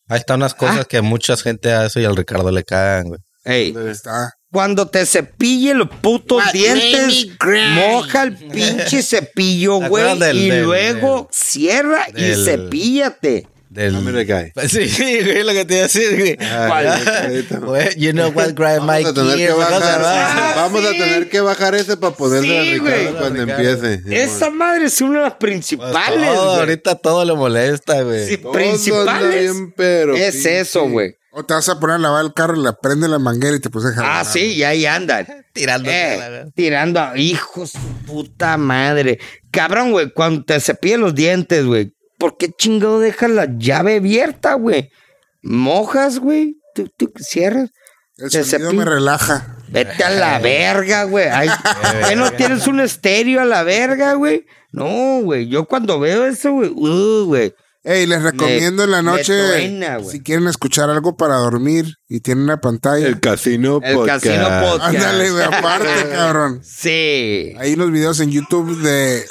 S2: Ahí están unas cosas
S3: Ah.
S2: que mucha gente hace y al Ricardo le cagan, güey.
S3: Ey.
S4: Ahí Está.
S3: Cuando te cepille los putos dientes, moja el pinche cepillo,
S2: ¿Te
S3: güey.
S2: acuerdas del-
S3: y
S2: del-
S3: luego cierra y
S2: del-
S3: cepíllate.
S2: Del-
S1: Ah, mira, guy.
S2: Sí, güey, lo que te iba a decir, güey.
S1: Ah, ahorita.
S2: Güey, you know what, grind my
S1: Vamos a tener que
S2: gears, ¿no?
S1: bajar,
S3: Ah,
S1: vamos a
S3: sí.
S1: tener que bajar ese para ponerle
S3: Sí,
S1: a Ricardo
S3: güey.
S1: cuando
S2: Ricardo.
S1: empiece.
S3: Esa madre es una de las
S2: Pues
S3: principales,
S2: todo,
S3: güey.
S2: ahorita todo le molesta, güey.
S3: Sí,
S1: Todo anda
S3: principales.
S1: bien, pero
S3: es
S1: pinche-
S3: eso, güey.
S4: O te vas a poner a lavar el carro, la prende la manguera y te pones a jalar.
S3: Ah, sí, y ahí andan.
S2: Tirando.
S3: Eh, tirando a hijos, puta madre. Cabrón, güey, cuando te cepillas los dientes, güey, ¿por qué chingado dejas la llave abierta, güey? Mojas, güey, tú, tú cierras.
S4: El
S3: te
S4: sonido
S3: cepillo.
S4: me relaja.
S3: Vete a la verga, güey. Ay, ¿qué no tienes un estéreo a la verga, güey? No, güey. Yo cuando veo eso, güey, uh, güey.
S4: Ey, les recomiendo en la
S3: me
S4: noche,
S3: truena, güey.
S4: si quieren escuchar algo para dormir y tienen una pantalla,
S1: El casino
S3: El
S1: podcast.
S3: casino podcast.
S4: ándale, güey, aparte, cabrón.
S3: Sí.
S4: Hay unos videos en YouTube de...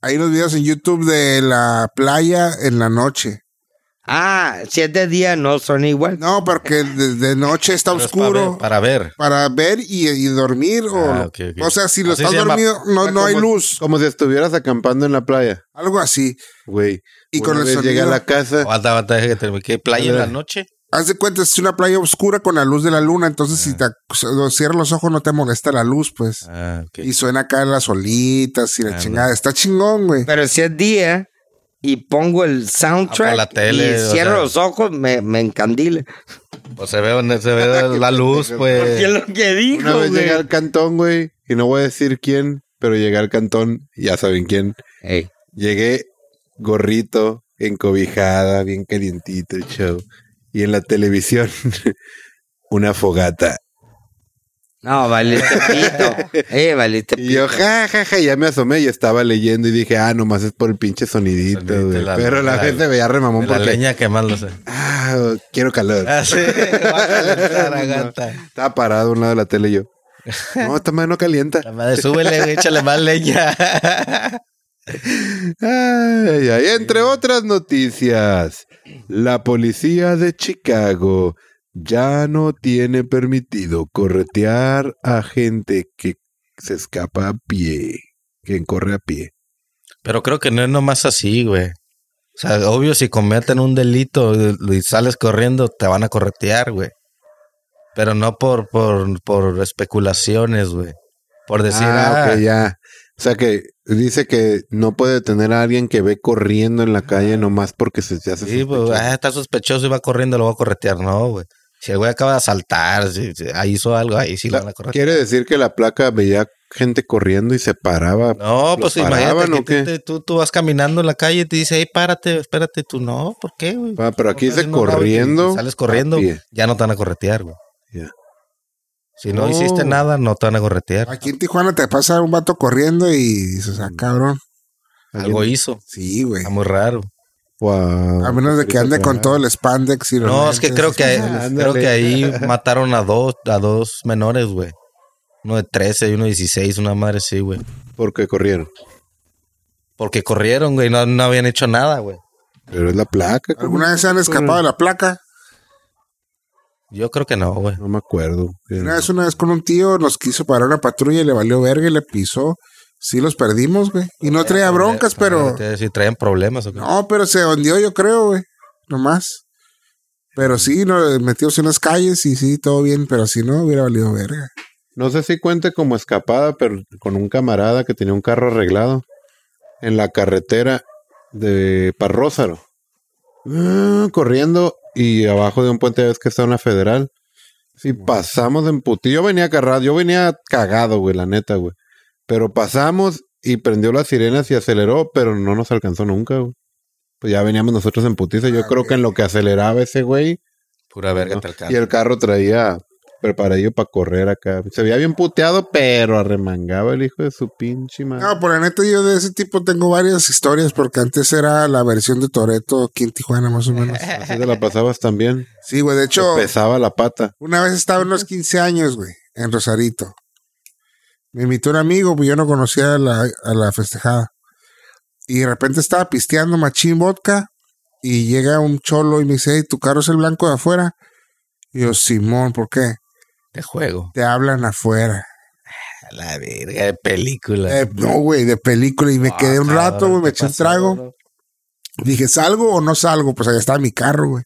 S4: Hay unos videos en YouTube de la playa en la noche.
S3: Ah, siete días no son igual.
S4: No, porque de, de noche está oscuro.
S2: Para ver.
S4: para ver y, y dormir o,
S2: Ah, ok, ok.
S4: o sea si lo
S2: Así
S4: estás
S2: se llama-
S4: dormido no, no hay
S1: Como-
S4: luz
S1: Como si estuvieras acampando en la playa,
S4: algo así
S1: güey.
S4: Y
S1: Una
S4: con el
S1: vez
S4: sonido.
S1: llegué a la casa.
S2: Aguanta, aguanta, deja que termine. ¿Qué playa en la noche?
S4: haz de cuenta, es una playa oscura con la luz de la luna, entonces si te ac- cierras los ojos no te molesta la luz, pues.
S2: Ah, ok.
S4: Y suena acá las olitas y la
S2: Ah,
S4: chingada. Está chingón, güey.
S3: Pero si es día y pongo el soundtrack
S2: Ah, la tele,
S3: y
S2: o
S3: cierro
S2: sea.
S3: los ojos, me, me encandile.
S2: Pues se ve, se ve la luz,
S3: ¿Qué es
S2: pues.
S3: lo que dijo,
S1: Una vez
S3: güey?
S1: llegué al cantón, güey, y no voy a decir quién, pero llegué al cantón, ya saben quién.
S3: Ey,
S1: Llegué gorrito, encobijada, bien calientito el show. Y en la televisión, una fogata.
S3: No, valiste pito. Eh, valiste pito.
S1: Y yo, ja, ja, ja, ya me asomé y estaba leyendo y dije, ah, nomás es por el pinche sonidito,
S2: Sonidito,
S1: güey.
S2: la-
S1: Pero la,
S2: la-
S1: vez se veía remamón
S2: La
S1: porque,
S2: leña quemarlo. sí.
S1: ah, quiero calor.
S2: Ah, sí. Va a calentar, agata.
S1: Estaba parado a un lado de la tele y yo, no, esta madre no calienta.
S2: La madre, súbele, güey, échale más leña.
S1: Ay, ay, entre otras noticias, la policía de Chicago ya no tiene permitido corretear a gente que se escapa a pie, quien corre a pie.
S2: Pero creo que no es nomás así, güey. O sea, obvio, si cometen un delito y sales corriendo, te van a corretear, güey. Pero no por, por, por especulaciones, güey. Por decir,
S1: ah,
S2: ah,
S1: ok, ya. O sea que dice que no puede detener a alguien que ve corriendo en la calle nomás porque se te hace
S2: sí, pues,
S1: sospechoso.
S2: ah, está sospechoso y va corriendo, lo va a corretear. No, güey. Si el güey acaba de asaltar, si, si- ah, hizo algo, ahí sí lo
S1: La-
S2: van a corretear.
S1: Quiere decir que la placa veía gente corriendo y se paraba.
S2: No,
S1: ¿Los
S2: pues
S1: paraban
S2: imagínate
S1: o
S2: que
S1: qué?
S2: tú, te- tú, tú vas caminando en la calle y te dice, hey, párate, espérate. Tú, no, ¿por qué, güey?
S1: Ah, pero aquí
S2: No,
S1: dice
S2: no, no, güey,
S1: corriendo.
S2: Sales
S4: Ah,
S2: corriendo,
S1: a pie.
S2: ya no te van a corretear, güey.
S1: Ya.
S2: Si no
S1: Oh.
S2: hiciste nada, no te van a corretear.
S4: Aquí en Tijuana te pasa un vato corriendo y dices,
S2: Mm.
S4: ah, cabrón.
S2: Algo hizo.
S4: Sí, güey.
S2: Está muy raro.
S1: Wow.
S4: A menos de
S2: pues,
S4: que ande con todo
S1: todos
S4: el spandex y los
S2: No, es que creo que,
S4: lentes.
S1: ándale.
S2: creo que ahí mataron a dos, a dos menores, güey. Uno de 13 y uno de 16, una madre sí, güey.
S1: Porque corrieron.
S2: Porque corrieron, güey, no, no habían hecho nada, güey.
S1: Pero es la placa. ¿cómo?
S4: ¿Alguna vez se han escapado de la placa?
S2: Yo creo que no, güey.
S1: No me acuerdo.
S4: Una vez, una vez con un tío nos quiso parar una patrulla y le valió verga y le pisó. Sí los perdimos, güey. Y no traía broncas, pero...
S2: Si traían problemas o qué.
S4: No, pero se hundió yo creo, güey. Nomás. Pero sí, nos metimos en las calles y sí, todo bien, pero si no, hubiera valido verga.
S1: No sé si cuente como escapada, pero con un camarada que tenía un carro arreglado en la carretera de Parrózaro. Ah, Corriendo y abajo de un puente ves que está una federal. Sí, pasamos en puti. Yo venía cargado, yo venía cagado, güey, la neta, güey. Pero pasamos y prendió las sirenas y aceleró, pero no nos alcanzó nunca, güey. Pues ya veníamos nosotros en putiza. Yo creo que en lo que aceleraba ese güey,
S2: Pura verga
S1: ¿no?
S2: te
S1: Y
S2: alcanza.
S1: el carro traía preparadillo para correr acá. Se veía bien puteado, pero arremangaba el hijo de su pinche madre.
S4: No, por la neta, yo de ese tipo tengo varias historias, porque antes era la versión de Toreto aquí en Tijuana, más o menos.
S1: Así te la pasabas también.
S4: Sí, güey, de
S1: Te
S4: hecho,
S1: pesaba la pata.
S4: una vez estaba en los 15 años, güey, en Rosarito. Me invitó un amigo, pues yo no conocía a la, a la festejada. Y de repente estaba pisteando machín vodka y llega un cholo y me dice, hey, tu carro es el blanco de afuera. Y yo, Simón, ¿por qué?
S2: De juego.
S4: Te hablan afuera.
S2: A la verga de película.
S4: Eh, no, güey, de película. Y me quedé un
S2: Cabrón,
S4: rato, güey, me
S2: Ah, ¿qué
S4: eché un
S2: pasó,
S4: trago.
S2: bro?
S4: Dije, ¿salgo o no salgo? Pues allá estaba mi carro, güey.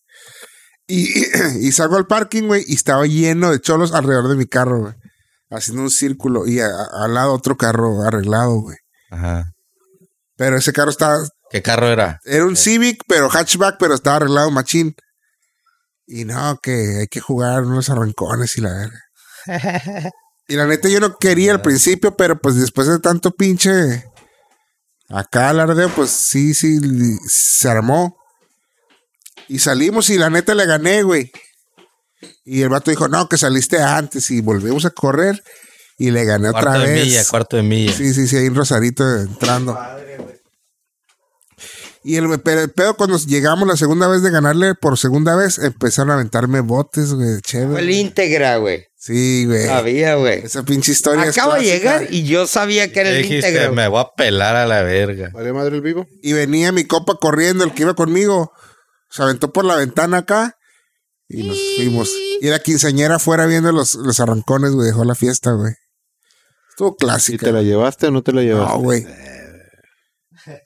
S4: Y, y salgo al parking, güey, y estaba lleno de cholos alrededor de mi carro, güey. Haciendo un círculo y a- a- al lado otro carro arreglado, güey.
S2: Ajá.
S4: Pero ese carro estaba,
S2: ¿Qué carro era?
S4: era un Civic, pero hatchback, pero estaba arreglado machín. Y no, que hay que jugar unos arrancones y la verga. Y la neta yo no quería al principio, pero pues después de tanto pinche acá alardeo, pues sí, sí, li- se armó. Y salimos y la neta le gané, güey. Y el vato dijo, no, que saliste antes y volvimos a correr y le gané
S2: Cuarto
S4: otra
S2: de
S4: vez.
S2: milla, cuarto de milla.
S4: Sí, sí, sí, ahí en Rosarito entrando. Y el, pero el pedo, cuando llegamos la segunda vez de ganarle por segunda vez, empezaron a aventarme botes, güey,
S3: Fue el
S4: chévere.
S3: íntegra, güey.
S4: Sí, güey.
S3: Sabía, güey.
S4: Esa pinche historia es
S3: Acabo de
S4: clásica.
S3: llegar y yo sabía que era el
S2: Dijiste,
S3: íntegra. güey.
S2: me voy a pelar a la verga.
S1: ¿Vale madre el vivo?
S4: Y venía mi copa corriendo, el que iba conmigo. Se aventó por la ventana acá y nos fuimos. Y la quinceañera fuera viendo los, los arrancones, güey. Dejó la fiesta, güey. Estuvo
S1: ¿Y te
S4: clásica.
S1: la llevaste o no te la llevaste?
S4: No, Ah, güey.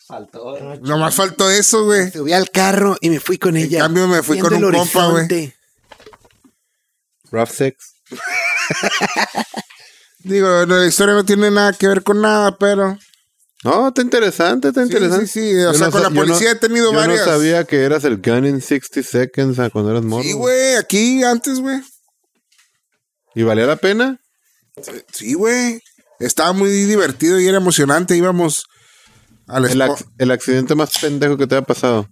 S4: Faltó. Nomás faltó eso, güey.
S1: Subí al carro y me fui con
S4: En cambio, me fui con un compa, güey.
S1: Rough sex.
S4: Digo, la historia no tiene nada que ver con nada, pero.
S1: No, está interesante, está
S4: Sí,
S1: interesante.
S4: sí, sí, o
S1: Yo
S4: sea, con
S1: sa-
S4: la policía
S1: yo
S4: he tenido
S1: yo
S4: varias.
S1: no sabía que eras el gun in 60 seconds ah, cuando eras morro.
S4: Sí, güey, aquí antes, güey.
S1: ¿Y valía la pena?
S4: Sí, güey. Estaba muy divertido y era emocionante. Íbamos al
S1: El,
S4: spa.
S1: ac- el accidente más pendejo que te ha pasado.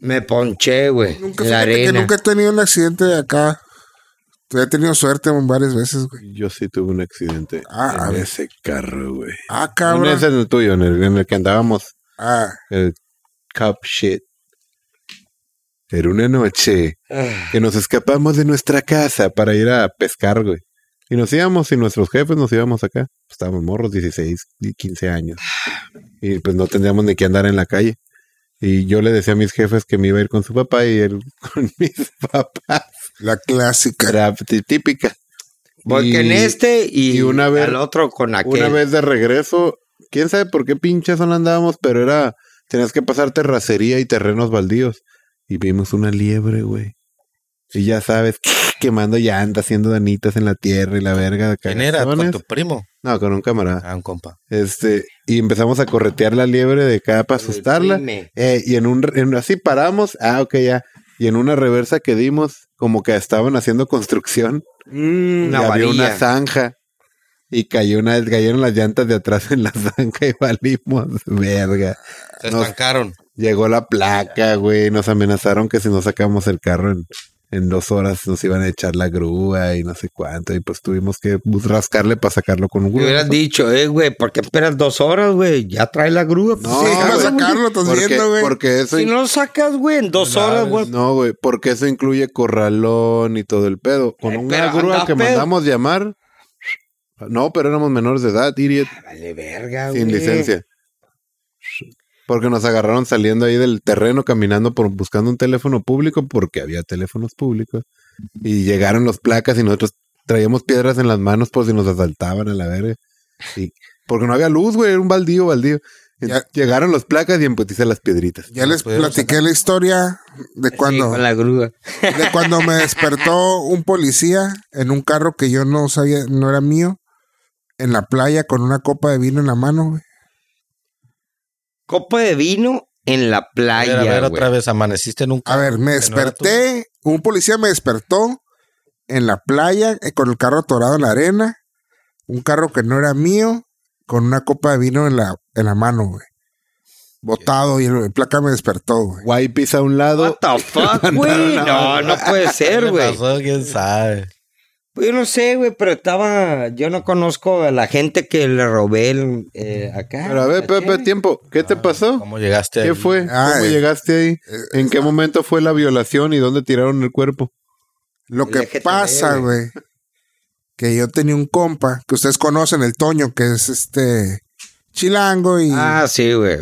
S3: Me ponché, güey.
S4: Nunca,
S3: en La
S4: fíjate que
S3: arena.
S4: nunca he tenido un accidente de acá. He tenido suerte varias veces, güey.
S1: Yo sí tuve un accidente
S4: Ah, a
S1: en
S4: ver.
S1: ese carro, güey.
S4: Ah,
S1: No
S4: cabrón.
S1: es en el tuyo, en el, en el que andábamos.
S4: Ah,
S1: El cup shit. Era una noche
S3: Ah,
S1: que nos escapamos de nuestra casa para ir a pescar, güey. Y nos íbamos, y nuestros jefes nos íbamos acá. Pues estábamos morros, 16 y 15 años. Y pues no tendríamos ni que andar en la calle. Y yo le decía a mis jefes que me iba a ir con su papá y él con mis papás.
S4: la clásica.
S1: Era t- típica.
S3: Porque en
S1: Y
S3: este y,
S1: y una vez-
S3: al otro con aquel.
S1: Una vez de regreso, quién sabe por qué pinches no andábamos, pero era. Tenías que pasar terracería y terrenos baldíos. Y vimos una liebre, güey. Y ya sabes, quemando llanta, haciendo danitas en la tierra y la verga de
S2: ¿Quién era? ¿Con
S1: cagazones.
S2: tu primo?
S1: No, con un camarada.
S2: Ah, un compa.
S1: Este, y empezamos a corretear la liebre de acá para asustarla.
S3: Dime.
S1: Eh, y en un en- así paramos, ah, ok, ya. Y en una reversa que dimos, como que estaban haciendo construcción,
S3: Mm,
S1: y
S3: una
S1: había una
S3: varilla.
S1: zanja. Y cayó una, cayeron las llantas de atrás en la zanja y valimos, verga.
S2: Se
S1: Nos-
S2: estancaron.
S1: Llegó la placa, güey. Nos amenazaron que si no sacamos el carro en, en dos horas nos iban a echar la grúa y no sé cuánto. Y pues tuvimos que rascarle para sacarlo con un
S3: Me
S1: grúa.
S3: hubieras dicho, eh, güey, ¿por qué esperas dos horas, güey? Ya trae la grúa. pues,
S1: No,
S4: sí, para
S1: güey.
S4: sacarlo, estás
S1: Porque-
S4: viendo, güey.
S1: Porque eso
S3: Si no lo sacas, güey, en dos horas, güey.
S1: No, güey, porque eso incluye corralón y todo el pedo. Con
S3: Eh,
S1: una
S3: pero
S1: grúa
S3: anda
S1: que
S3: pedo.
S1: mandamos llamar. No, pero éramos menores de edad, idiot,
S3: Vale, verga, güey.
S1: sin licencia. Porque nos agarraron saliendo ahí del terreno, caminando por buscando un teléfono público, porque había teléfonos públicos. Y llegaron los placas y nosotros traíamos piedras en las manos por si nos asaltaban a la verga. Y, porque no había luz, güey, era un baldío, baldío.
S4: Ya-
S1: Llegaron los placas y emputiza las piedritas.
S4: Ya les
S2: pudieron
S4: platiqué la historia de
S3: Sí,
S4: cuando,
S3: con la grúa.
S4: de cuando me despertó un policía en un carro que yo no sabía, no era mío, en la playa con una copa de vino en la mano, güey.
S3: Copa de vino en la
S2: A
S3: playa,
S2: ver, a ver,
S3: güey.
S2: otra vez, amaneciste en un
S4: A ver, me
S2: que no era
S4: desperté, un policía me despertó en la playa eh, con el carro atorado en la arena, un carro que no era mío, con una copa de vino en la, en la mano, güey. Botado y el, el placa me despertó, güey.
S1: Guay pisa a un lado,
S3: What the fuck, güey. No, no puede
S2: ¿Qué
S3: ser,
S2: le
S3: güey.
S2: pasó? ¿Quién sabe?
S3: Pues Yo no sé, güey, pero estaba. Yo no conozco a la gente que le robé el, eh, acá.
S1: Pero a ver,
S3: la
S1: Pepe,
S3: cheve.
S1: tiempo. ¿Qué te pasó?
S2: Ah, ¿Cómo llegaste ahí?
S1: ¿Qué fue?
S4: Ah,
S1: ¿Cómo
S4: eh,
S1: llegaste ahí?
S4: eh,
S1: ¿En qué momento fue la violación y dónde tiraron el cuerpo?
S4: Lo que
S3: LGTB,
S4: pasa, güey, que yo tenía un compa que ustedes conocen, el Toño, que es este chilango y
S3: Ah, sí, güey.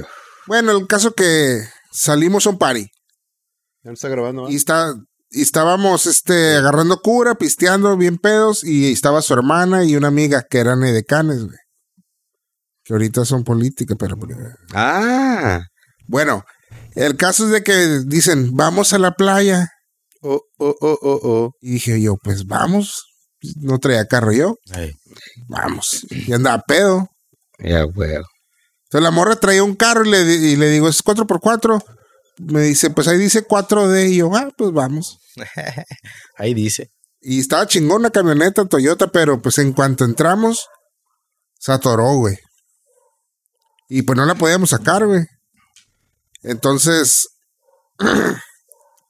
S4: bueno, el caso que salimos a un party
S1: Ya no está grabando.
S4: y está y estábamos este agarrando cura, pisteando bien pedos y estaba su hermana y una amiga que eran edecanes, güey. Que ahorita son políticas, pero
S3: Ah.
S4: bueno, el caso es de que dicen, "Vamos a la playa."
S1: Oh, oh, oh, oh, oh.
S4: Y dije yo, "Pues vamos." No traía carro yo.
S2: Ey.
S4: Vamos. Y andaba pedo.
S3: Ya, güey.
S4: Entonces la morra traía un carro y le, di- y le digo, es 4x4. Me dice, pues ahí dice 4D. Y yo, ah, pues vamos.
S2: Ahí dice.
S4: Y estaba chingón la camioneta Toyota, pero pues en cuanto entramos, se atoró, güey. Y pues no la podíamos sacar, güey. Entonces,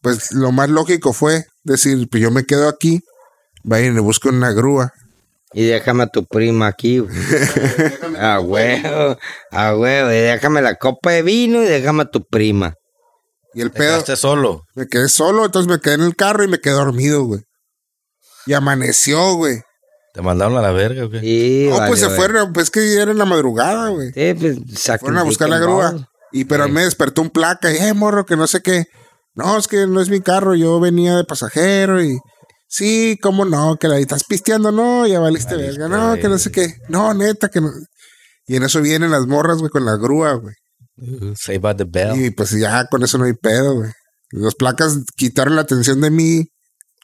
S4: pues lo más lógico fue decir, pues yo me quedo aquí, vayan y le busquen una grúa.
S3: Y déjame a tu prima aquí, güey. Ah, A huevo, a huevo. Y déjame la copa de vino y déjame a tu prima.
S4: Y el
S2: Te
S4: pedo...
S2: quedaste solo.
S4: Me quedé solo, entonces me quedé en el carro y me quedé dormido, güey. Y amaneció, güey.
S2: Te mandaron a la verga, güey.
S3: Y
S4: No,
S3: vale,
S4: pues se
S3: güey.
S4: fueron, pues que era en la madrugada, güey.
S3: Sí, pues,
S4: Fueron a buscar la
S3: sacrifiquen
S4: grúa. Y pero a mí me despertó un placa y, eh, morro, que no sé qué. No, es que no es mi carro, yo venía de pasajero y. Sí, cómo no, que la estás pisteando, no, ya valiste verga, no, que no sé qué. No, neta, que no. Y en eso vienen las morras, güey, con la grúa, güey.
S2: Uh, Save by the bell.
S4: Y pues ya con eso no hay pedo, güey. Las placas quitaron la atención de mí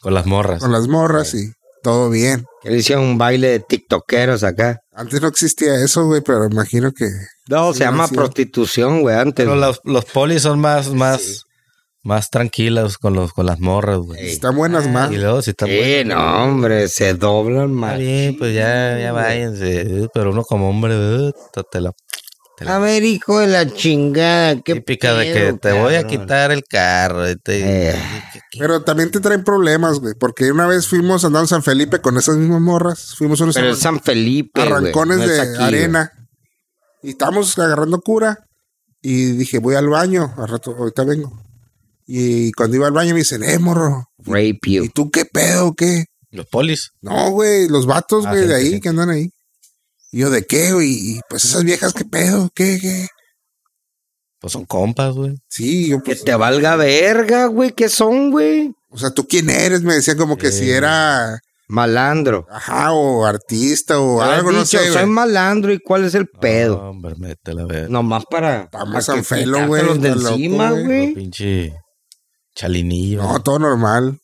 S2: Con las morras.
S4: con las morras y todo bien.
S3: Que le hicieron un baile de tiktokeros acá.
S4: Antes no existía eso, güey, pero imagino que
S3: No,
S4: Sí,
S3: se llama
S4: sí.
S3: prostitución, güey, antes.
S2: Pero los, los polis son más, más, más tranquilos con, los, con las morras, güey.
S4: están buenas más.
S2: Y luego si están
S3: Sí, no, hombre, se doblan
S2: Está
S3: mal.
S2: bien, pues ya, ya váyanse. eh, Pero uno como hombre, eh, te- te la
S3: A ver, hijo de la chingada, qué
S2: típica de que
S3: pedo,
S2: te voy a
S3: cabrón?
S2: quitar el carro. y te-
S3: Eh.
S4: Pero también te traen problemas, güey, porque una vez fuimos andando en San Felipe con esas mismas morras, fuimos a unos
S3: Pero es San Felipe, güey,
S4: arrancones
S3: no es
S4: de
S3: aquí, güey.
S4: arena y estábamos agarrando cura y dije, voy al baño, al rato, ahorita vengo. Y cuando iba al baño me dicen, eh, morro,
S3: Rape
S4: ¿y
S3: you.
S4: tú qué pedo, qué?
S2: Los polis.
S4: No, güey, los vatos,
S2: Ah,
S4: güey,
S2: gente,
S4: de ahí,
S2: gente.
S4: que andan ahí. Y yo, ¿de qué, güey? Y pues esas viejas, ¿qué pedo? ¿Qué, qué?
S2: Pues son compas, güey.
S4: Sí, yo,
S3: Que
S4: pues,
S3: te valga verga, güey, ¿qué son, güey?
S4: o sea, ¿tú quién eres? Me decían como que si era,
S3: Malandro.
S4: ajá, o artista o
S3: Has
S4: algo, no
S3: dicho,
S4: sé,
S3: soy
S4: güey.
S3: malandro y cuál es el
S2: Ah,
S3: pedo.
S2: No, hombre, mete la verga.
S3: Nomás para.
S4: Vamos
S3: para
S4: a
S3: que
S4: Felo,
S3: quitártelos
S4: güey,
S3: de
S4: está loco,
S3: encima,
S4: güey.
S2: Puro
S3: güey.
S2: Pinche chalinillo.
S4: No, todo normal.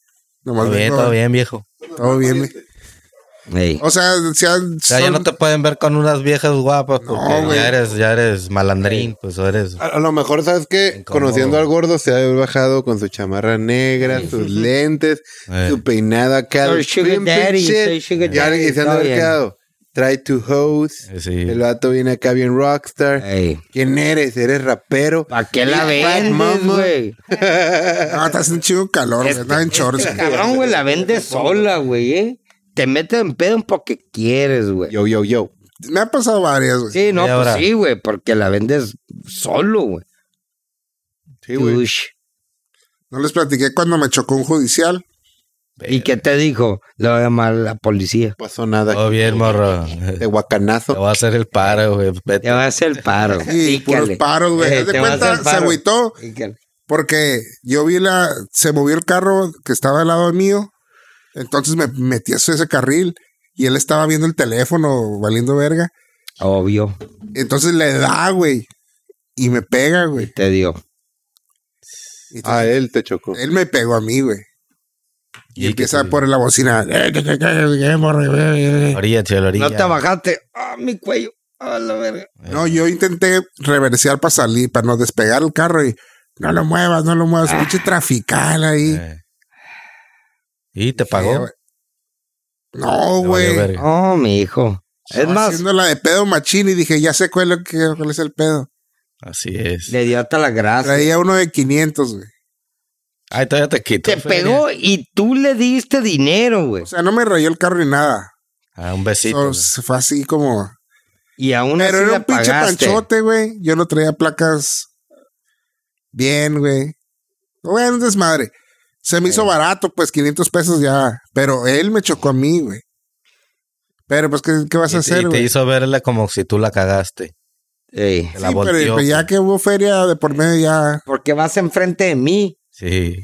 S4: Nomás
S2: todo bien,
S4: vengo-
S2: todo bien, viejo. O
S4: Todo bien, güey.
S3: Ey.
S4: O sea, si han-
S2: sea, ya
S4: son-
S2: no te pueden ver con unas viejas guapas porque
S4: güey.
S2: ya eres, ya eres
S3: Eh.
S2: malandrín, pues eres.
S1: A, a lo mejor, ¿sabes qué?
S2: Incómodo.
S1: Conociendo al gordo, se ha de haber bajado con su chamarra negra, sus lentes,
S2: Eh.
S1: su peinada acá.
S3: Soy sugar
S1: Pimp and
S3: daddy,
S1: shit.
S3: soy sugar
S1: Ya y
S3: daddy,
S1: se han de
S3: está
S1: haber
S3: bien.
S1: quedado. Try to host.
S2: Eh, sí. Eh.
S1: El vato viene acá bien rockstar.
S3: Ey.
S1: ¿Quién eres? ¿Eres rapero?
S3: ¿Para qué la
S1: Big fat
S3: vendes,
S1: mama.
S3: güey?
S4: Ah, está haciendo un chingo de calor, güey. Andaba en
S3: Este,
S4: shorts. güey.
S3: Cabrón, güey, la vendes sola, güey, ¿eh? Te metes en pedo porque quieres, güey.
S1: Yo, yo, yo.
S4: Me han pasado varias, güey.
S3: Sí, no,
S2: Media
S3: pues
S2: hora.
S3: sí, güey, porque la vendes solo, güey.
S1: Sí, güey.
S3: Tush.
S4: No les platiqué cuando me chocó un judicial.
S3: ¿Y qué te dijo? Le voy a llamar a la policía.
S1: No pasó nada.
S2: Todo bien, morro.
S1: De
S2: Te
S1: guacanazo.
S2: voy a hacer el paro, güey. Vete.
S3: Te va a hacer el paro.
S4: Y
S3: Pícale.
S4: puros paros, güey.
S3: Eh,
S4: Haz de
S3: te va a hacer
S4: cuenta, se
S3: paro.
S4: agüitó
S3: Pícale.
S4: porque yo vi la. Se movió el carro que estaba al lado mío. Entonces me metí a ese carril y él estaba viendo el teléfono, valiendo verga.
S3: Obvio,
S4: Entonces le da, güey. Y me pega, güey.
S3: te dio.
S4: Y
S1: A Ah, él te chocó.
S3: Eh,
S4: Él me pegó a mí, güey. Y,
S2: ¿Y
S4: empieza
S2: qué te-
S4: por la bocina. "Eh, que, que, que, que, morro, eh, eh".
S2: Orilla, tío, la orilla.
S3: No te bajaste. Ah, mi cuello. Ah, la verga.
S2: Eh.
S4: No, yo intenté reversear para salir, para no despegar el carro y no lo muevas, no lo muevas. Pinche trafical ahí.
S2: Ah.
S4: Eh,
S2: Eh. ¿Y te pagó? Te
S4: No,
S2: valió
S4: güey.
S2: verga.
S3: Oh, mi hijo. Es más,
S4: Haciendo la de pedo machín y dije, ya sé cuál es, lo que- cuál es el pedo.
S2: Así es.
S3: le dio hasta la gracia.
S4: Traía uno de 500, güey.
S2: Ay, todavía te quito.
S3: Te
S2: feria.
S3: pegó y tú le diste dinero, güey.
S4: O sea, no me rayó el carro ni nada.
S2: Ah, un besito.
S4: So,
S2: güey.
S3: pues.
S4: fue así como...
S3: Y aún así
S4: Pero era
S3: le
S4: un pinche
S3: pagaste.
S4: panchote, güey. Yo no traía placas bien, güey. Güey, un desmadre. Se me hizo barato, pues 500 pesos ya. Pero él me chocó a mí, güey. Pero pues, ¿qué, qué vas
S2: Y
S4: a
S2: te-
S4: hacer,
S2: y te
S4: güey? Sí,
S2: hizo verla como si tú la cagaste.
S3: Ey,
S2: Te la
S4: pero,
S2: volteó, pues.
S4: pero ya
S2: güey.
S4: que hubo feria de por medio, ya.
S3: porque vas enfrente de mí.
S2: Sí.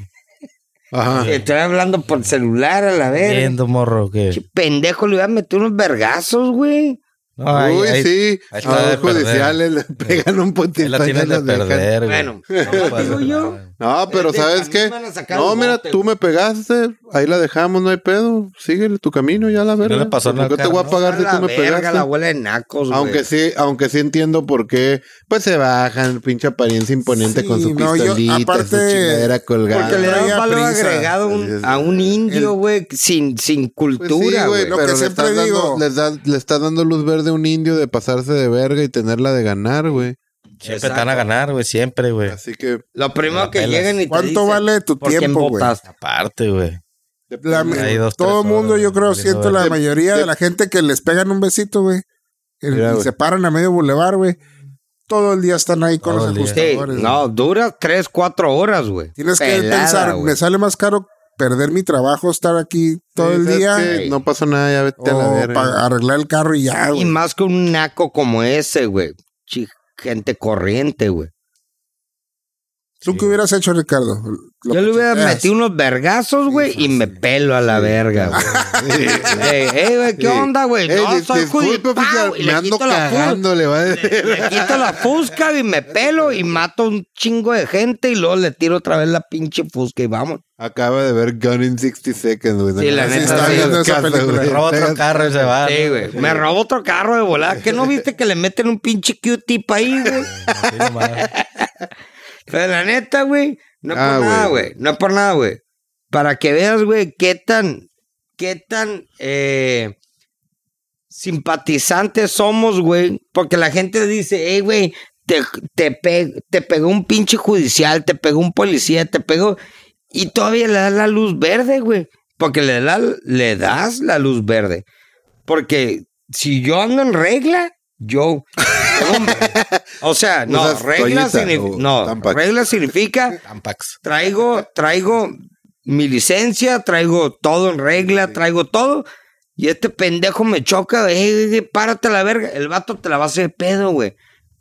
S1: Ajá.
S3: Estoy hablando por celular a la verga.
S2: Viendo, morro, que.
S3: Qué pendejo, le iba a meter unos vergazos, güey.
S2: No, ahí-
S1: Uy,
S2: ahí-
S1: sí.
S2: ahí está
S1: a
S2: de
S1: los
S2: perder. Eh,
S1: judiciales le pegan un
S2: ahí
S1: puntito.
S2: la tienes de perder, güey.
S3: Bueno,
S2: No pasa
S3: digo yo.
S2: nada.
S1: No, pero
S3: Es Eh, de- a
S1: ¿sabes
S3: mí
S1: qué?
S3: me van a sacar
S1: No,
S3: el
S1: mira,
S3: bote,
S1: tú
S3: güey.
S1: me pegaste, ahí la dejamos, no hay pedo. Sigue tu camino, ya la verga.
S2: le pasó
S1: ¿Por
S2: nada,
S1: qué te voy a
S2: ¿no?
S1: pagar si
S3: A
S1: tú
S3: la
S1: me
S3: verga,
S1: pegaste?
S3: la abuela de nacos, güey.
S1: Aunque sí, aunque sí entiendo por qué, pues se bajan, pinche apariencia imponente
S4: Sí,
S1: con su
S4: no, yo-
S1: pistolita, su
S4: aparte-
S1: chingadera colgada.
S3: Porque le
S4: da
S3: dan
S4: traía
S3: valor
S4: prisa.
S3: agregado a un, a un indio, güey, sin, sin
S1: Pues sí,
S3: cultura,
S1: güey,
S3: güey.
S4: lo
S1: pero
S4: que
S1: le
S4: siempre
S1: estás
S4: digo.
S1: dando- les da- le estás dando luz verde a un indio de pasarse de verga y tenerla de ganar, güey.
S2: Siempre te van a ganar, güey. Siempre, güey.
S1: Así que
S3: Lo primero
S2: La
S3: que
S2: pelas.
S3: llegan y te
S4: ¿Cuánto
S3: dicen,
S4: vale tu
S3: ¿por quién
S4: tiempo, güey?
S3: votaste?
S2: Aparte, güey.
S1: pues,
S4: La-
S2: Ahí dos,
S4: todo
S2: tres
S4: el mundo,
S2: horas,
S4: yo creo,
S2: valiendo
S4: siento la
S1: verga.
S4: mayoría de
S1: Te-
S4: la gente que les pegan un besito, güey. Y-
S1: Mira,
S4: Y
S1: güey.
S4: se paran a medio bulevar, güey. Todo el día están ahí con
S2: Todo
S4: los
S2: el día.
S3: Sí,
S4: ajustadores. güey.
S3: no, dura tres, cuatro horas, güey.
S4: Tienes que
S3: Pelada,
S4: pensar,
S3: güey.
S4: me sale más caro perder mi trabajo, estar aquí todo
S1: sí,
S4: el
S1: ¿sabes
S4: día
S1: qué? no pasa nada, ya vete a la
S4: o
S1: verga.
S4: pa- arreglar el carro y ya,
S3: Y
S4: güey.
S3: más que un naco como ese, güey. Chi- Gente corriente, güey.
S4: ¿Tú qué hubieras hecho, Ricardo? Lo
S3: Yo le hubiera
S4: cacheteas.
S3: metido unos vergazos, güey, y me pelo a la verga, güey. Ey, ey, güey, ¿qué
S1: Sí.
S3: onda, güey?
S1: Ey,
S3: No,
S1: dis-
S3: soy
S1: disculpe,
S3: judipau,
S1: oficial,
S3: y le
S1: me ando
S3: quito la fus-
S1: cagando, le va a decir.
S3: Le quito la fusca y me pelo y mato un chingo de gente y luego le tiro otra vez la pinche fusca y vamos.
S1: Acaba de ver Gun in 60 Seconds, güey.
S3: Sí, la
S1: Así
S3: neta,
S1: está
S3: sí.
S1: viendo
S4: Esa
S1: casa,
S4: película.
S1: güey.
S2: Roba otro carro y se va.
S3: Sí, güey. Me robó otro carro de volada. ¿Qué no viste que le meten un pinche Q-tip ahí, güey?
S2: Así nomás.
S3: Pero la neta, güey, no es
S1: Ah,
S3: por
S1: güey.
S3: nada, güey. No es por nada, güey. Para que veas, güey, qué tan, qué tan eh, simpatizantes somos, güey. Porque la gente dice, hey, güey, te, te, pe- te pegó un pinche judicial, te pegó un policía, te pegó. Y todavía le das la luz verde, güey. Porque le, da- le das la luz verde. Porque si yo ando en regla, yo. o sea, no,
S1: Usas toallita
S3: regla, signifi-
S1: o
S3: no,
S1: Tampax.
S3: regla significa
S2: Tampax.
S3: traigo, traigo mi licencia, traigo todo en regla, traigo todo. Y este pendejo me choca, güey, "Ey, güey, párate a la verga. El vato te la va a hacer de pedo, güey.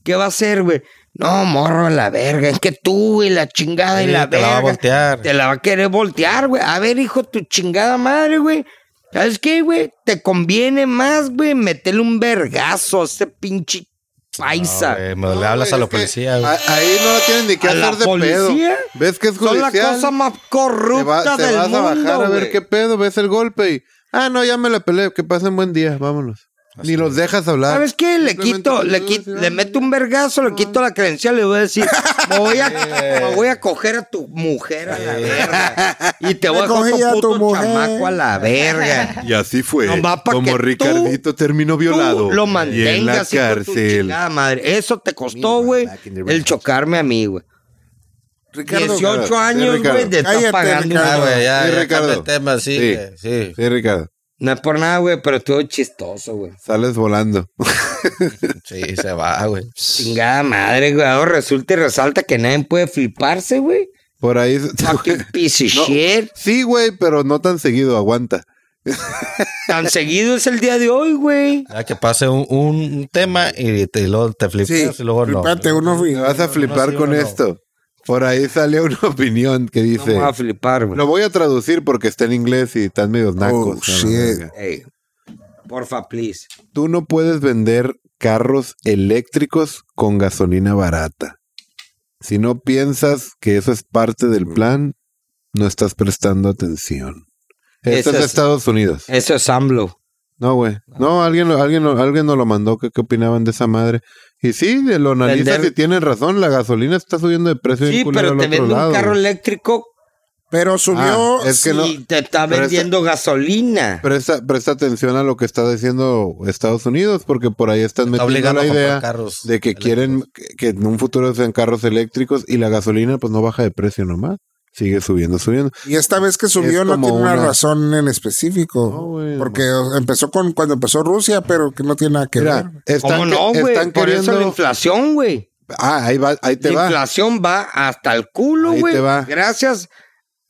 S3: ¿Qué va a hacer, güey? No, morro, a la verga. Es que tú, güey, la chingada y
S2: Sí,
S3: la
S2: te la
S3: verga.
S2: va a voltear.
S3: Te la va a querer voltear, güey. A ver, hijo, tu chingada madre, güey. ¿Sabes qué, güey? Te conviene más, güey, meterle un vergazo a este pinche paisa.
S2: No, güey, me le hablas a
S1: No,
S2: los
S1: güey, es que ah,
S2: policías, güey.
S1: a- Ahí no la tienen ni que
S3: ¿A la
S1: hacer de
S3: policía?
S1: pedo. ¿Ves que es
S3: Son la
S1: judicial?
S3: cosa más corrupta
S1: Te va- te
S3: del
S1: vas
S3: mundo.
S1: a bajar a ver
S3: güey.
S1: qué pedo, ves el golpe y... Ah, no, ya me la peleé, que pasen buen día, vámonos. Ni los dejas hablar.
S3: ¿Sabes qué? Le
S1: Simplemente
S3: quito,
S1: te
S3: le
S1: saludas y
S3: quito, le
S1: vámonos.
S3: meto un vergazo,
S1: Ah.
S3: le quito la credencial y le voy a decir, me voy a, me voy a coger a tu mujer a la verga. Y te voy a
S4: cogí
S3: coger
S4: a
S3: a
S4: tu
S3: tu puto
S4: mujer.
S3: chamaco a la verga.
S1: Y así fue.
S3: Nomás pa' que
S1: como
S3: tú-
S1: Ricardito terminó violado.
S3: Tú lo
S1: y en la
S3: mantengas hijo de tu
S1: cárcel.
S3: chingada madre. Eso te costó, güey, el chocarme a mí, güey.
S4: Ricardo,
S3: 18 años,
S1: Ricardo.
S3: güey, de estar
S4: Cállate,
S3: pagando.
S4: Ricardo.
S2: Ah, güey, ya,
S1: Sí,
S2: ya
S1: Ricardo.
S2: cambia el tema, sí,
S1: Sí.
S2: güey, sí.
S1: Sí, Ricardo.
S3: No es por nada, güey, pero estuvo chistoso, güey.
S1: Sales volando.
S2: Sí, se va, güey.
S3: Chingada madre, güey. Ahora resulta y resalta que nadie puede fliparse, güey.
S1: Por ahí.
S3: Fucking piece of
S1: No.
S3: shit.
S1: Sí, güey, pero no tan seguido, aguanta.
S3: Tan seguido es el día de hoy, güey.
S2: Ya que pase un, un tema y, te, y luego te
S4: sí,
S2: flipas y luego no.
S4: flipate, uno
S1: Te vas a flipar
S2: sí,
S1: con
S2: no, no.
S1: esto. Por ahí salió una opinión que
S3: No
S1: dice.
S3: me va a flipar, güey.
S1: Lo voy a traducir porque está en inglés y están medio nacos.
S4: Oh,
S1: a la
S4: shit.
S1: verga.
S3: Ey, porfa, please.
S1: Tú no puedes vender carros eléctricos con gasolina barata. Si no piensas que eso es parte del
S2: Mm.
S1: plan, no estás prestando atención. Esto
S3: Eso
S1: es de
S3: es-
S1: Estados Unidos.
S3: Eso es AMLO.
S1: No, güey.
S3: Ah.
S1: No, alguien, lo- alguien, lo- alguien nos lo mandó. ¿Qué, qué opinaban de esa madre? Y sí, de lo analizas
S3: Vender-
S1: y tienen razón. La gasolina está subiendo de precio.
S3: Sí,
S1: bien culero
S3: pero
S1: al
S3: te
S1: otro
S3: vende
S1: lado,
S3: un carro
S1: güey.
S3: eléctrico
S4: Pero
S1: Ah,
S4: subió.
S1: es que
S4: sí,
S1: no-
S3: y te está
S1: pero este esa-
S3: vendiendo gasolina.
S1: Presta, presta atención a lo que está diciendo Estados Unidos, porque por ahí están
S2: Está
S1: metiendo
S2: obligado
S1: la
S2: a comprar
S1: idea
S2: carros
S1: de que quieren que- que en un futuro sean carros eléctricos y la gasolina pues no baja de precio nomás. Sigue subiendo, subiendo.
S4: Y esta vez que subió
S1: Es
S4: no
S1: como
S4: tiene una,
S1: una-
S4: razón en específico.
S1: No, güey,
S4: porque empezó con cuando empezó Rusia, pero que no tiene nada que ver.
S1: Mira, están,
S3: ¿Cómo
S1: que-
S3: no, güey?
S1: están
S3: Por eso la
S1: queriendo...
S3: inflación, güey.
S1: Ah, ahí, va, ahí te
S3: La
S1: va.
S3: inflación va hasta el culo,
S1: Ahí
S3: güey.
S1: te va.
S3: Gracias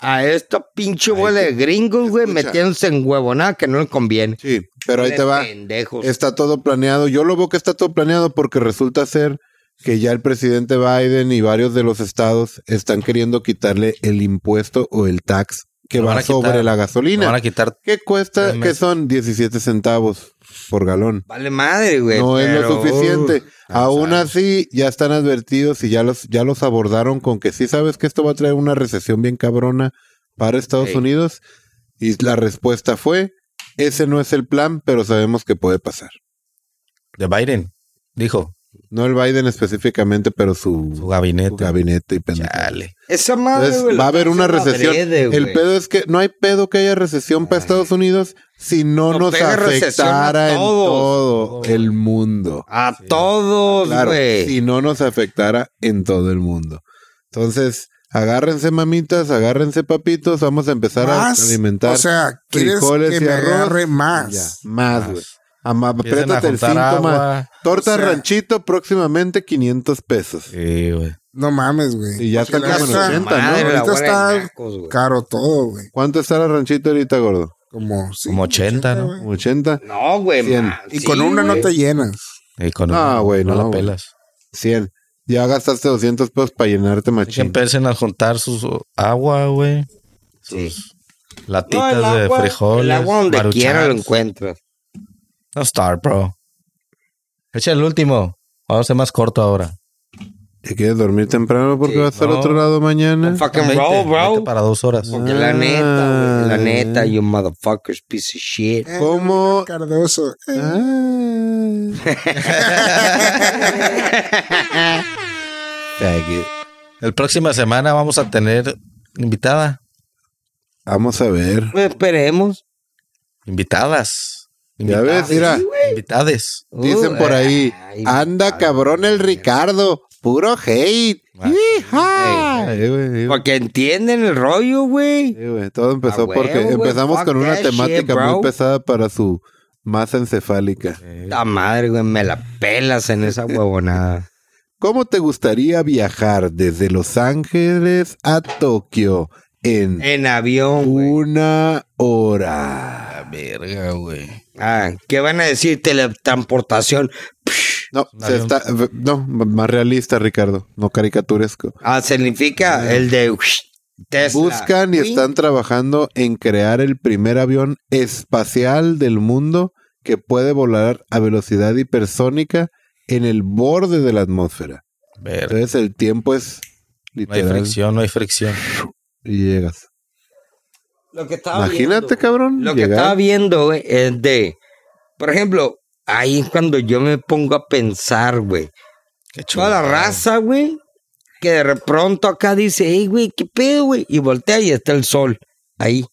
S3: a esta pinche bola de gringos, güey,
S1: Escucha.
S3: metiéndose en huevonada que no les conviene.
S1: Sí, pero ahí
S3: De
S1: te va.
S3: Pendejos.
S2: Pues,
S1: Está todo planeado. Yo lo veo que está todo planeado porque resulta ser que ya el presidente Biden y varios de los estados están queriendo quitarle el impuesto o el tax que
S2: Lo van
S1: va
S2: a quitar.
S1: sobre la
S2: Te van
S1: gasolina.
S2: a quitar
S1: que
S2: Tres
S1: cuesta? Que
S2: meses.
S1: son 17 centavos por galón.
S3: Vale madre, güey.
S2: Pues,
S1: No es
S3: pero- uh,
S1: lo suficiente.
S2: cansado.
S1: Aún así, ya están advertidos y ya los, ya los abordaron con que sí sabes que esto va a traer una recesión bien cabrona para Estados
S3: Ey.
S1: Unidos. Y la respuesta fue, ese no es el plan, pero sabemos que puede pasar.
S2: de Biden. Dijo,
S1: No el Biden específicamente, pero su,
S2: su
S1: su
S2: gabinete.
S1: gabinete y pendejo.
S2: Chale.
S3: Esa madre,
S1: Entonces,
S3: güey,
S1: va a
S3: la
S1: haber una
S3: hacen
S1: recesión.
S3: adrede,
S1: el
S3: güey.
S1: pedo es que no hay pedo que haya recesión para Estados Unidos si no
S3: Nos
S1: nos
S3: pega recesión a
S1: afectara en todo
S3: todos.
S1: el mundo.
S3: A todos,
S1: Claro,
S3: güey.
S1: si no nos afectara en todo el mundo. Entonces, agárrense mamitas, agárrense papitos, vamos a empezar
S4: Más,
S1: a alimentar
S4: o sea, quieres
S1: frijoles
S4: que
S1: y
S4: me
S1: arroz.
S4: agarre
S1: Ya,
S4: más.
S1: más, güey. Ama-
S2: Empiecen a
S1: Apriétate el
S2: juntar
S1: cinto más.
S2: agua.
S1: Torta
S4: O sea-
S1: ranchito, próximamente 500 pesos.
S2: Sí, güey.
S4: No mames, güey.
S1: Y Pues ya
S4: Porque
S1: está
S4: la
S1: como en
S4: neta,
S1: 80, ¿no?
S3: Madre, la
S4: Ahorita
S3: abuela
S4: está
S3: de nacos, güey.
S4: caro todo, güey.
S1: ¿Cuánto está la ranchito ahorita, gordo?
S4: Como, sí,
S2: Como 80, ¿no?
S4: güey.
S1: ¿Como 80?
S3: No, güey.
S1: Cien.
S3: ma-
S4: Y
S3: sí,
S4: con una
S3: güey.
S4: no te llenas.
S2: Y con
S1: No,
S2: una-
S1: güey, no,
S2: la
S1: güey.
S2: pelas.
S1: 100. Ya gastaste 200 pesos para llenarte
S2: Hay que
S1: machín.
S2: empiecen a juntar sus o, agua, güey.
S3: Sí.
S2: Sus latitas
S3: No, el
S2: de
S3: agua-
S2: frijoles.
S3: El agua donde
S2: maruchans.
S3: quiera lo encuentras.
S2: No star, bro. Echa el último. Vamos a ser más corto ahora.
S1: ¿Te quieres dormir temprano porque
S3: Sí,
S1: vas a estar
S2: no.
S1: otro lado mañana?
S3: Fucking
S2: Ah, Veinte,
S3: roll,
S2: veinte
S3: bro.
S2: para dos horas.
S3: Porque la
S1: Ah.
S3: neta, güey, la neta, you motherfuckers, piece of shit.
S1: ¿Cómo?
S4: Cardoso. Eh,
S1: Ah.
S3: Faggot.
S2: El próxima semana vamos a tener invitada.
S1: Vamos a ver.
S3: Pues esperemos.
S2: Invitadas.
S1: Ya ves, mira.
S2: Invitades.
S1: Dicen por ahí,
S3: Uh, ay,
S1: anda
S3: ay,
S1: cabrón el Ricardo, puro hate.
S2: Ah,
S1: ¡Hija! Eh, güey, eh, güey.
S3: Porque entienden el rollo, güey.
S1: Eh, güey, Todo empezó
S3: A huevo,
S1: porque
S3: güey,
S1: empezamos
S3: fuck
S1: con una
S3: that shit,
S1: temática
S3: bro.
S1: muy pesada para su masa encefálica.
S3: La madre, güey, me la pelas en esa huevonada.
S1: ¿Cómo te gustaría viajar desde Los Ángeles a Tokio en
S3: En avión, Eh, güey.
S1: una hora?
S2: La verga, güey.
S3: Ah, ¿qué van a decir? Teletransportación.
S1: No, se
S2: avión.
S1: está, no, más realista, Ricardo, no caricaturesco.
S3: Ah, significa el de Tesla.
S1: Buscan y
S3: Uy,
S1: están trabajando en crear el primer avión espacial del mundo que puede volar a velocidad hipersónica en el borde de la atmósfera.
S2: Verga.
S1: Entonces el tiempo es
S2: No hay
S1: literal
S2: fricción, no hay fricción.
S1: y llegas.
S3: Lo que estaba
S1: Imagínate,
S3: viendo,
S1: cabrón.
S3: Lo que
S1: llegar.
S3: estaba viendo, güey, es de. Por ejemplo, ahí es cuando yo me pongo a pensar, güey.
S2: Qué
S3: Toda la
S2: chulada.
S3: raza, güey, que de pronto acá dice, hey, güey, qué pedo, güey. Y voltea y está el sol ahí.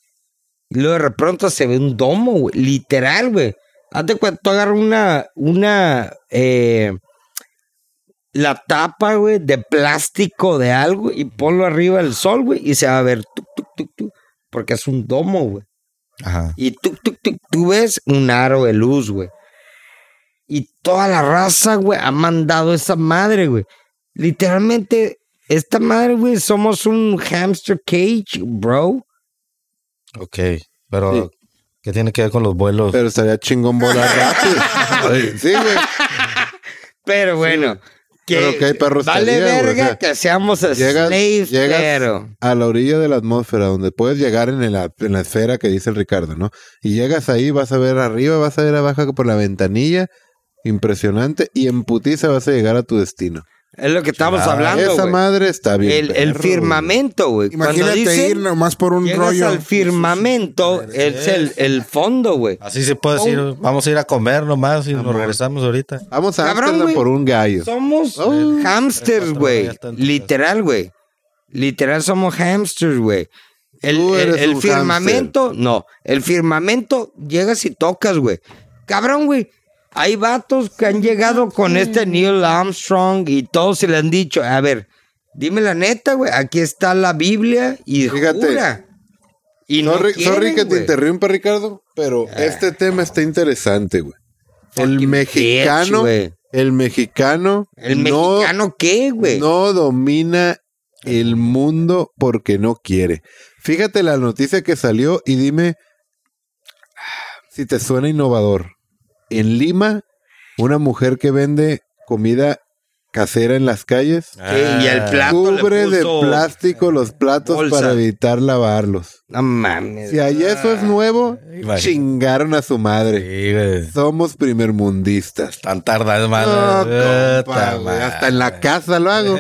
S3: Y luego de pronto se ve un domo, güey. Literal, güey. Hazte cuenta, tú agarras una. una eh, la tapa, güey, de plástico de algo y ponlo arriba del sol, güey, y se va a ver tuc, tuc, tuc, tuc, porque es un domo, güey.
S2: Ajá.
S3: Y tú, tú, tú, tú ves un aro de luz, güey. Y toda la raza, güey, ha mandado esa madre, güey. Literalmente, esta madre, güey, somos un hamster cage, bro.
S2: Ok. Pero, ¿qué tiene que ver con los vuelos?
S1: Pero estaría chingón volar rápido. sí, güey.
S3: Pero bueno, que
S1: Pero que hay perros
S3: vale
S1: también, güey,
S3: verga
S1: o sea,
S3: que seamos
S1: Llegas,
S3: slaves,
S1: llegas
S3: pero...
S1: a la orilla de la atmósfera, donde puedes llegar en la, en la esfera que dice el Ricardo, ¿no? Y llegas ahí, vas a ver arriba, vas a ver abajo por la ventanilla. Impresionante. Y en putiza vas a llegar a tu destino.
S3: Es lo que estamos
S2: Chulada.
S3: hablando,
S1: Esa
S3: güey.
S1: madre está bien.
S3: El, el
S1: perro,
S3: firmamento, güey. Cuando
S4: Imagínate
S3: dicen,
S4: ir nomás por un
S3: llegas
S4: rollo.
S3: al firmamento, es el, el fondo, güey.
S2: Así se puede decir, vamos a ir a comer nomás y nos regresamos ahorita.
S1: güey. Vamos a
S3: Cabrón,
S1: Ámsterdam
S3: güey.
S1: por un gallo.
S3: Somos
S1: Oh.
S3: hamsters,
S2: Tres, cuatro,
S3: güey.
S2: ya está en tu
S3: Literal, güey. Literal somos hamsters, güey. El,
S1: Tú
S3: el-
S1: eres
S3: el
S1: un
S3: firmamento, no. El firmamento llegas y tocas, güey. Cabrón, güey. Hay vatos que han llegado con este Neil Armstrong y todos se le han dicho, a ver, dime la neta, güey. Aquí está la Biblia y
S1: Fíjate.
S3: jura. Y no,
S1: sorry,
S3: quieren,
S1: sorry que te
S3: güey. Ah.
S1: interrumpa, Ricardo, pero este tema está interesante, güey. El
S3: Fucking bitch,
S1: mexicano,
S3: güey.
S1: el mexicano,
S3: ¿El
S1: no-
S3: mexicano qué, güey?
S1: no domina el mundo porque no quiere. Fíjate la noticia que salió y dime si te suena innovador. En Lima, una mujer que vende comida casera en las calles
S3: Sí, y
S2: Ah,
S3: el plato le
S1: cubre de
S3: puso-
S1: plástico los platos
S3: bolsa.
S1: para evitar lavarlos.
S3: No mames.
S1: Si allá eso es nuevo,
S2: imagínate.
S1: chingaron a su madre.
S2: Sí, güey.
S1: Somos primermundistas.
S2: Tan tardas,
S1: No,
S2: mano.
S1: compa,
S2: Puta
S1: güey,
S2: madre.
S1: hasta en la casa lo hago.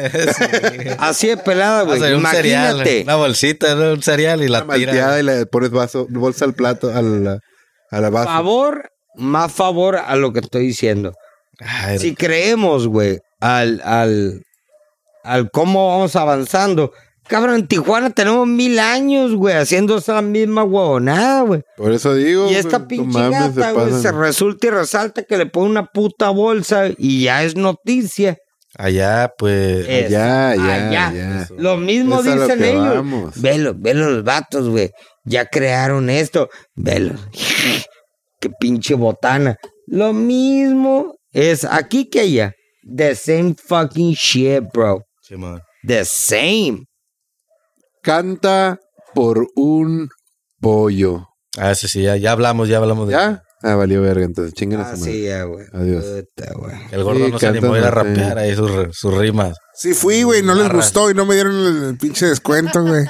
S3: Así de pelada, güey.
S2: Hacer un cereal,
S3: Imagínate.
S2: una bolsita, ¿no? un cereal y la
S1: Una malteada
S2: tira.
S1: y le pones vaso, bolsa al plato, a la, a la base.
S3: favor, más favor a lo que estoy diciendo.
S2: Ay,
S3: Si creemos, güey, al, al, al cómo vamos avanzando. Cabrón, en Tijuana tenemos mil años, güey, haciendo esa misma huevonada, güey.
S1: Por eso digo.
S3: Y
S1: güey,
S3: esta
S1: no
S3: pinche
S1: mames, se
S3: gata, güey,
S1: pasan.
S3: se resulta y resalta que le pone una puta bolsa y ya es noticia.
S2: Allá, pues.
S3: Eh,
S1: Ah, Ya, ya,
S3: Allá.
S1: ya.
S3: Lo mismo
S1: Es a lo
S3: dicen
S1: que
S3: ellos.
S1: vamos.
S3: Velo, velo los vatos, güey. Ya crearon esto. Velo. Qué pinche botana. Lo mismo es aquí que allá. The same fucking shit, bro.
S2: Simón.
S3: The same.
S1: Canta por un pollo.
S2: Ah, sí, sí, ya, ya hablamos, ya hablamos de.
S1: ¿Ya? Ah, valió verga, entonces chinguen a
S3: Ah,
S1: su madre.
S3: sí, ya, güey.
S1: Adiós.
S3: Puta, güey.
S2: El gordo
S1: Sí,
S2: no se animó a ir a
S1: cantando, sí.
S2: rapear ahí sus, re- sus rimas.
S4: Sí fui, güey, no les
S2: Barras.
S4: gustó y no me dieron el, el pinche descuento, güey.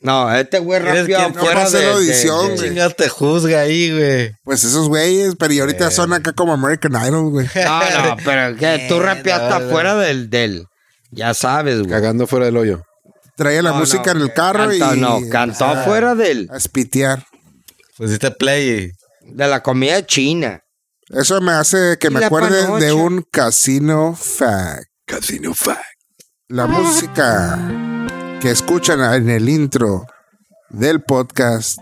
S3: No, este güey
S2: ¿Quieres
S3: rapeó
S2: que no
S3: fuera
S4: pase
S3: de,
S4: la
S3: de-
S4: audición,
S3: de-
S4: güey?
S2: Chinga, te juzga ahí, güey.
S4: Pues esos güeyes, pero y ahorita son acá como American Idol, güey.
S3: No, no, pero que tú
S2: Eh,
S3: rapeaste
S2: no, no.
S3: afuera del, del... Ya sabes, güey.
S1: Cagando fuera del hoyo.
S4: Traía la
S3: No,
S4: música
S3: no,
S4: en el carro
S3: cantó,
S4: y Ah.
S3: No, cantó afuera del,
S4: a espitear.
S2: Pusiste play
S3: de la comida china.
S4: Eso me hace que
S3: Y
S4: me
S3: la
S4: acuerde
S3: panocha.
S4: de un casino fact.
S1: Casino fact.
S4: La música que escuchan en el intro del podcast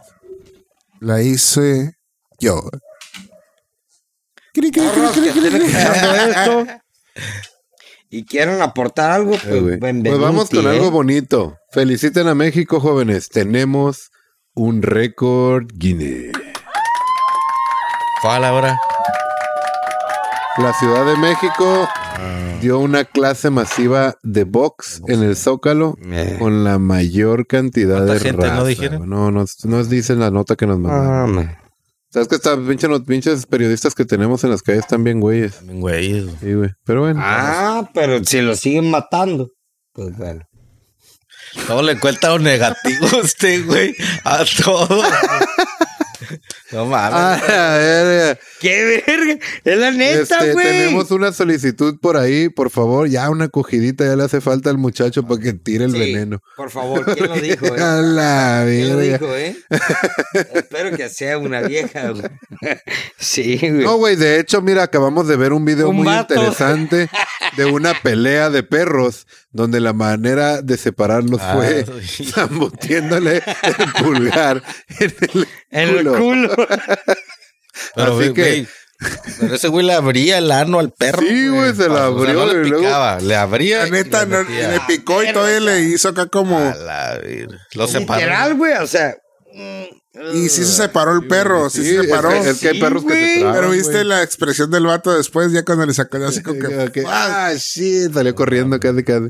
S4: la hice yo. Cri, cri, cri,
S3: Todos
S4: cri,
S3: que
S4: cri,
S3: estén
S4: cri.
S3: escuchando esto y quieran aportar algo, pues,
S1: Eh, güey.
S3: bienvenuti,
S1: pues vamos con
S3: ¿eh?
S1: algo bonito. Feliciten a México, jóvenes. Tenemos un récord Guinness.
S2: y. ¿Cuál ahora?
S1: La Ciudad de México
S2: Ah.
S1: dio una clase masiva de box en el Zócalo
S3: Eh.
S1: con la mayor cantidad
S2: ¿Cuánta
S1: de
S2: gente no
S1: raza,
S2: dijeron?
S1: güey. No, no, nos dicen la nota que nos mandaron.
S3: Ah, man.
S1: ¿Sabes que estas pinches, no- pinches periodistas que tenemos en las calles están bien güeyes?
S2: También, Güey.
S1: Sí, güey. Pero bueno.
S3: Ah, pero si lo siguen matando, pues bueno.
S2: Todo le cuenta un negativo a usted, güey. A todo. No mames.
S1: Ah, la verga.
S3: ¡Qué verga! Es la neta,
S1: Este,
S3: güey.
S1: tenemos una solicitud por ahí, por favor, ya una cogidita, ya le hace falta al muchacho para que tire el
S3: Sí,
S1: veneno.
S3: Por favor, ¿quién lo dijo, eh?
S1: A la
S3: ¿Quién lo
S1: verga.
S3: dijo, eh? Espero que sea una vieja, güey. Sí, güey.
S1: No, güey, de hecho, mira, acabamos de ver un video
S3: Un
S1: muy
S3: vato.
S1: interesante de una pelea de perros donde la manera de separarlos
S2: Ah,
S1: fue
S2: sí.
S1: zambotiéndole el pulgar en el
S3: en el
S1: culo.
S3: culo.
S2: Pero,
S1: así
S2: güey,
S1: que-
S2: güey, pero ese güey le abría el ano al perro.
S1: Sí, güey, se la
S2: Para- o sea,
S1: abrió
S2: no le
S1: y luego-
S2: picaba, le abría.
S4: La
S2: y
S4: neta
S2: le
S4: no-
S2: metía.
S4: le picó y todavía le hizo acá como.
S2: A la vir- Lo separó.
S3: Literal, güey. O sea.
S4: Y sí se separó el perro, sí,
S1: Sí,
S4: se
S1: es
S4: separó.
S1: que- Es que, hay
S3: Sí,
S1: perros que
S3: güey.
S1: se traban,
S4: pero viste
S1: güey.
S4: la expresión del vato después, ya cuando le sacó así como que.
S1: Ok, Ah, sí, salió corriendo casi, casi.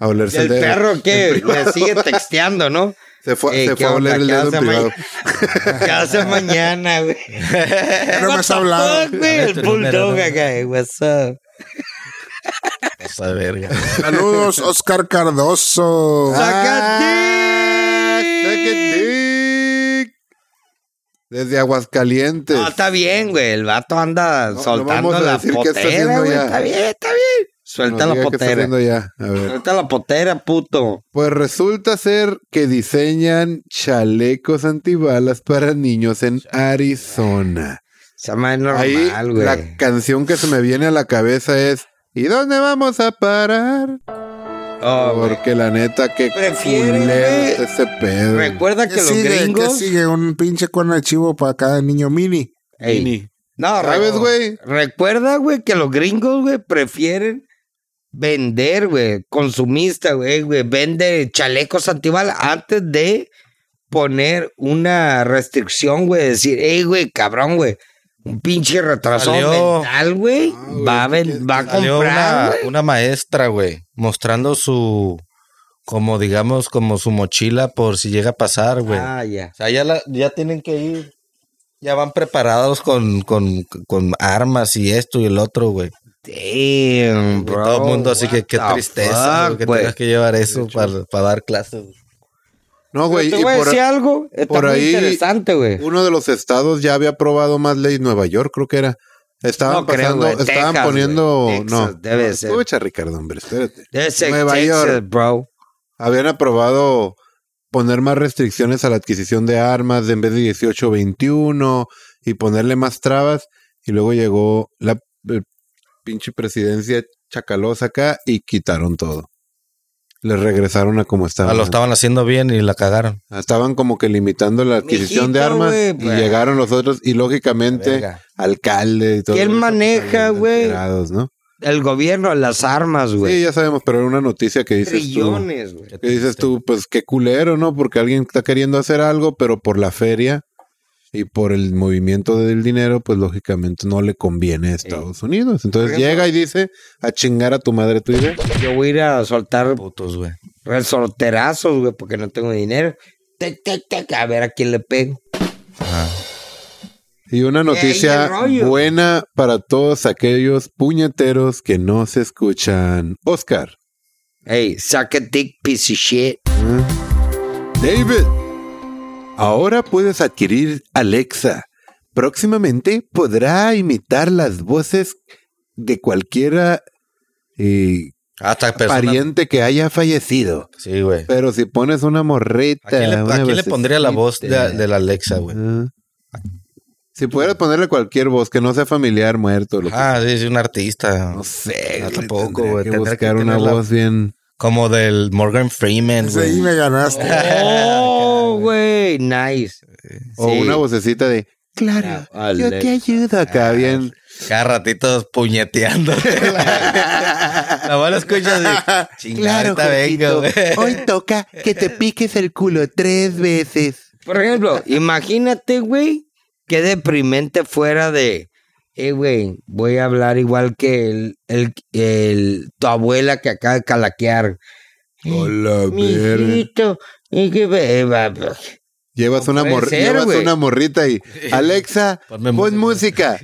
S1: A olerse
S3: Pues El
S1: dedo.
S3: perro que le sigue texteando, ¿no?
S1: Se fue,
S3: Ey,
S1: se
S3: ¿qué
S1: fue a
S3: onda?
S1: oler el
S3: ¿Qué
S1: dedo en
S3: hace
S1: privado.
S3: mañana? ¿Qué hace mañana, güey?
S4: Ya no me has
S3: What the
S4: hablado.
S3: fuck, güey? El bulldog acá, güey, what's up?
S2: Esa verga.
S4: Saludos, Oscar Cardoso.
S1: Ah, saca dick. Desde Aguascalientes.
S3: No, está bien, güey. El vato anda
S1: no
S3: soltando
S1: vamos a
S3: la
S1: decir qué está
S3: potera,
S1: haciendo
S3: güey.
S1: ya.
S3: Está bien, está bien.
S1: Nos
S3: Suelta
S1: diga
S3: la
S1: qué está
S3: potera.
S1: haciendo ya. A ver.
S3: Suelta la potera, puto.
S1: Pues resulta ser que diseñan chalecos antibalas para niños en Arizona.
S3: Se llama es
S1: Ahí
S3: normal, güey.
S1: la canción que se me viene a la cabeza es ¿Y dónde vamos a parar?
S3: Oh, güey.
S1: Porque la neta que
S3: Prefieren,
S1: culero
S3: güey.
S1: está ese pedo.
S3: Recuerda
S4: ¿Qué
S3: que los
S4: sigue? ¿Qué
S3: gringos.
S4: sigue? Un pinche cuerno de chivo para cada niño mini.
S3: Ey.
S1: Mini.
S3: No,
S1: ¿Sabes,
S3: re-
S1: güey?
S3: Recuerda, güey, que los gringos, güey, prefieren vender, güey, consumista, güey, güey, vende chalecos antibalas antes de poner una restricción, güey, decir, hey, güey, cabrón, güey, un pinche retraso
S2: Salió-
S3: mental, güey,
S1: Ah, güey,
S3: va a, ven-
S1: que-
S3: va a
S2: Salió una,
S3: comprar, güey.
S2: una maestra, güey, mostrando su, como digamos, como su mochila por si llega a pasar, güey.
S3: Ah, ya.
S2: O sea, ya, la- ya tienen que ir, ya van preparados con, con, con armas y esto y el otro, güey.
S3: Damn,
S2: Y
S3: bro,
S2: todo el mundo, así
S3: what
S2: que qué
S3: the
S2: tristeza
S3: fuck,
S2: güey, que
S3: güey.
S2: tengas que llevar eso para, para dar clases.
S1: No,
S3: Pero
S1: güey.
S3: Te
S1: y
S3: voy a
S1: por-
S3: decir algo, está
S1: por
S3: muy
S1: ahí-
S3: interesante, güey.
S1: Uno de los estados ya había aprobado más ley, Nueva York creo que era. Estaban
S3: No creo,
S1: pasando,
S3: güey,
S1: estaban
S3: Texas,
S1: poniendo,
S3: güey, Texas,
S1: no,
S3: debe
S1: no,
S3: ser.
S1: escucha, Ricardo, hombre, espérate.
S3: Debe ser
S1: Nueva
S3: Texas,
S1: York.
S3: bro.
S1: Habían aprobado poner más restricciones a la adquisición de armas de en vez de 18 21 y ponerle más trabas y luego llegó la eh, pinche presidencia chacalosa acá y quitaron todo. Les regresaron a como
S2: Ah,
S1: estaban.
S2: lo estaban haciendo bien y la cagaron.
S1: Estaban como que limitando la adquisición de
S3: Mijito,
S1: armas
S3: güey,
S1: y
S3: pues.
S1: llegaron los otros y lógicamente
S2: Verga.
S1: alcalde y todo.
S3: ¿Quién
S1: eso,
S3: maneja,
S1: pues, también
S3: güey?
S1: enterados, ¿no?
S3: El gobierno, las armas, güey.
S1: Sí, ya sabemos, pero era una noticia que dices tú.
S3: trillones, güey.
S1: Que dices tú, pues qué culero, ¿no? Porque alguien está queriendo hacer algo, pero por la feria y por el movimiento del dinero, pues lógicamente no le conviene a Estados Unidos. Entonces
S3: Por ejemplo-
S1: llega y dice a chingar a tu madre tu idea.
S3: Yo voy a ir a soltar
S2: Putos, güey.
S3: resorterazos, güey, porque no tengo dinero. Tac, tac, tac, a ver a quién le pego.
S1: Y una noticia
S3: rollo.
S1: buena para todos aquellos puñeteros que no se escuchan. Oscar,
S3: Hey, suck a dick, piece of shit.
S1: David, ahora puedes adquirir Alexa. Próximamente podrá imitar las voces de cualquiera eh,
S2: Hasta persona-
S1: pariente que haya fallecido.
S2: Ah, Sí, güey.
S1: Pero si pones una
S2: ¿A
S1: morreta.
S2: quién le, a
S1: una eh,
S2: quién le pondría la voz de,
S1: vocecita.
S2: de la Alexa, güey?
S1: Ah. Si pudieras ponerle cualquier voz que no sea familiar, muerto, lo que
S2: Ah, sí, es un artista.
S1: No sé,
S2: No,
S1: güey,
S2: tampoco,
S1: tendría
S2: güey,
S1: que
S2: tendría
S1: buscar
S2: que
S1: una
S2: tener la-
S1: voz bien.
S2: Como del Morgan Freeman,
S4: Ese ahí
S2: güey.
S4: me ganaste.
S3: Eh, Oh, güey, nice.
S1: O
S3: Sí.
S1: una vocecita de. Claro,
S3: Ah,
S1: yo te
S3: Alexa.
S1: ayudo
S2: Ah,
S1: acá, bien.
S2: Cada ratito puñeteando. Nomás lo escuchas y chingada,
S1: Claro,
S2: ahorita vengo,
S1: Jorgito,
S2: güey.
S1: hoy toca que te piques el culo tres veces.
S3: Por ejemplo, imagínate, güey, qué deprimente fuera de, eh, güey, voy a hablar igual que el, el, el- tu abuela que acaba de calaquear.
S1: Hola,
S3: Mi hijito, y que ve- eh, va- va-
S1: Llevas, una,
S3: puede
S1: mor-
S3: ser,
S1: llevas
S3: güey.
S1: una morrita y. Alexa,
S2: Ponme
S1: pon música.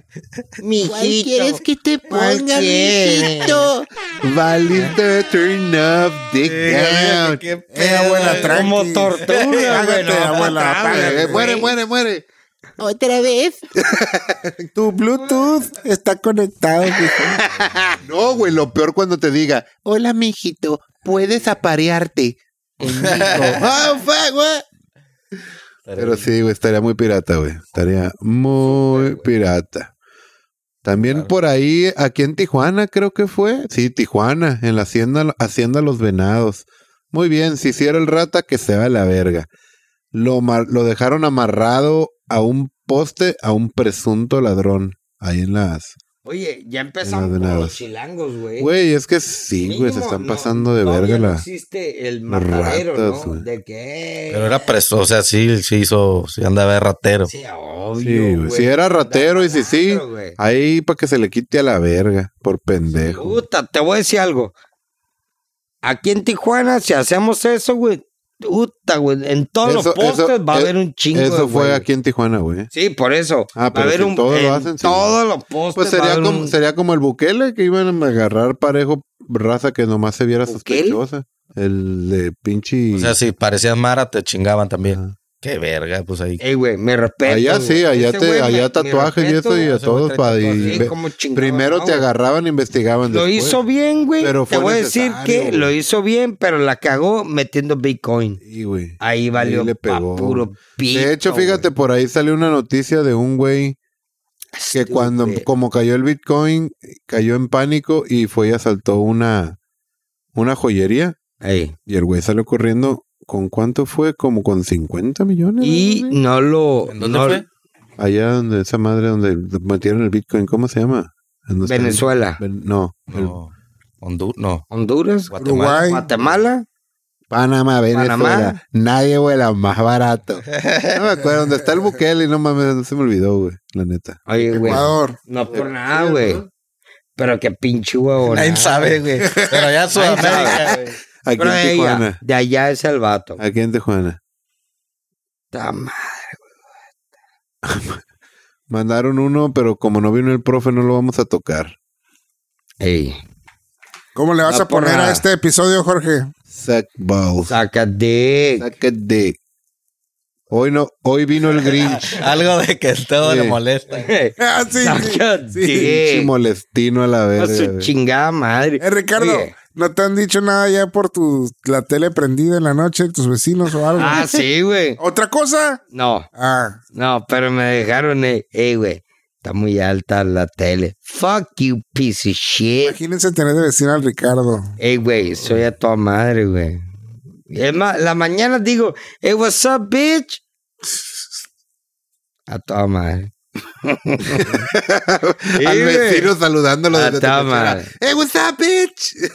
S3: mi hijito.
S1: que te
S3: ¿Cuál quieres?
S1: Valiste turn up, dick down.
S2: Qué
S4: Eh, abuela,
S2: güey.
S4: tranqui.
S3: como tortuga, güey,
S4: Hágate,
S3: no,
S4: abuela,
S3: otra
S4: apágate.
S1: Eh, muere, muere, muere.
S7: ¿Otra vez?
S4: Tu Bluetooth está conectado. mijo.
S1: No, güey, lo peor cuando te diga, hola, mijito, puedes aparearte. ¡Oh, fuck, what? Pero sí, güey, estaría muy pirata, güey. Estaría muy pirata. También por ahí, aquí en Tijuana, creo que fue. Sí, Tijuana, en la hacienda, hacienda Los Venados. Muy bien, si hiciera el rata, que se va a la verga. Lo, ma- lo dejaron amarrado a un poste a un presunto ladrón. Ahí en las.
S3: Oye, ya
S1: No, de
S3: empezamos
S1: nada.
S3: con los chilangos, güey.
S1: Güey, es que sí, güey, se
S3: Mínimo,
S1: están
S3: no,
S1: pasando de
S3: todavía
S1: verga
S3: no
S1: la.
S3: existe el
S1: las
S3: matadero,
S1: ratas,
S3: ¿no?
S1: güey.
S3: De que
S2: Pero era preso, o sea, sí, sí hizo, sí andaba de ratero.
S3: Sí, obvio,
S1: Sí, güey.
S3: güey.
S1: Si era ratero y si sí,
S3: Malandro, güey.
S1: ahí para que se le quite a la verga, por pendejo.
S3: Puta, te voy a decir algo. Aquí en Tijuana, si hacemos eso, güey, puta, güey, en todos los
S1: Eso-
S3: postes
S1: eso-
S3: va a
S1: eh,
S3: haber un chingo
S1: Eso
S3: de
S1: fue
S3: güey.
S1: aquí en Tijuana, güey.
S3: Sí, por eso.
S1: Ah,
S3: va a
S1: pero
S3: haber
S1: si
S3: un
S1: todos lo
S3: en
S1: hacen, sí.
S3: todos los postes
S1: Pues
S3: va a
S1: sería
S3: haber
S1: como,
S3: un-
S1: sería como el Bukele, que iban a agarrar parejo raza que nomás se viera
S3: ¿Bukele?
S1: sospechosa. El de pinche...
S2: O sea, si parecías Mara, te chingaban también.
S1: Ajá. Eh,
S2: Qué verga, pues ahí.
S3: Ey, güey, me respeto.
S1: allá
S3: güey.
S1: sí, allá,
S3: Ese
S1: te,
S3: güey me-
S1: allá
S3: me
S1: tatuajes y eso
S3: respeto,
S1: y a
S2: ese güey
S1: todos
S2: trae
S1: para...
S2: tatuajes.
S1: y
S3: Sí,
S1: ve-
S3: como chingado,
S1: Primero
S3: no,
S1: te
S3: güey.
S1: agarraban, investigaban.
S3: Lo
S1: después.
S3: hizo bien, güey.
S1: Pero
S3: Te
S1: fue
S3: voy a decir
S1: necesario,
S3: que
S1: güey.
S3: lo hizo bien, pero la cagó metiendo Bitcoin.
S1: Sí, güey.
S3: Ahí valió
S1: le
S3: pa'
S1: pegó.
S3: puro pito,
S1: De hecho, fíjate,
S3: güey.
S1: por ahí salió una noticia de un güey que
S3: Estúpido.
S1: cuando, como cayó el Bitcoin, cayó en pánico y fue y asaltó una, una joyería.
S3: Ey,
S1: Y el güey salió corriendo. ¿Con cuánto fue? Como con 50 millones.
S3: Y
S1: algo así.
S3: no lo...
S2: ¿En dónde
S3: no-
S2: fue?
S1: Allá donde esa madre, donde metieron el Bitcoin, ¿cómo se llama? En los-
S3: Venezuela.
S1: Ven- no, el-
S2: No. Honduras, no.
S3: Honduras,
S2: Guatemala.
S4: Uruguay.
S3: Guatemala.
S1: Panamá, Venezuela.
S3: Panamá.
S1: Nadie vuela más barato. No me acuerdo dónde está el Bukele y no mames, no se me olvidó, güey, la neta.
S3: Oye, güey.
S4: Ecuador.
S3: No por nada, güey. Pero qué pinche huevón.
S2: Nadie sabe, güey. Pero allá en Sudamérica, güey.
S1: Aquí
S3: Pero
S1: en
S3: de, ella,
S1: Tijuana.
S3: de allá es el vato.
S1: Aquí en Tijuana.
S3: Ta madre.
S1: Mandaron uno, pero como no vino el profe, no lo vamos a tocar.
S3: Ey,
S4: ¿Cómo le vas
S3: No
S4: a poner
S3: por nada.
S4: a este episodio, Jorge?
S1: Sack balls.
S3: sácate.
S1: Sack it dick. Hoy no, hoy vino el Grinch.
S2: Algo de que todo
S1: Sí.
S2: le molesta.
S4: Ah, sí, sí.
S1: Pinche
S3: Sácate.
S1: molestino a la
S3: A
S1: verga.
S3: Pues su
S1: güey.
S3: chingada madre.
S4: Eh, Ricardo,
S3: Oye.
S4: ¿no te han dicho nada ya por tu la tele prendida en la noche, tus vecinos o algo?
S3: Ah, sí, güey.
S4: ¿Otra cosa?
S3: No,
S4: Ah,
S3: no, pero me dejaron. eh, Ey, güey. Está muy alta la tele. Fuck you, piece of shit.
S4: imagínense tener de vecino al Ricardo.
S3: Ey, güey, soy a toda madre, güey. Es más, la mañana digo, hey, what's up, bitch? A toda madre.
S1: Al
S3: Sí, güey.
S1: vecino saludándolo
S3: Ah,
S1: desde tu
S3: está
S1: cochera.
S3: mal.
S1: ¡Eh, what's up, bitch!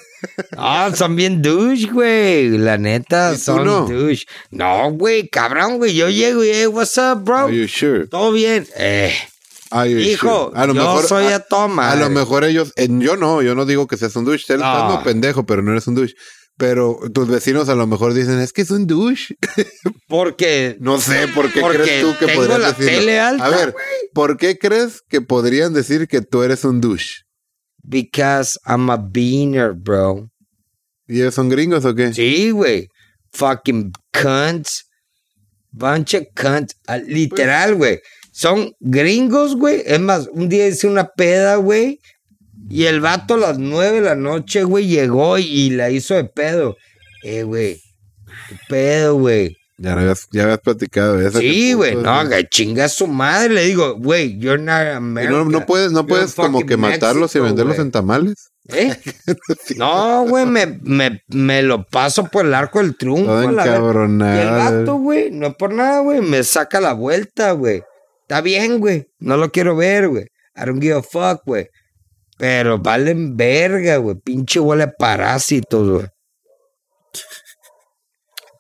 S3: Ah, son bien douche, güey. La neta,
S1: ¿Y tú
S3: son
S1: no?
S3: douche. No, güey, cabrón, güey. Yo llego y, hey, what's up, bro?
S1: Are you sure?
S3: Todo bien. Eh,
S1: Are you
S3: hijo,
S1: sure? A lo
S3: yo
S1: mejor,
S3: soy a, toda
S1: a
S3: madre. Ah.
S1: lo mejor ellos, en- yo no, yo no digo que seas un douche, te
S3: No.
S1: estás no pendejo, pero no eres un douche. Pero tus vecinos a lo mejor dicen, es que es un douche.
S3: Porque
S1: No sé, ¿por qué
S3: Porque
S1: crees tú que
S3: tengo
S1: podrías
S3: la
S1: decirlo?
S3: tele alta,
S1: A ver, ¿Por qué crees que podrían decir que tú eres un douche?
S3: Because I'm a beaner, bro.
S1: ¿Y ellos son gringos o qué?
S3: Sí, güey. Fucking cunts. Bunch of cunts. Ah, Literal, güey. Son gringos, güey. Es más, un día hice una peda, güey. Y el vato a las nueve de la noche, güey, llegó y la hizo de pedo. Eh, güey. ¿Qué pedo, güey?
S1: Ya, habías, ya habías platicado de eso.
S3: Sí,
S1: que-
S3: güey. No, que chinga a su madre. Le digo, güey, you're not
S1: Y
S3: American.
S1: no, no puedes, no
S3: You're
S1: puedes como
S3: fucking
S1: que matarlos
S3: Mexico,
S1: y venderlos
S3: güey.
S1: en tamales.
S3: ¿Eh? No, güey, me, me, me lo paso por el arco del triunfo.
S1: Todo
S3: a la verga. Y el
S1: encabronado.
S3: vato, güey, no es por nada, güey, me saca la vuelta, güey. Está bien, güey, no lo quiero ver, güey. I don't give a fuck, güey. Pero valen verga, güey. Pinche huele a parásitos, güey.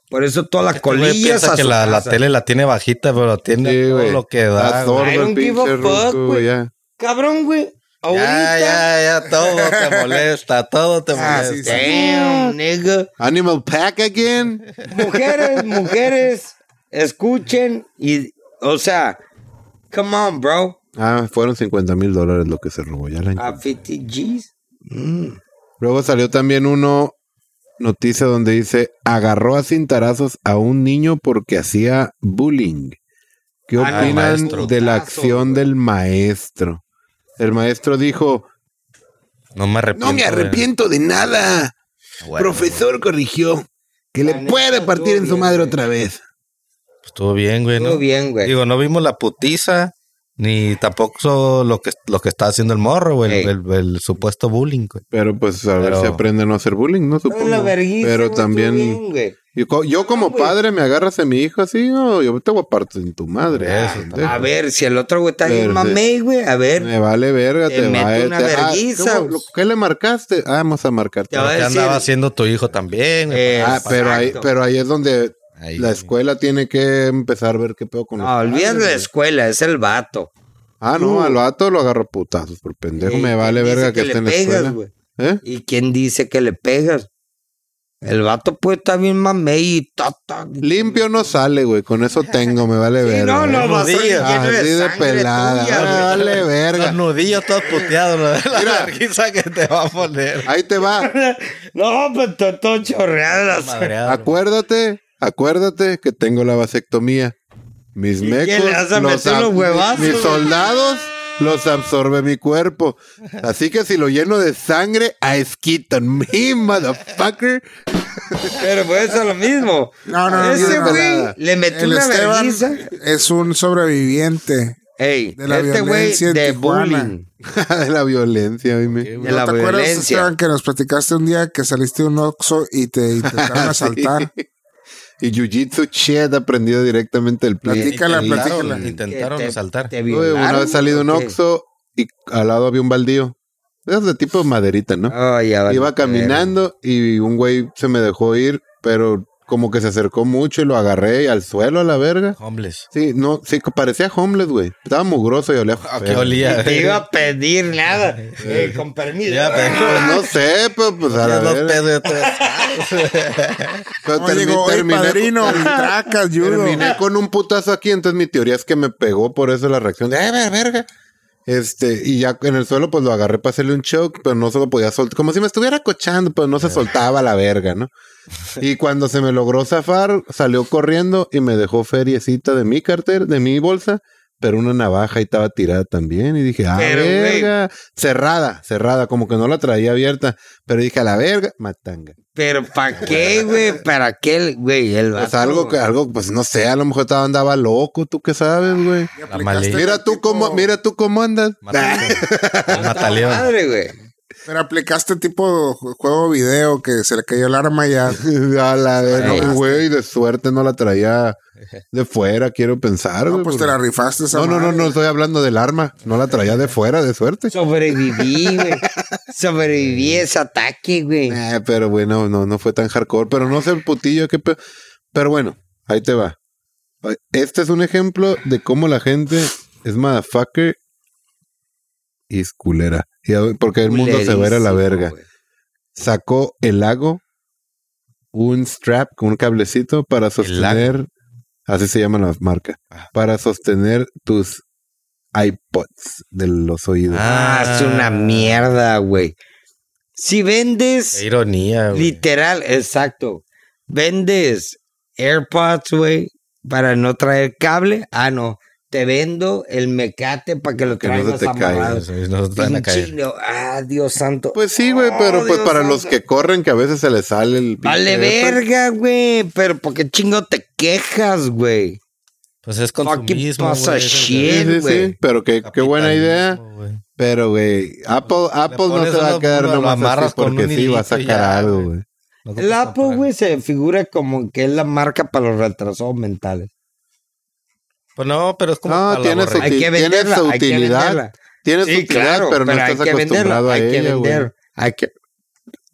S3: Por eso todas las
S2: Este güey
S3: colillas
S2: piensa
S3: a
S2: que
S3: su
S2: la, la
S3: casa.
S2: tele la tiene bajita, pero tiene
S1: Sí,
S2: todo
S1: güey.
S2: lo que
S1: Está
S2: da. güey.
S1: sordo
S3: I
S1: el
S3: don't give a
S1: pinche
S3: fuck,
S1: ruco,
S3: güey.
S1: ya.
S3: Cabrón, güey.
S2: Ya,
S3: Ahorita.
S2: ya, ya, todo te molesta, todo te
S4: Ah,
S2: molesta.
S4: sí, sí.
S3: Damn, nigga.
S1: Animal Pack again.
S3: mujeres, mujeres, escuchen y, o sea, come on, bro.
S1: Ah, fueron 50 mil dólares lo que se robó. Ya la
S3: A 50 G's.
S1: Luego salió también uno noticia donde dice agarró a cintarazos a un niño porque hacía bullying. ¿Qué
S3: Ah, no,
S1: opinan
S2: maestro.
S1: de la
S3: Tazo,
S1: acción
S3: güey.
S1: del maestro? El maestro dijo,
S2: No me arrepiento.
S1: no me
S2: güey.
S1: arrepiento de nada.
S2: Bueno, pues,
S1: Profesor corrigió que
S3: La
S1: le
S3: neta,
S1: puede partir
S3: todo
S1: en su
S3: bien,
S1: madre
S3: güey.
S1: otra vez.
S2: Estuvo bien, güey, ¿no?
S3: Todo bien, güey.
S2: Digo, no vimos la putiza, ni tampoco lo que, lo que está haciendo el morro, güey, el,
S3: Ey.
S2: el- el supuesto bullying, güey.
S1: Pero pues a ver
S2: Pero-
S1: si aprende a no hacer bullying, ¿no?
S3: Todo
S1: Supongo.
S3: la vergüenza,
S1: Pero
S3: güey,
S1: también...
S3: todo bien, güey.
S1: Yo, co- yo como
S3: güey.
S1: padre me agarras a mi hijo así, no, yo te voy a partir en tu madre.
S2: Eso,
S1: pendejo.
S3: A ver, si el otro güey está
S1: Pero
S3: bien
S1: sí.
S3: mamey, güey, a ver.
S1: Me vale verga,
S3: Te
S1: te,
S3: meto
S1: va a
S3: una
S1: te- ah,
S3: verguiza,
S1: ¿cómo?
S3: pues.
S1: ¿Qué le marcaste? Ah, vamos a marcarte.
S3: Te va a
S2: ¿Qué
S3: decir-
S2: andaba haciendo tu hijo también, güey?
S3: Eh,
S1: Ah, pero ahí,
S3: Exacto.
S1: pero ahí es donde
S2: Ahí,
S1: la
S2: güey.
S1: escuela tiene que empezar a ver qué pedo con los
S3: No, olvídate
S1: padres,
S3: de la
S1: güey.
S3: escuela, es el vato.
S1: Ah, no, al vato lo agarro a putazos por pendejo.
S3: Ey,
S1: me
S3: ¿quién
S1: vale
S3: dice
S1: verga que,
S3: le
S1: esté en la
S3: pegas,
S1: escuela.
S3: güey?
S1: ¿Eh?
S3: ¿Y quién dice que le pegas? El vato puede estar bien mamey y ta, ta.
S1: Limpio no sale, güey. Con eso tengo, me vale
S3: Sí,
S1: verga. ¿eh?
S3: no, no,
S2: no
S3: vas a ir
S2: digas.
S3: lleno de
S1: Así de
S3: sangre
S1: pelada.
S3: tuya,
S1: me
S3: güey.
S1: vale
S2: Los
S1: verga.
S2: nudillos todos puteados, la, la
S1: Mira.
S2: vergüenza que te va a poner.
S1: Ahí te va.
S3: No, pues todo, todo chorreado la sangre.
S2: Madreado, güey.
S1: Acuérdate, acuérdate que tengo la vasectomía. Mis
S3: qué
S1: mecos,
S3: le vas a meter
S1: ab-
S3: los huevazos?
S1: mis soldados los absorbe mi cuerpo. Así que si lo lleno de sangre, I skit on me, motherfucker.
S3: Pero por pues, eso lo mismo.
S4: No, no, no,
S3: Ese
S4: no, no,
S3: güey
S1: no.
S3: le metió
S4: El
S3: una
S4: Esteban
S3: vergüenza.
S4: es un sobreviviente.
S3: Ey,
S4: de la
S3: este güey
S4: violencia en
S3: de
S4: Tijuana.
S3: bullying.
S1: de la violencia, dime.
S3: De
S4: ¿No
S3: la
S4: te acuerdas,
S3: violencia.
S4: Esteban, que nos platicaste un día que saliste de un Oxxo y te intentaron asaltar?
S1: Y jiu-jitsu shit aprendido directamente del plan.
S4: Plati- platícala,
S2: Intentaron-
S4: platícala.
S2: Intentaron
S3: Que te-
S2: asaltar.
S3: te violaron,
S1: Una vez salí de un
S3: ¿o qué?
S1: oxo y al lado había un baldío. Es de tipo maderita, ¿no?
S3: Oh, ya vale.
S1: Iba caminando y un güey se me dejó ir, pero como que se acercó mucho y lo agarré y al suelo a la verga.
S2: Homeless.
S1: Sí, no, sí, que parecía homeless, güey. Estaba mugroso y olía.
S2: ¿A Ah, qué
S1: feo.
S2: olía? eh,
S3: Te iba a pedir nada. Ey, con permiso.
S2: Ya,
S1: Pues no sé, pero pues a la
S2: Los
S1: verga.
S2: pedos, te-
S1: Pero
S4: No,
S1: termi-
S4: llegó, "Ey,
S1: terminé,
S4: padrino, tracas, judo".
S1: terminé con un putazo aquí, entonces mi teoría es que me pegó por eso la reacción de, "Eh, ver- verga. Este, y ya en el suelo, pues lo agarré para hacerle un choke, pero no se lo podía soltar. Como si me estuviera cochando, pero
S3: Eh.
S1: no se soltaba la verga, ¿no? Y cuando se me logró zafar, salió corriendo y me dejó feriecita de mi cartera, de mi bolsa, pero una navaja y estaba tirada también. Y dije, ah,
S3: Pero, güey.
S1: verga. Cerrada, cerrada, como que no la traía abierta. Pero dije, a la verga, matanga.
S3: Pero ¿para qué, güey? ¿Para qué, güey? El
S1: Pues
S3: vato,
S1: algo que,
S3: güey.
S1: algo, pues no sé, a lo mejor estaba andaba loco, tú qué sabes, güey.
S4: Y
S2: La
S4: aplicaste
S2: maleta.
S4: la
S1: Mira tú
S4: tipo-
S1: cómo, mira tú cómo andas.
S2: Mataleón. Mataleón.
S3: Madre, güey.
S4: Pero aplicaste tipo ju- juego video que se le cayó el arma y ya.
S1: a la
S3: Ey.
S1: verga, no, güey, de suerte no la traía de fuera, quiero pensar,
S4: No,
S1: güey,
S4: pues te
S1: porque-
S4: la rifaste esa
S1: No, no, no,
S4: madre.
S1: no estoy hablando del arma, no la traía de fuera, de suerte.
S3: Sobreviví, güey. Sobreviví a ese ataque, güey.
S1: Eh, pero bueno, no, no fue tan hardcore. Pero no sé, putillo, qué pe- Pero bueno, ahí te va. Este es un ejemplo de cómo la gente es motherfucker y es culera. Y a- porque el mundo se va a ir a la
S3: Culerísimo,
S1: verga.
S3: güey.
S1: Sacó el lago, un strap con un cablecito para
S2: El lago.
S1: sostener. Así se llama la marca. Para sostener tus iPods de los oídos.
S3: Ah, es una mierda, güey. Si
S2: Qué
S3: vendes,
S2: ironía, güey.
S3: literal, exacto. Vendes AirPods, güey, para no traer cable. Ah, no. Te vendo el mecate para que lo
S1: Que no se
S3: traigas
S1: te caiga,
S3: amarrado.
S2: Nos van a
S3: Pinche
S2: caer.
S3: no- Ah, Dios santo.
S1: Pues sí, güey,
S3: Oh,
S1: pero pues
S3: Dios
S1: para
S3: santo.
S1: los que corren, que a veces se les sale el... pinche
S3: Vale
S1: AirPod.
S3: verga, güey. Pero ¿por qué chingo te quejas, güey?
S2: Pues es
S3: Fucking
S2: consumismo,
S3: pasa
S2: güey, es el
S1: Sí,
S3: shit,
S1: sí,
S3: güey.
S1: sí, pero qué, qué buena idea.
S2: capitalismo, güey.
S1: Pero, güey, Apple, Apple no
S2: pones
S1: te va a
S2: uno-
S1: quedar
S2: uno, lo
S1: nomás
S2: amarras
S1: así
S2: con
S1: porque
S2: un
S1: sí va a
S2: hilito y
S1: sacar
S2: ya,
S1: algo,
S2: güey.
S1: güey.
S2: No
S3: El
S2: ocupas
S3: Apple,
S2: comprar.
S3: pues, güey, se figura como que es la marca para los retrasados mentales.
S2: Pues no, pero es como.
S1: No,
S2: para la
S1: tiene su
S2: borrega.
S1: Uti-
S3: Hay que
S1: tiene
S3: venderla,
S1: su
S3: hay que
S1: utilidad,
S3: venderla.
S1: Tienes
S3: Sí,
S1: utilidad,
S3: claro,
S1: pero no
S3: hay
S1: estás
S3: que venderla,
S1: acostumbrado a
S3: hay que
S1: ella, güey.
S3: vender, hay que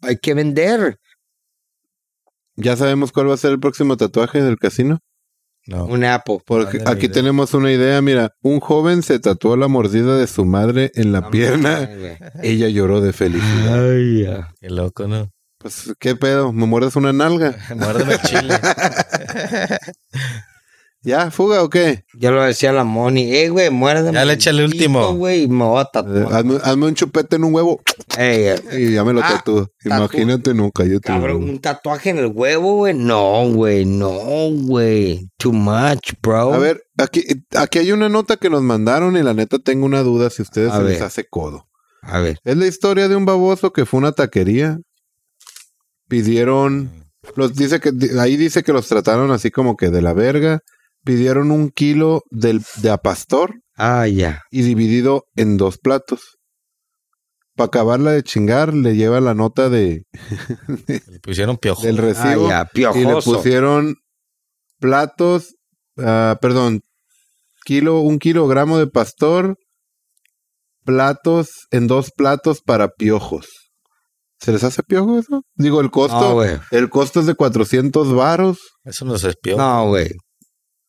S3: hay que vender
S1: Ya sabemos cuál va a ser el próximo tatuaje del casino.
S2: No.
S3: un Apple.
S1: Porque
S2: Ándale,
S1: aquí
S2: mira.
S1: tenemos una idea, mira, un joven se tatuó la mordida de su madre en la pierna.
S3: Ay, güey.
S1: Ella lloró de felicidad.
S3: Ay, ya.
S2: Qué loco, ¿no?
S1: Pues, ¿qué pedo? ¿Me muerdes una nalga?
S2: Muérdeme el chile.
S1: ¿Ya? ¿Fuga o qué?
S3: Yo lo decía a la Moni, eh, güey, muérdeme.
S2: Ya le echa el
S3: pito,
S2: último.
S3: güey, y me voy a
S1: Eh,
S3: tatuar.
S1: Hazme, hazme un chupete en un huevo
S3: Ey, eh,
S1: y ya me lo
S3: Ah,
S1: tatúo. Imagínate nunca, yo te lo
S3: cabrón,
S1: juro.
S3: un tatuaje en el huevo, güey. No, güey, no, güey. Too much, bro.
S1: A ver, aquí, aquí hay una nota que nos mandaron y la neta tengo una duda si ustedes
S3: A
S1: se les
S3: ver.
S1: hace codo.
S3: a ver.
S1: Es la historia de un baboso que fue a una taquería. Pidieron, los dice que di- ahí dice que los trataron así como que de la verga. Pidieron un kilo del, de a pastor
S3: Ah, ya.
S1: y dividido en dos platos. Para acabarla de chingar, le lleva la nota de,
S2: Le pusieron piojo.
S1: del
S3: Ah,
S1: recibo
S3: ya,
S1: y le
S3: piojoso.
S1: pusieron platos, ah, perdón, kilo, un kilogramo de pastor, platos, en dos platos para piojos. ¿Se les hace piojo eso? Digo, el
S3: No,
S1: costo,
S3: güey.
S1: el costo es de 400 varos.
S2: Eso nos es piojo.
S3: No, güey.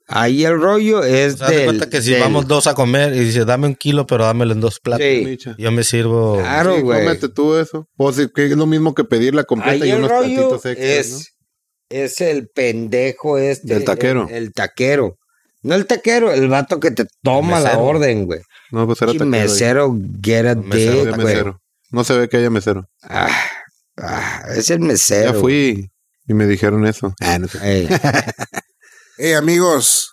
S3: Ahí el rollo es
S2: O sea, haz de
S3: del-
S2: cuenta que si
S3: del-
S2: vamos dos a comer y dice, dame un kilo, pero dámelo en dos platos.
S3: Sí. Ah.
S1: Micha.
S2: Yo me sirvo.
S3: Claro,
S1: Sí,
S3: güey.
S1: cómete tú eso. O si que es lo mismo que pedir la completa
S3: Ahí
S1: y
S3: el
S1: unos
S3: rollo
S1: platitos extras,
S3: es,
S1: ¿no?
S3: es el pendejo este.
S1: Del taquero.
S3: El, el taquero. No el taquero, el vato que te toma
S2: El
S3: la
S2: mesero.
S3: orden, güey.
S1: No, pues era
S3: Pinche
S1: taquero ahí.
S3: mesero, get a
S2: El mesero,
S1: No se
S3: dick,
S1: ve
S2: taquero.
S3: güey.
S1: mesero. No se ve que haya mesero.
S3: Ah, ah, es el mesero.
S1: ya
S3: Eh,
S1: fui y me dijeron eso. Ah, no sé.
S3: güey. Ey,
S4: Hey amigos,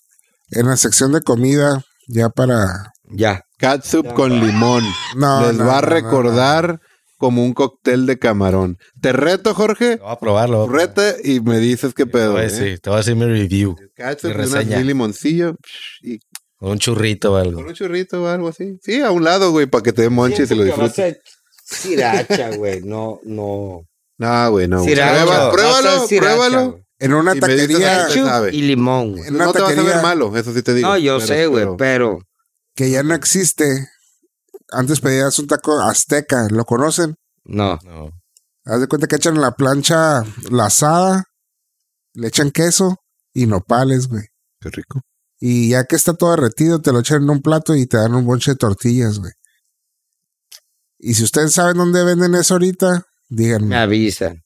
S4: en la sección de comida, ya para...
S3: ya.
S1: Catsup con limón.
S4: No,
S1: Les
S4: no,
S1: va a
S4: no, no,
S1: recordar como un cóctel de camarón. Te reto, Jorge.
S2: Lo voy a probarlo.
S1: Reta y me dices qué
S2: Te
S1: pedo.
S2: voy a
S4: Pues
S1: ¿eh?
S2: decir, te voy a decir mi review.
S1: Catsup
S2: Mi
S1: y unas
S2: reseña.
S1: mil limoncillo psh, y
S2: Con un churrito o
S1: con
S2: algo.
S1: un churrito o algo así. Sí, a un lado, güey, para que te dé monche y se lo
S3: Siento que vas
S1: disfrutes.
S3: a Siracha, güey. No, no.
S1: No, güey, no. güey. Prueba-
S3: Sriracha, vas a
S1: pruébalo,
S3: sriracha,
S1: pruébalo.
S3: güey.
S4: En una
S1: Y me dices,
S4: taquería
S1: "Ay, Se
S3: Ketchup
S1: sabe.
S3: y limón, güey.
S4: En una
S1: No te vas a
S4: taquería-
S1: ver malo, eso sí te digo.
S3: No, yo
S1: Pero
S3: sé, güey,
S1: espero.
S3: pero...
S4: que ya no existe, antes pedías un taco azteca, ¿lo conocen?
S3: No.
S2: No.
S4: Haz de cuenta que echan en la plancha la asada, le echan queso y nopales, güey.
S1: Qué rico.
S4: Y ya que está todo derretido, te lo echan en un plato y te dan un bonche de tortillas, güey. Y si ustedes saben dónde venden eso ahorita,
S1: Mm.
S3: Me
S4: díganme.
S3: avisan.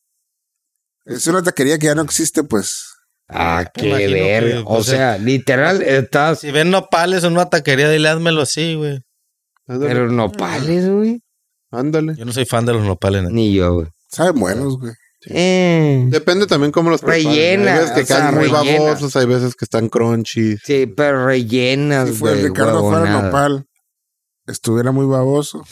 S4: Es una taquería que ya no existe, pues.
S3: Ah, qué
S2: imagino
S3: verga.
S2: que,
S3: o
S2: pues,
S3: sea, literal, estás.
S2: Si ven nopales en una taquería, dile házmelo así, güey.
S1: Ándale,
S3: Pero nopales, güey.
S1: ándale.
S2: Yo no soy fan de los nopales. neta.
S3: Ni yo, güey.
S4: Saben buenos, güey.
S3: Eh,
S1: Depende también cómo los preparan.
S3: Rellena,
S1: Hay veces que
S3: o sea,
S1: están muy
S3: rellena.
S1: babosos, hay veces que están crunchy.
S3: Sí, pero rellenas,
S1: Ah,
S4: Si fue
S3: güey.
S4: Ricardo fuera
S3: huevonada.
S4: nopal, estuviera muy baboso.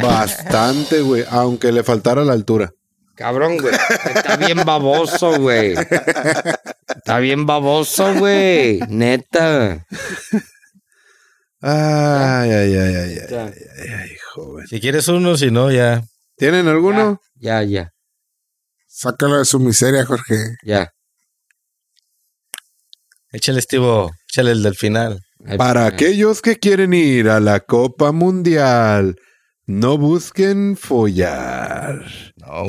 S1: Bastante, güey, aunque le faltara la altura.
S3: Cabrón, güey. Está bien baboso, güey. Está bien baboso, güey. Neta.
S1: Ay, ay, ay, ay, ay,
S3: Ya,
S1: ay, joven.
S2: Si quieres uno, si no, ya.
S1: ¿Tienen alguno?
S3: ya, ya.
S4: Sácalo de su miseria, Jorge.
S3: ya.
S2: Échale, Estivo. Échale el del final.
S3: Ay, pues, eh.
S1: Para
S3: ay.
S1: aquellos que quieren ir a la Copa Mundial, no busquen follar.
S2: No,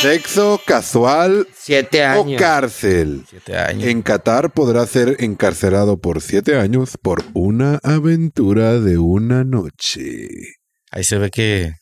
S1: Sexo casual
S3: Siete
S2: Oh,
S1: o
S3: años.
S1: cárcel.
S2: siete años.
S1: En Qatar podrá ser encarcelado por siete años por una aventura de una noche.
S2: Ahí se ve que.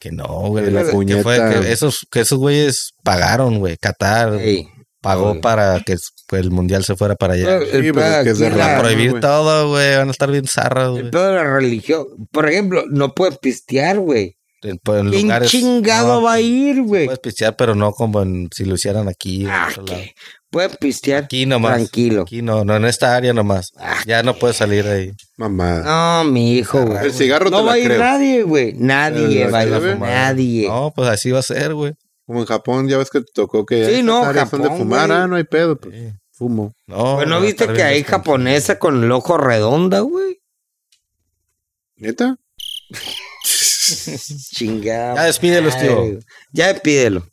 S2: Que no, güey.
S1: Que la
S2: Que
S1: puñeta.
S2: fue- que esos, que esos güeyes pagaron, güey. Qatar.
S3: Ey,
S2: pagó
S3: Órale.
S2: para que s- que el mundial se fuera para allá.
S3: Pero el
S1: Sí,
S3: pedo
S1: pero es que es de
S3: aquí,
S1: la
S2: Para
S1: claro,
S2: prohibir
S1: güey.
S2: todo, güey. Van a estar bien zarras,
S3: El
S2: güey.
S3: pedo de la religión. Por ejemplo, no puedes pistear, güey.
S2: En, pues, en
S3: ¿Quién
S2: lugares-
S3: chingado
S2: no,
S3: va a ir, güey?
S2: Puedes pistear, pero no como en- si lo hicieran aquí. en
S3: Ah,
S2: otro lado.
S3: ¿qué? Puedes pistear
S2: Aquí nomás.
S3: tranquilo. Ah,
S2: Aquí no, no en esta área nomás. Ya no puedes salir de ahí.
S1: Mamá.
S3: No, mi hijo, güey.
S1: el cigarro
S3: No
S1: te la
S3: va a ir
S1: creo.
S3: nadie, güey. Nadie
S1: Pero
S3: va a
S1: la
S3: ir.
S1: fumada.
S3: Nadie.
S2: No, pues así va a ser, güey.
S1: Como en Japón, ya ves que te tocó que
S3: Sí,
S1: esas
S3: no,
S1: áreas son
S3: Japón,
S1: de fumar,
S3: güey.
S1: ah, no hay pedo, pues, fumo.
S2: No,
S3: Pues, ¿No
S2: va a
S3: viste
S2: estar
S3: que
S2: bien
S3: hay
S2: descansado.
S3: japonesa con el ojo redonda, güey?
S1: ¿Neta?
S3: Chingada.
S2: Ya despídelos,
S3: madre,
S2: tío.
S3: güey. Ya despídelo.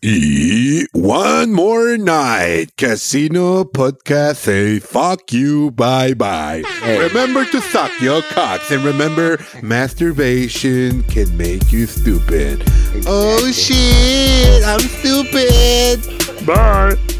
S1: Y E One More Night Casino Podcast say fuck you, bye bye. Remember to suck your cocks and remember masturbation can make you stupid. Oh shit, I'm stupid. Bye.